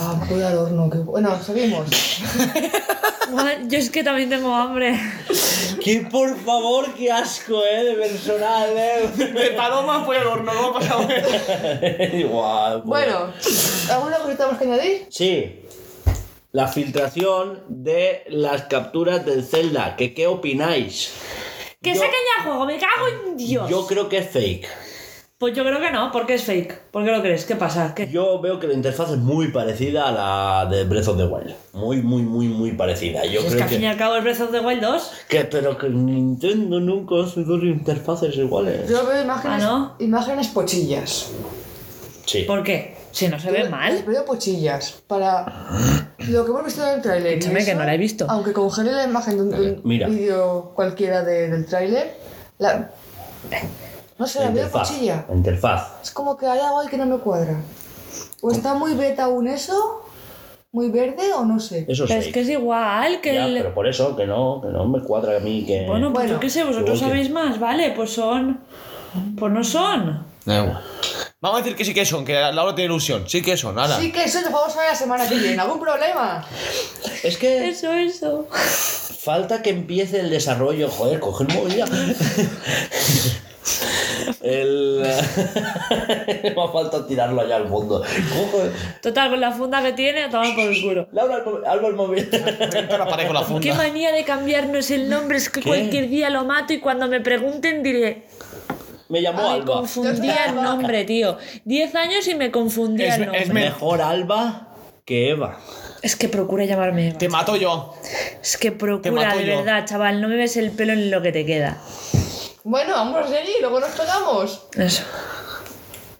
Ah, me cuida el horno, que bueno, seguimos. Guau, Yo es que también tengo hambre. Que por favor, qué asco, eh, de personal, eh. De paloma fue al horno, no ha pasado Guau, pues. Bueno, ¿alguna cosita más que añadir? Sí. La filtración de las capturas del Zelda. ¿Qué, qué opináis? Que Yo- saquen ya el juego, me cago en Dios. Yo creo que es fake. Pues yo creo que no, porque es fake. ¿Por qué lo crees? ¿Qué pasa? ¿Qué? Yo veo que la interfaz es muy parecida a la de Breath of the Wild. Muy, muy, muy, muy parecida. Yo es que creo al fin y que, al cabo el Breath of the Wild 2. que- Pero que Nintendo nunca hace dos interfaces iguales. Yo veo imágenes, Ah, ¿no? imágenes pochillas. Sí. ¿Por qué? Si no se ve Yo las mal. Veo pochillas para lo que hemos visto en el tráiler. y Escúchame, que eso, no la he visto. Aunque congele la imagen de un, de un Mira. vídeo cualquiera de- del tráiler, la- no sé, La la veo interfaz. pochilla. La interfaz. Es como que hay algo ahí que no me cuadra. O está muy beta aún eso, muy verde o no sé. Eso es Pero es fake. que es igual que Ya, el. pero por eso, que no, que no me cuadra a mí que... Bueno, pues Bueno, yo qué sé, vosotros igual que- sabéis más, vale, pues son. Pues no son. Da igual. Vamos a decir que sí que son, que Laura tiene ilusión. Sí que son, ala. Sí que eso lo vamos a ver la semana que viene. ¿Algún problema? Es que Eso, eso. falta que empiece el desarrollo. Joder, coger movida. el... me ha falta tirarlo allá al fondo. Cojo- Total, con la funda que tiene, a tomar por el culo. Laura, al mo- Alba, el móvil. la pared con la Qué funda. manía de cambiarnos el nombre, es que ¿Qué? cualquier día lo mato y cuando me pregunten diré. Me llamó Me Alba. confundía el nombre, tío. Diez años y me confundía Es- el nombre. es Es, me- Mejor Alba que Eva. que procura llamarme Eva. Te mato yo. Es que te procura, mato de yo. verdad, chaval. No me ves el pelo en lo que te queda. Bueno, vamos a seguir, luego nos pegamos. Eso.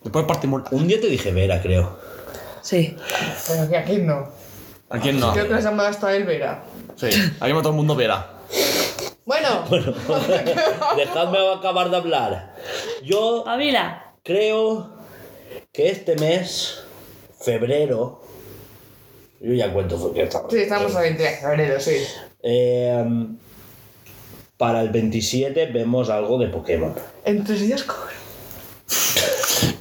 Después partimos. Un día te dije Vera, creo. Sí. Pero que aquí no. ¿A quién no? Creo que las llamada hasta el Vera. Sí. A mí me todo el mundo vera. Bueno, Dejadme acabar de hablar. Yo Pavila. creo que este mes, febrero, yo ya cuento porque estamos. sí, estamos a 23 de febrero, sí. Eh, para el 27 vemos algo de Pokémon. En tres días cobre.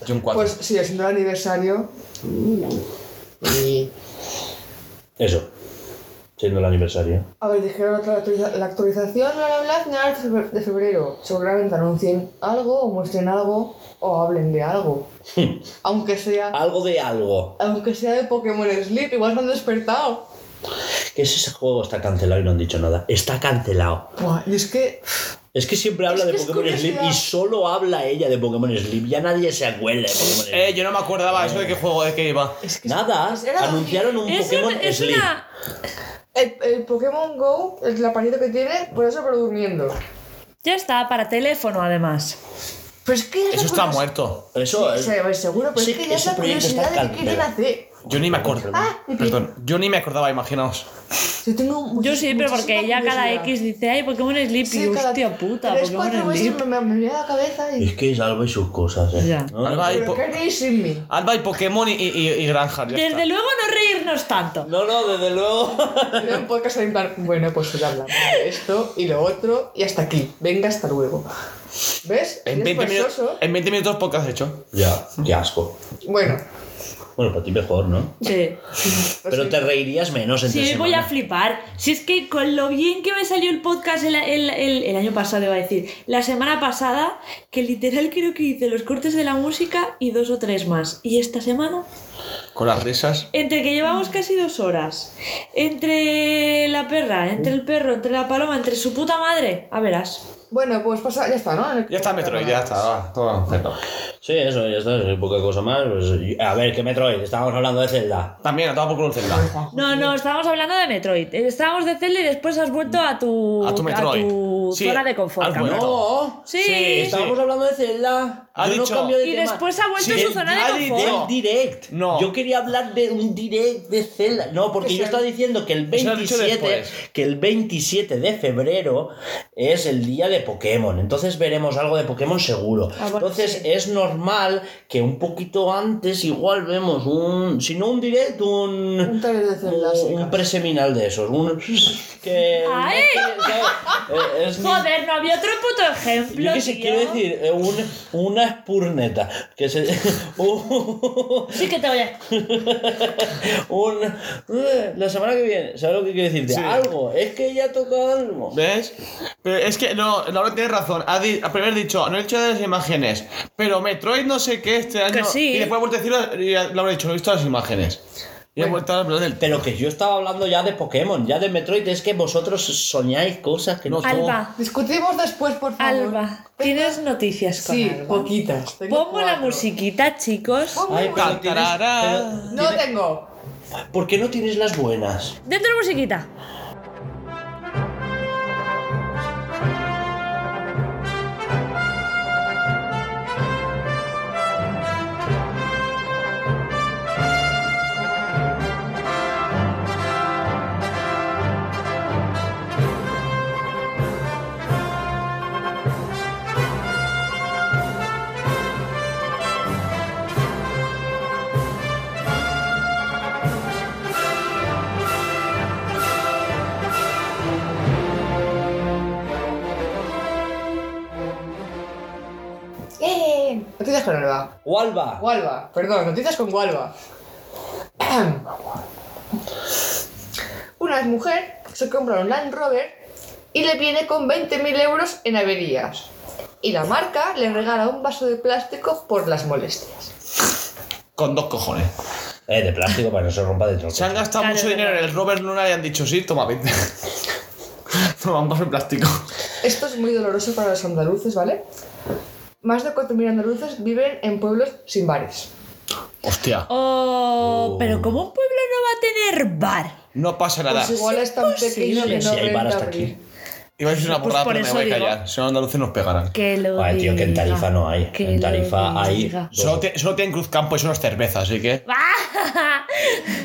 Yo un cuatro. Pues sí, es el aniversario. Y... Eso. Siendo el aniversario. A ver, dijeron otra actualiza- la actualización, bla, bla, bla, final de febr- de febrero. Seguramente anuncien algo, o muestren algo, o hablen de algo. aunque sea Algo de algo. aunque sea de Pokémon Sleep, igual se han despertado. Que es ese juego está cancelado y no han dicho nada. Está cancelado. Buah, y es que Es que siempre habla Es de que es Pokémon Sleep y curiosidad. solo habla ella de Pokémon Sleep. Ya nadie se acuerda de Pokémon Sleep. Eh, yo no me acordaba eso de qué juego de qué iba. Nada, era la- anunciaron un Es, Pokémon un- es Sleep. una. el, el Pokémon Go, el apariencia que tiene, por eso pero durmiendo. Ya está, para teléfono además. Pero es que ya Eso se está acuerdas- muerto. Eso O es. sea, pues seguro, pero ¿eh? Sí, es que ya ese esa proyecto está curiosidad de qué cancelado. quieren hacer. Yo ni me acordaba. Ah, y- Perdón, yo ni me acordaba, imaginaos. Yo tengo muchis- Yo sí, pero porque Pues muchísima ella cada curiosidad. X dice, ay, Pokémon Sleep. y Sí, cada hostia puta, tres, cuatro Pokémon veces Sleep. me, me, me viene a la cabeza y... Es que es Alba y sus cosas, ¿eh? Ya. ¿No? Alba y, ¿Pero po- qué haréis sin mí? Alba y Pokémon y, y, y- y Granja. ya está. Desde luego no reírnos tanto. No, no, desde luego. Era un podcast en plan, bueno, pues hoy hablamos de esto y lo otro y hasta aquí. Venga, hasta luego. ¿Ves? En Es 20, minutos, pasoso. en 20 minutos pocas has hecho. ya, qué asco. Bueno, Bueno, para ti mejor, ¿no? Sí. Pues Pero te reirías menos entre Si hoy voy a semana. flipar. Si es que con lo bien que me salió el podcast el, el- el- el año pasado, iba a decir, la semana pasada, que literal creo que hice los cortes de la música y dos o tres más. Y esta semana, Con las risas. entre que llevamos casi dos horas, entre la perra, entre el perro, entre la paloma, entre su puta madre, a verás. bueno, pues pasa, ya está, ¿no? Ya está Metroid, ya está. va, todo perfecto. Sí, eso, ya está, es poca cosa más. pues, y- a ver, que Metroid, estábamos hablando de Zelda. También, a toda por culo el Zelda. No, no, estábamos hablando de Metroid. Estábamos de Zelda y después has vuelto a tu, A tu Metroid. tu Sí, zona de confort. has cabrón. vuelto. No, Sí. estábamos hablando de Zelda. Ha Yo no dicho- cambio de Y tema. después ha vuelto Sí, a su el- zona de ah, confort. del direct. No. Yo quería hablar de un direct de Zelda. No, porque yo estaba diciendo que el Eso lo has dicho 27, después. que el 27 de febrero es el día de Pokémon. Entonces veremos algo de Pokémon seguro. bueno, Entonces sí. es normal que un poquito antes igual vemos un, si no un direct, un Un trailer de Zelda, un- sí, un claro. preseminal de esos, un que ¡Ay! ¿sabes? Eh, es ni- Joder, no había otro puto ejemplo. Yo qué sé, tío. quiero decir, eh, un- una espurneta. Que se. un, Sí que te voy a. eh, la semana que viene, ¿sabes lo que quiero decirte? Sí. Algo, es que ya toca algo. ¿Ves? Pero es que no, Laura tiene razón. Ha, di- ha primero dicho, no he hecho de las imágenes. Pero Metroid no sé qué este año. sí. Y después ha vuelto a decirlo y ha- Laura ha dicho, no he visto las imágenes. Y ha vuelto a hablar del Pero que yo estaba hablando ya de Pokémon, ya de Metroid, es que vosotros soñáis cosas que no. Alba, Discutimos después, por favor. Alba, tienes noticias con Sí, Alba? poquitas. Tengo Pongo la cuatro. musiquita, chicos. Ay, pero tienes- Tarará. pero- No tengo. ¿Por qué no tienes las buenas? Dentro la musiquita. Eh, Noticias con Alba. O Alba. Gualba. Perdón, noticias con Gualba. Una mujer se compra un Land Rover y le viene con 20.000 euros en averías. Y la marca le regala un vaso de plástico por las molestias. Con dos cojones. Eh, de plástico para que no se rompa de Se trozo. han gastado Claro, mucho es dinero en el Robert Luna y han dicho, sí, toma 20. toma un vaso de plástico. Esto es muy doloroso para los andaluces, ¿vale? Más de 4.000 andaluces viven en pueblos sin bares. Hostia. Oh, pero ¿cómo un pueblo no va a tener bar? No pasa nada. Pues igual es tan pequeño que Sí, no sí, hay renta bar hasta abrir. aquí. Iba a decir una Pues burrada, por pero me eso voy a digo. callar. Si no, andaluces nos pegarán. Que lo Ay, tío, que en diga, Tarifa no hay. que En lo Tarifa hay. diga. dos. Solo, te- solo tienen Cruz Campo y son unas cervezas, así que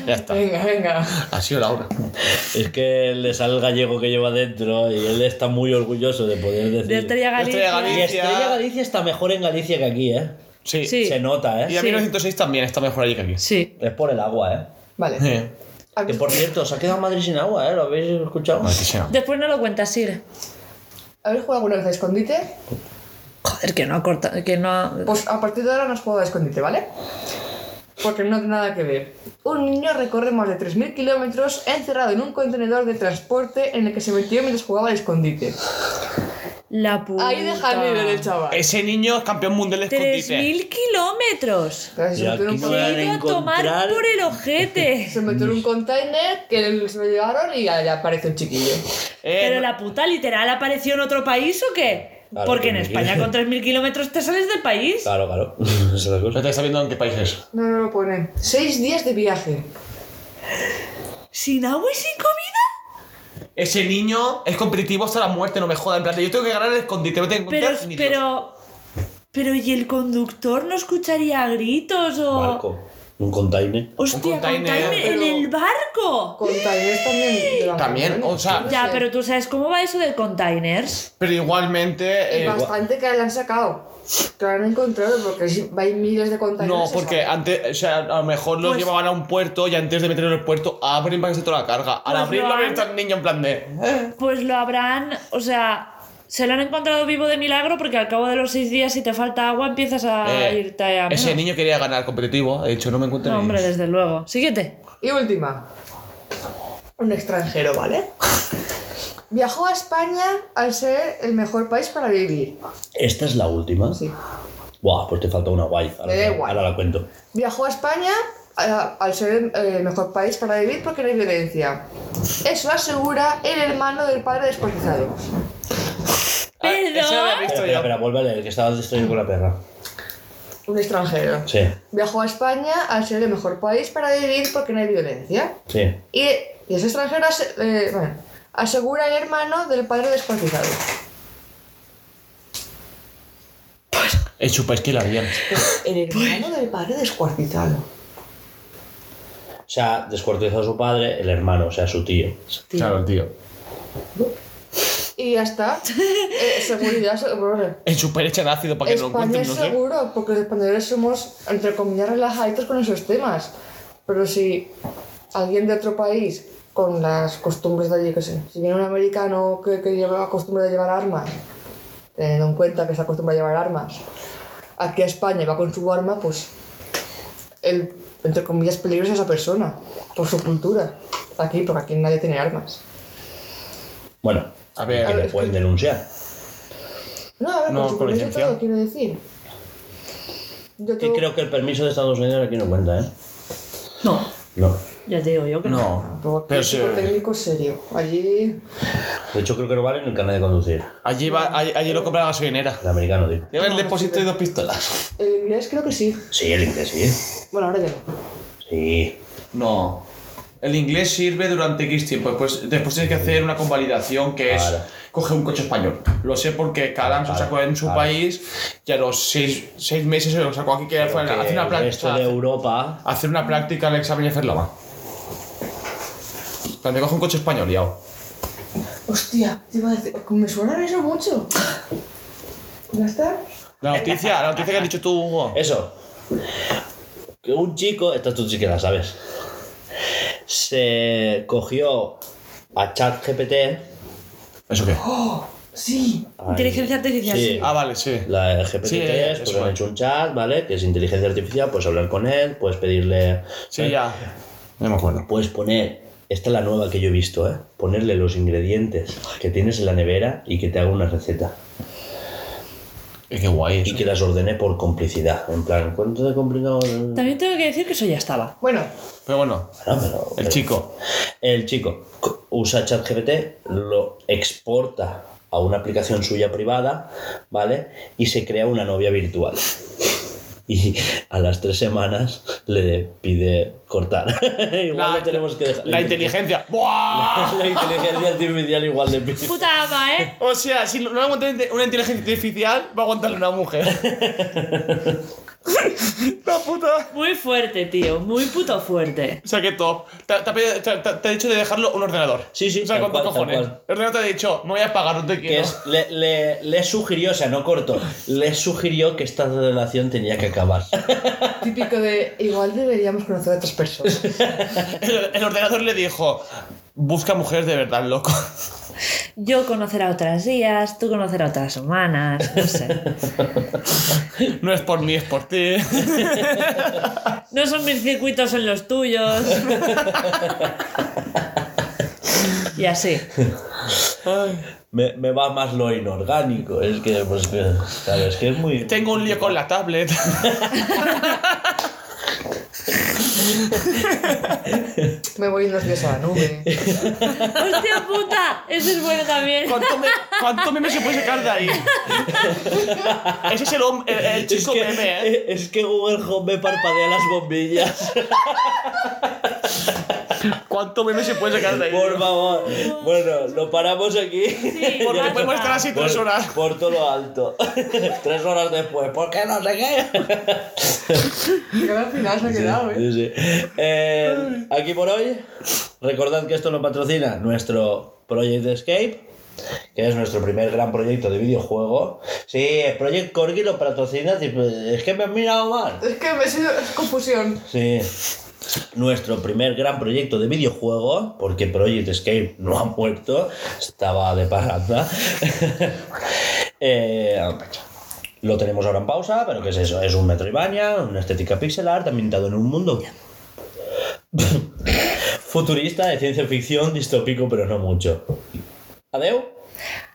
ya está. Eh. Venga, venga. Ha sido Laura. Es que le sale el gallego que lleva dentro y él está muy orgulloso de poder decir. De Estrella Estrella Y Galicia. Galicia. Estrella Galicia está mejor en Galicia que aquí, ¿eh? Sí. Sí. Se nota, Y ¿eh? a Sí. 1906 también está mejor allí que aquí. Sí. Es por el agua, ¿eh? Vale. Eh, Que por cierto, se ha quedado Madrid sin agua, ¿eh? ¿Lo habéis escuchado? no, que sea. Después no lo cuentas, Sir. ¿Habéis jugado alguna vez a escondite? Joder, que no ha cortado, que no ha... Pues a partir de ahora no has jugado a escondite, ¿vale? Porque no tiene nada que ver. Un niño recorre más de 3.000 kilómetros encerrado en un contenedor de transporte en el que se metió mientras jugaba al escondite. La puta. Ahí déjame ver el chaval. Ese niño es campeón mundial de escondite. 3.000 kilómetros. Claro, Y Se metió en un aquí Se no con- hay- ha van a ido a tomar encontrar- por el ojete. se metió en un container que se lo llevaron y ahí aparece un chiquillo. Eh, Pero la puta literal apareció en otro país o qué? Claro, Porque en 3.000 España con 3.000 kilómetros te sales del país. Claro, claro. Esa es la cosa. no te está viendo en qué país es. No, no lo ponen. Seis días de viaje. Sin agua y sin comida. Ese niño es competitivo hasta la muerte, no me joda. En plan, de, yo tengo que ganar el escondite, no tengo que Pero, encontrar ni Dios. pero, pero, ¿y el conductor no escucharía gritos o...? Barco. Un container. Hostia, Un container. container en Pero- el barco. Containers también. de la También, Madonna. o sea, Ya, sé. pero tú sabes cómo va eso de containers. pero igualmente. eh, Bastante que la han sacado. Que la han encontrado porque sí, hay miles de containers. no, se porque sabe. antes, o sea, a lo mejor los Pues- llevaban a un puerto y antes de meterlo en el puerto abren para que se toda la carga. Al Pues abrirlo, lo abren han- al niño en plan de. eh. Pues lo habrán, o sea, se lo han encontrado vivo de milagro porque al cabo de los seis días, si te falta agua, empiezas a Eh, irte a. ese menos. niño quería ganar competitivo, ha dicho, no me encuentro No, ni hombre, Dios. desde luego. Siguiente. Y última. Un extranjero, ¿vale? Viajó a España al ser el mejor país para vivir. ¿Esta es la última? Sí. Buah, pues te falta una guay. Ahora, Me da igual. ahora la cuento. Viajó a España a- al ser eh, el mejor país para vivir porque no hay violencia. Eso asegura el hermano del padre descuartizado. Ah, ese lo había Perdón. visto Espera, yo. espera, espera, vuelve a leer, que estaba distraído con la perra. Un extranjero. Sí, Viajó a España al ser el mejor país para vivir porque no hay violencia. sí. Y, y ese extranjero ase- eh, bueno, asegura el hermano del padre descuartizado. El chupa es que la habían. El hermano del padre descuartizado. O sea, descuartizó a su padre, el hermano, o sea, su tío. Claro, tío. Y ya está. Eh, seguridad, se- bueno, El chupa echan ácido para que no lo España encuentren, es no sé. seguro, porque los españoles somos, entre comillas, relajaditos con esos temas. Pero si alguien de otro país con las costumbres de allí, que sé. Si viene un americano que, que lleva la costumbre de llevar armas, teniendo en cuenta que se acostumbra a llevar armas, aquí a España y va con su arma, pues el, entre comillas, peligro es esa persona, por su cultura. Aquí, porque aquí nadie tiene armas. Bueno, A ver, que a le ver, pueden denunciar. No, a ver, No, por su por cultura y licencia. todo, quiero decir. Yo Y tengo- creo que el permiso de Estados Unidos aquí no cuenta, ¿eh? No, No. ya te digo yo que no. No, tengo aquí pero un sí. tipo técnico serio. Allí De hecho, creo que no vale ni el carnet de conducir. Allí, va, allí, allí lo compra la gasolinera. El americano, digo. Lleva el depósito y dos pistolas. el inglés creo que sí. Sí, el inglés, sí. Bueno, ahora ya no. Sí. No. El inglés sirve durante X tiempo. Después, después tienes que hacer una convalidación que Claro. es coger un coche español. Lo sé porque Calam se lo sacó en su país y a los seis, seis meses se lo sacó aquí que fue a hacer una el resto de práctica. Europa. Hacer una práctica en el examen de Ferlama. Cuando coge un coche español, liado. Hostia, te iba a decir, me suena eso mucho. ¿Ya está? La noticia, la noticia que has dicho tú, Hugo. Eso. Que un chico, esta tú sí que la sabes, se cogió a ChatGPT. ¿Eso qué? Sí. al- Inteligencia artificial, sí. Ah, vale, sí. La GPT-3, Sí, pues eso han es. hecho un chat, ¿vale? Que es inteligencia artificial, puedes hablar con él, puedes pedirle. Sí, ya. No me acuerdo. Puedes poner. Esta es la nueva que yo he visto, ¿eh? Ponerle los ingredientes que tienes en la nevera y que te haga una receta. Eh, qué guay Y eso. que las ordene por complicidad. En plan, ¿cuánto de complicado? Bueno, También tengo que decir que eso ya estaba. Bueno, Pero bueno, pero- el pero- chico. El chico c- usa ChatGPT, lo exporta a una aplicación suya privada, ¿vale? Y se crea una novia virtual. Y a las tres semanas le pide cortar. igual La- lo tenemos que dejar. La inteligencia. ¡Buah! La inteligencia artificial igual le pide. Puta ama, ¿eh? O sea, si no lo aguanta una inteligencia artificial, va a aguantarle una mujer. la puta. Muy fuerte, tío. Muy puto fuerte. O sea, que top. Te, te ha pedido- te- te- te ha dicho de dejarlo un ordenador. Sí, sí, O sea, tal con cual, tal dos cojones. cual. El ordenador te ha dicho, me voy a pagar, no te Que quiero. es, le, le- le sugirió, o sea, no corto, le sugirió que esta relación tenía que acabar. típico de igual deberíamos conocer a otras personas. El, el ordenador le dijo, busca mujeres de verdad, loco. Yo conocer a otras días, tú conocer a otras humanas, no sé. No es por mí, es por ti. No son mis circuitos, son los tuyos. Y así. Me, me va más lo inorgánico. Es que, pues, que- claro, es que es muy. Tengo un lío con la tablet. Me voy unos días a la nube. ¡Hostia puta! Eso es bueno también. ¿Cuánto, me, ¿Cuánto meme se puede sacar de ahí? Ese es el, hom- el, el Es chico que, meme, ¿eh? eh, es que Google Home me parpadea las bombillas. ¿Cuánto meme se puede sacar de ahí? Por favor. Bueno, lo paramos aquí. Sí, Ya Porque está. podemos estar así tres Por- horas. Por todo lo alto. tres horas después. ¿Por qué no sé qué? Creo al final se ha quedado, ¿eh? Sí, sí. Eh, aquí por hoy. Recordad que esto lo patrocina nuestro Project Escape. Que es nuestro primer gran proyecto de videojuego. Sí, el Project Corgi lo patrocina. tipo, Es que me han mirado mal. Es que me he sido es confusión. Sí. Nuestro primer gran proyecto de videojuego, porque Project Escape no ha muerto, estaba de parranda. Eh, lo tenemos ahora en pausa, pero ¿qué es eso? Es un Metroidvania, una estética pixelar art ambientado en un mundo futurista, de ciencia ficción, distópico, pero no mucho. Adeu.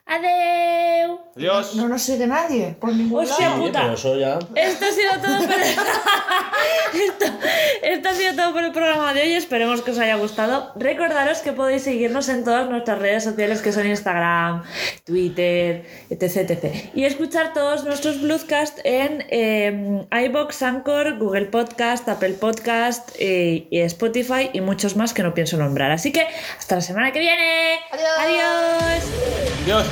Adeu. Dios. No nos sigue nadie, por ningún Hostia Sí, puta. pero eso ya. Esto ha sido todo por el... esto, esto ha sido todo por el programa de hoy. Esperemos que os haya gustado. Recordaros que podéis seguirnos en todas nuestras redes sociales que son Instagram, Twitter, etc. etc. Y escuchar todos nuestros broadcasts en eh, iBox, Anchor, Google Podcast, Apple Podcast eh, y Spotify y muchos más que no pienso nombrar. Así que hasta la semana que viene. Adiós. Adiós. Dios.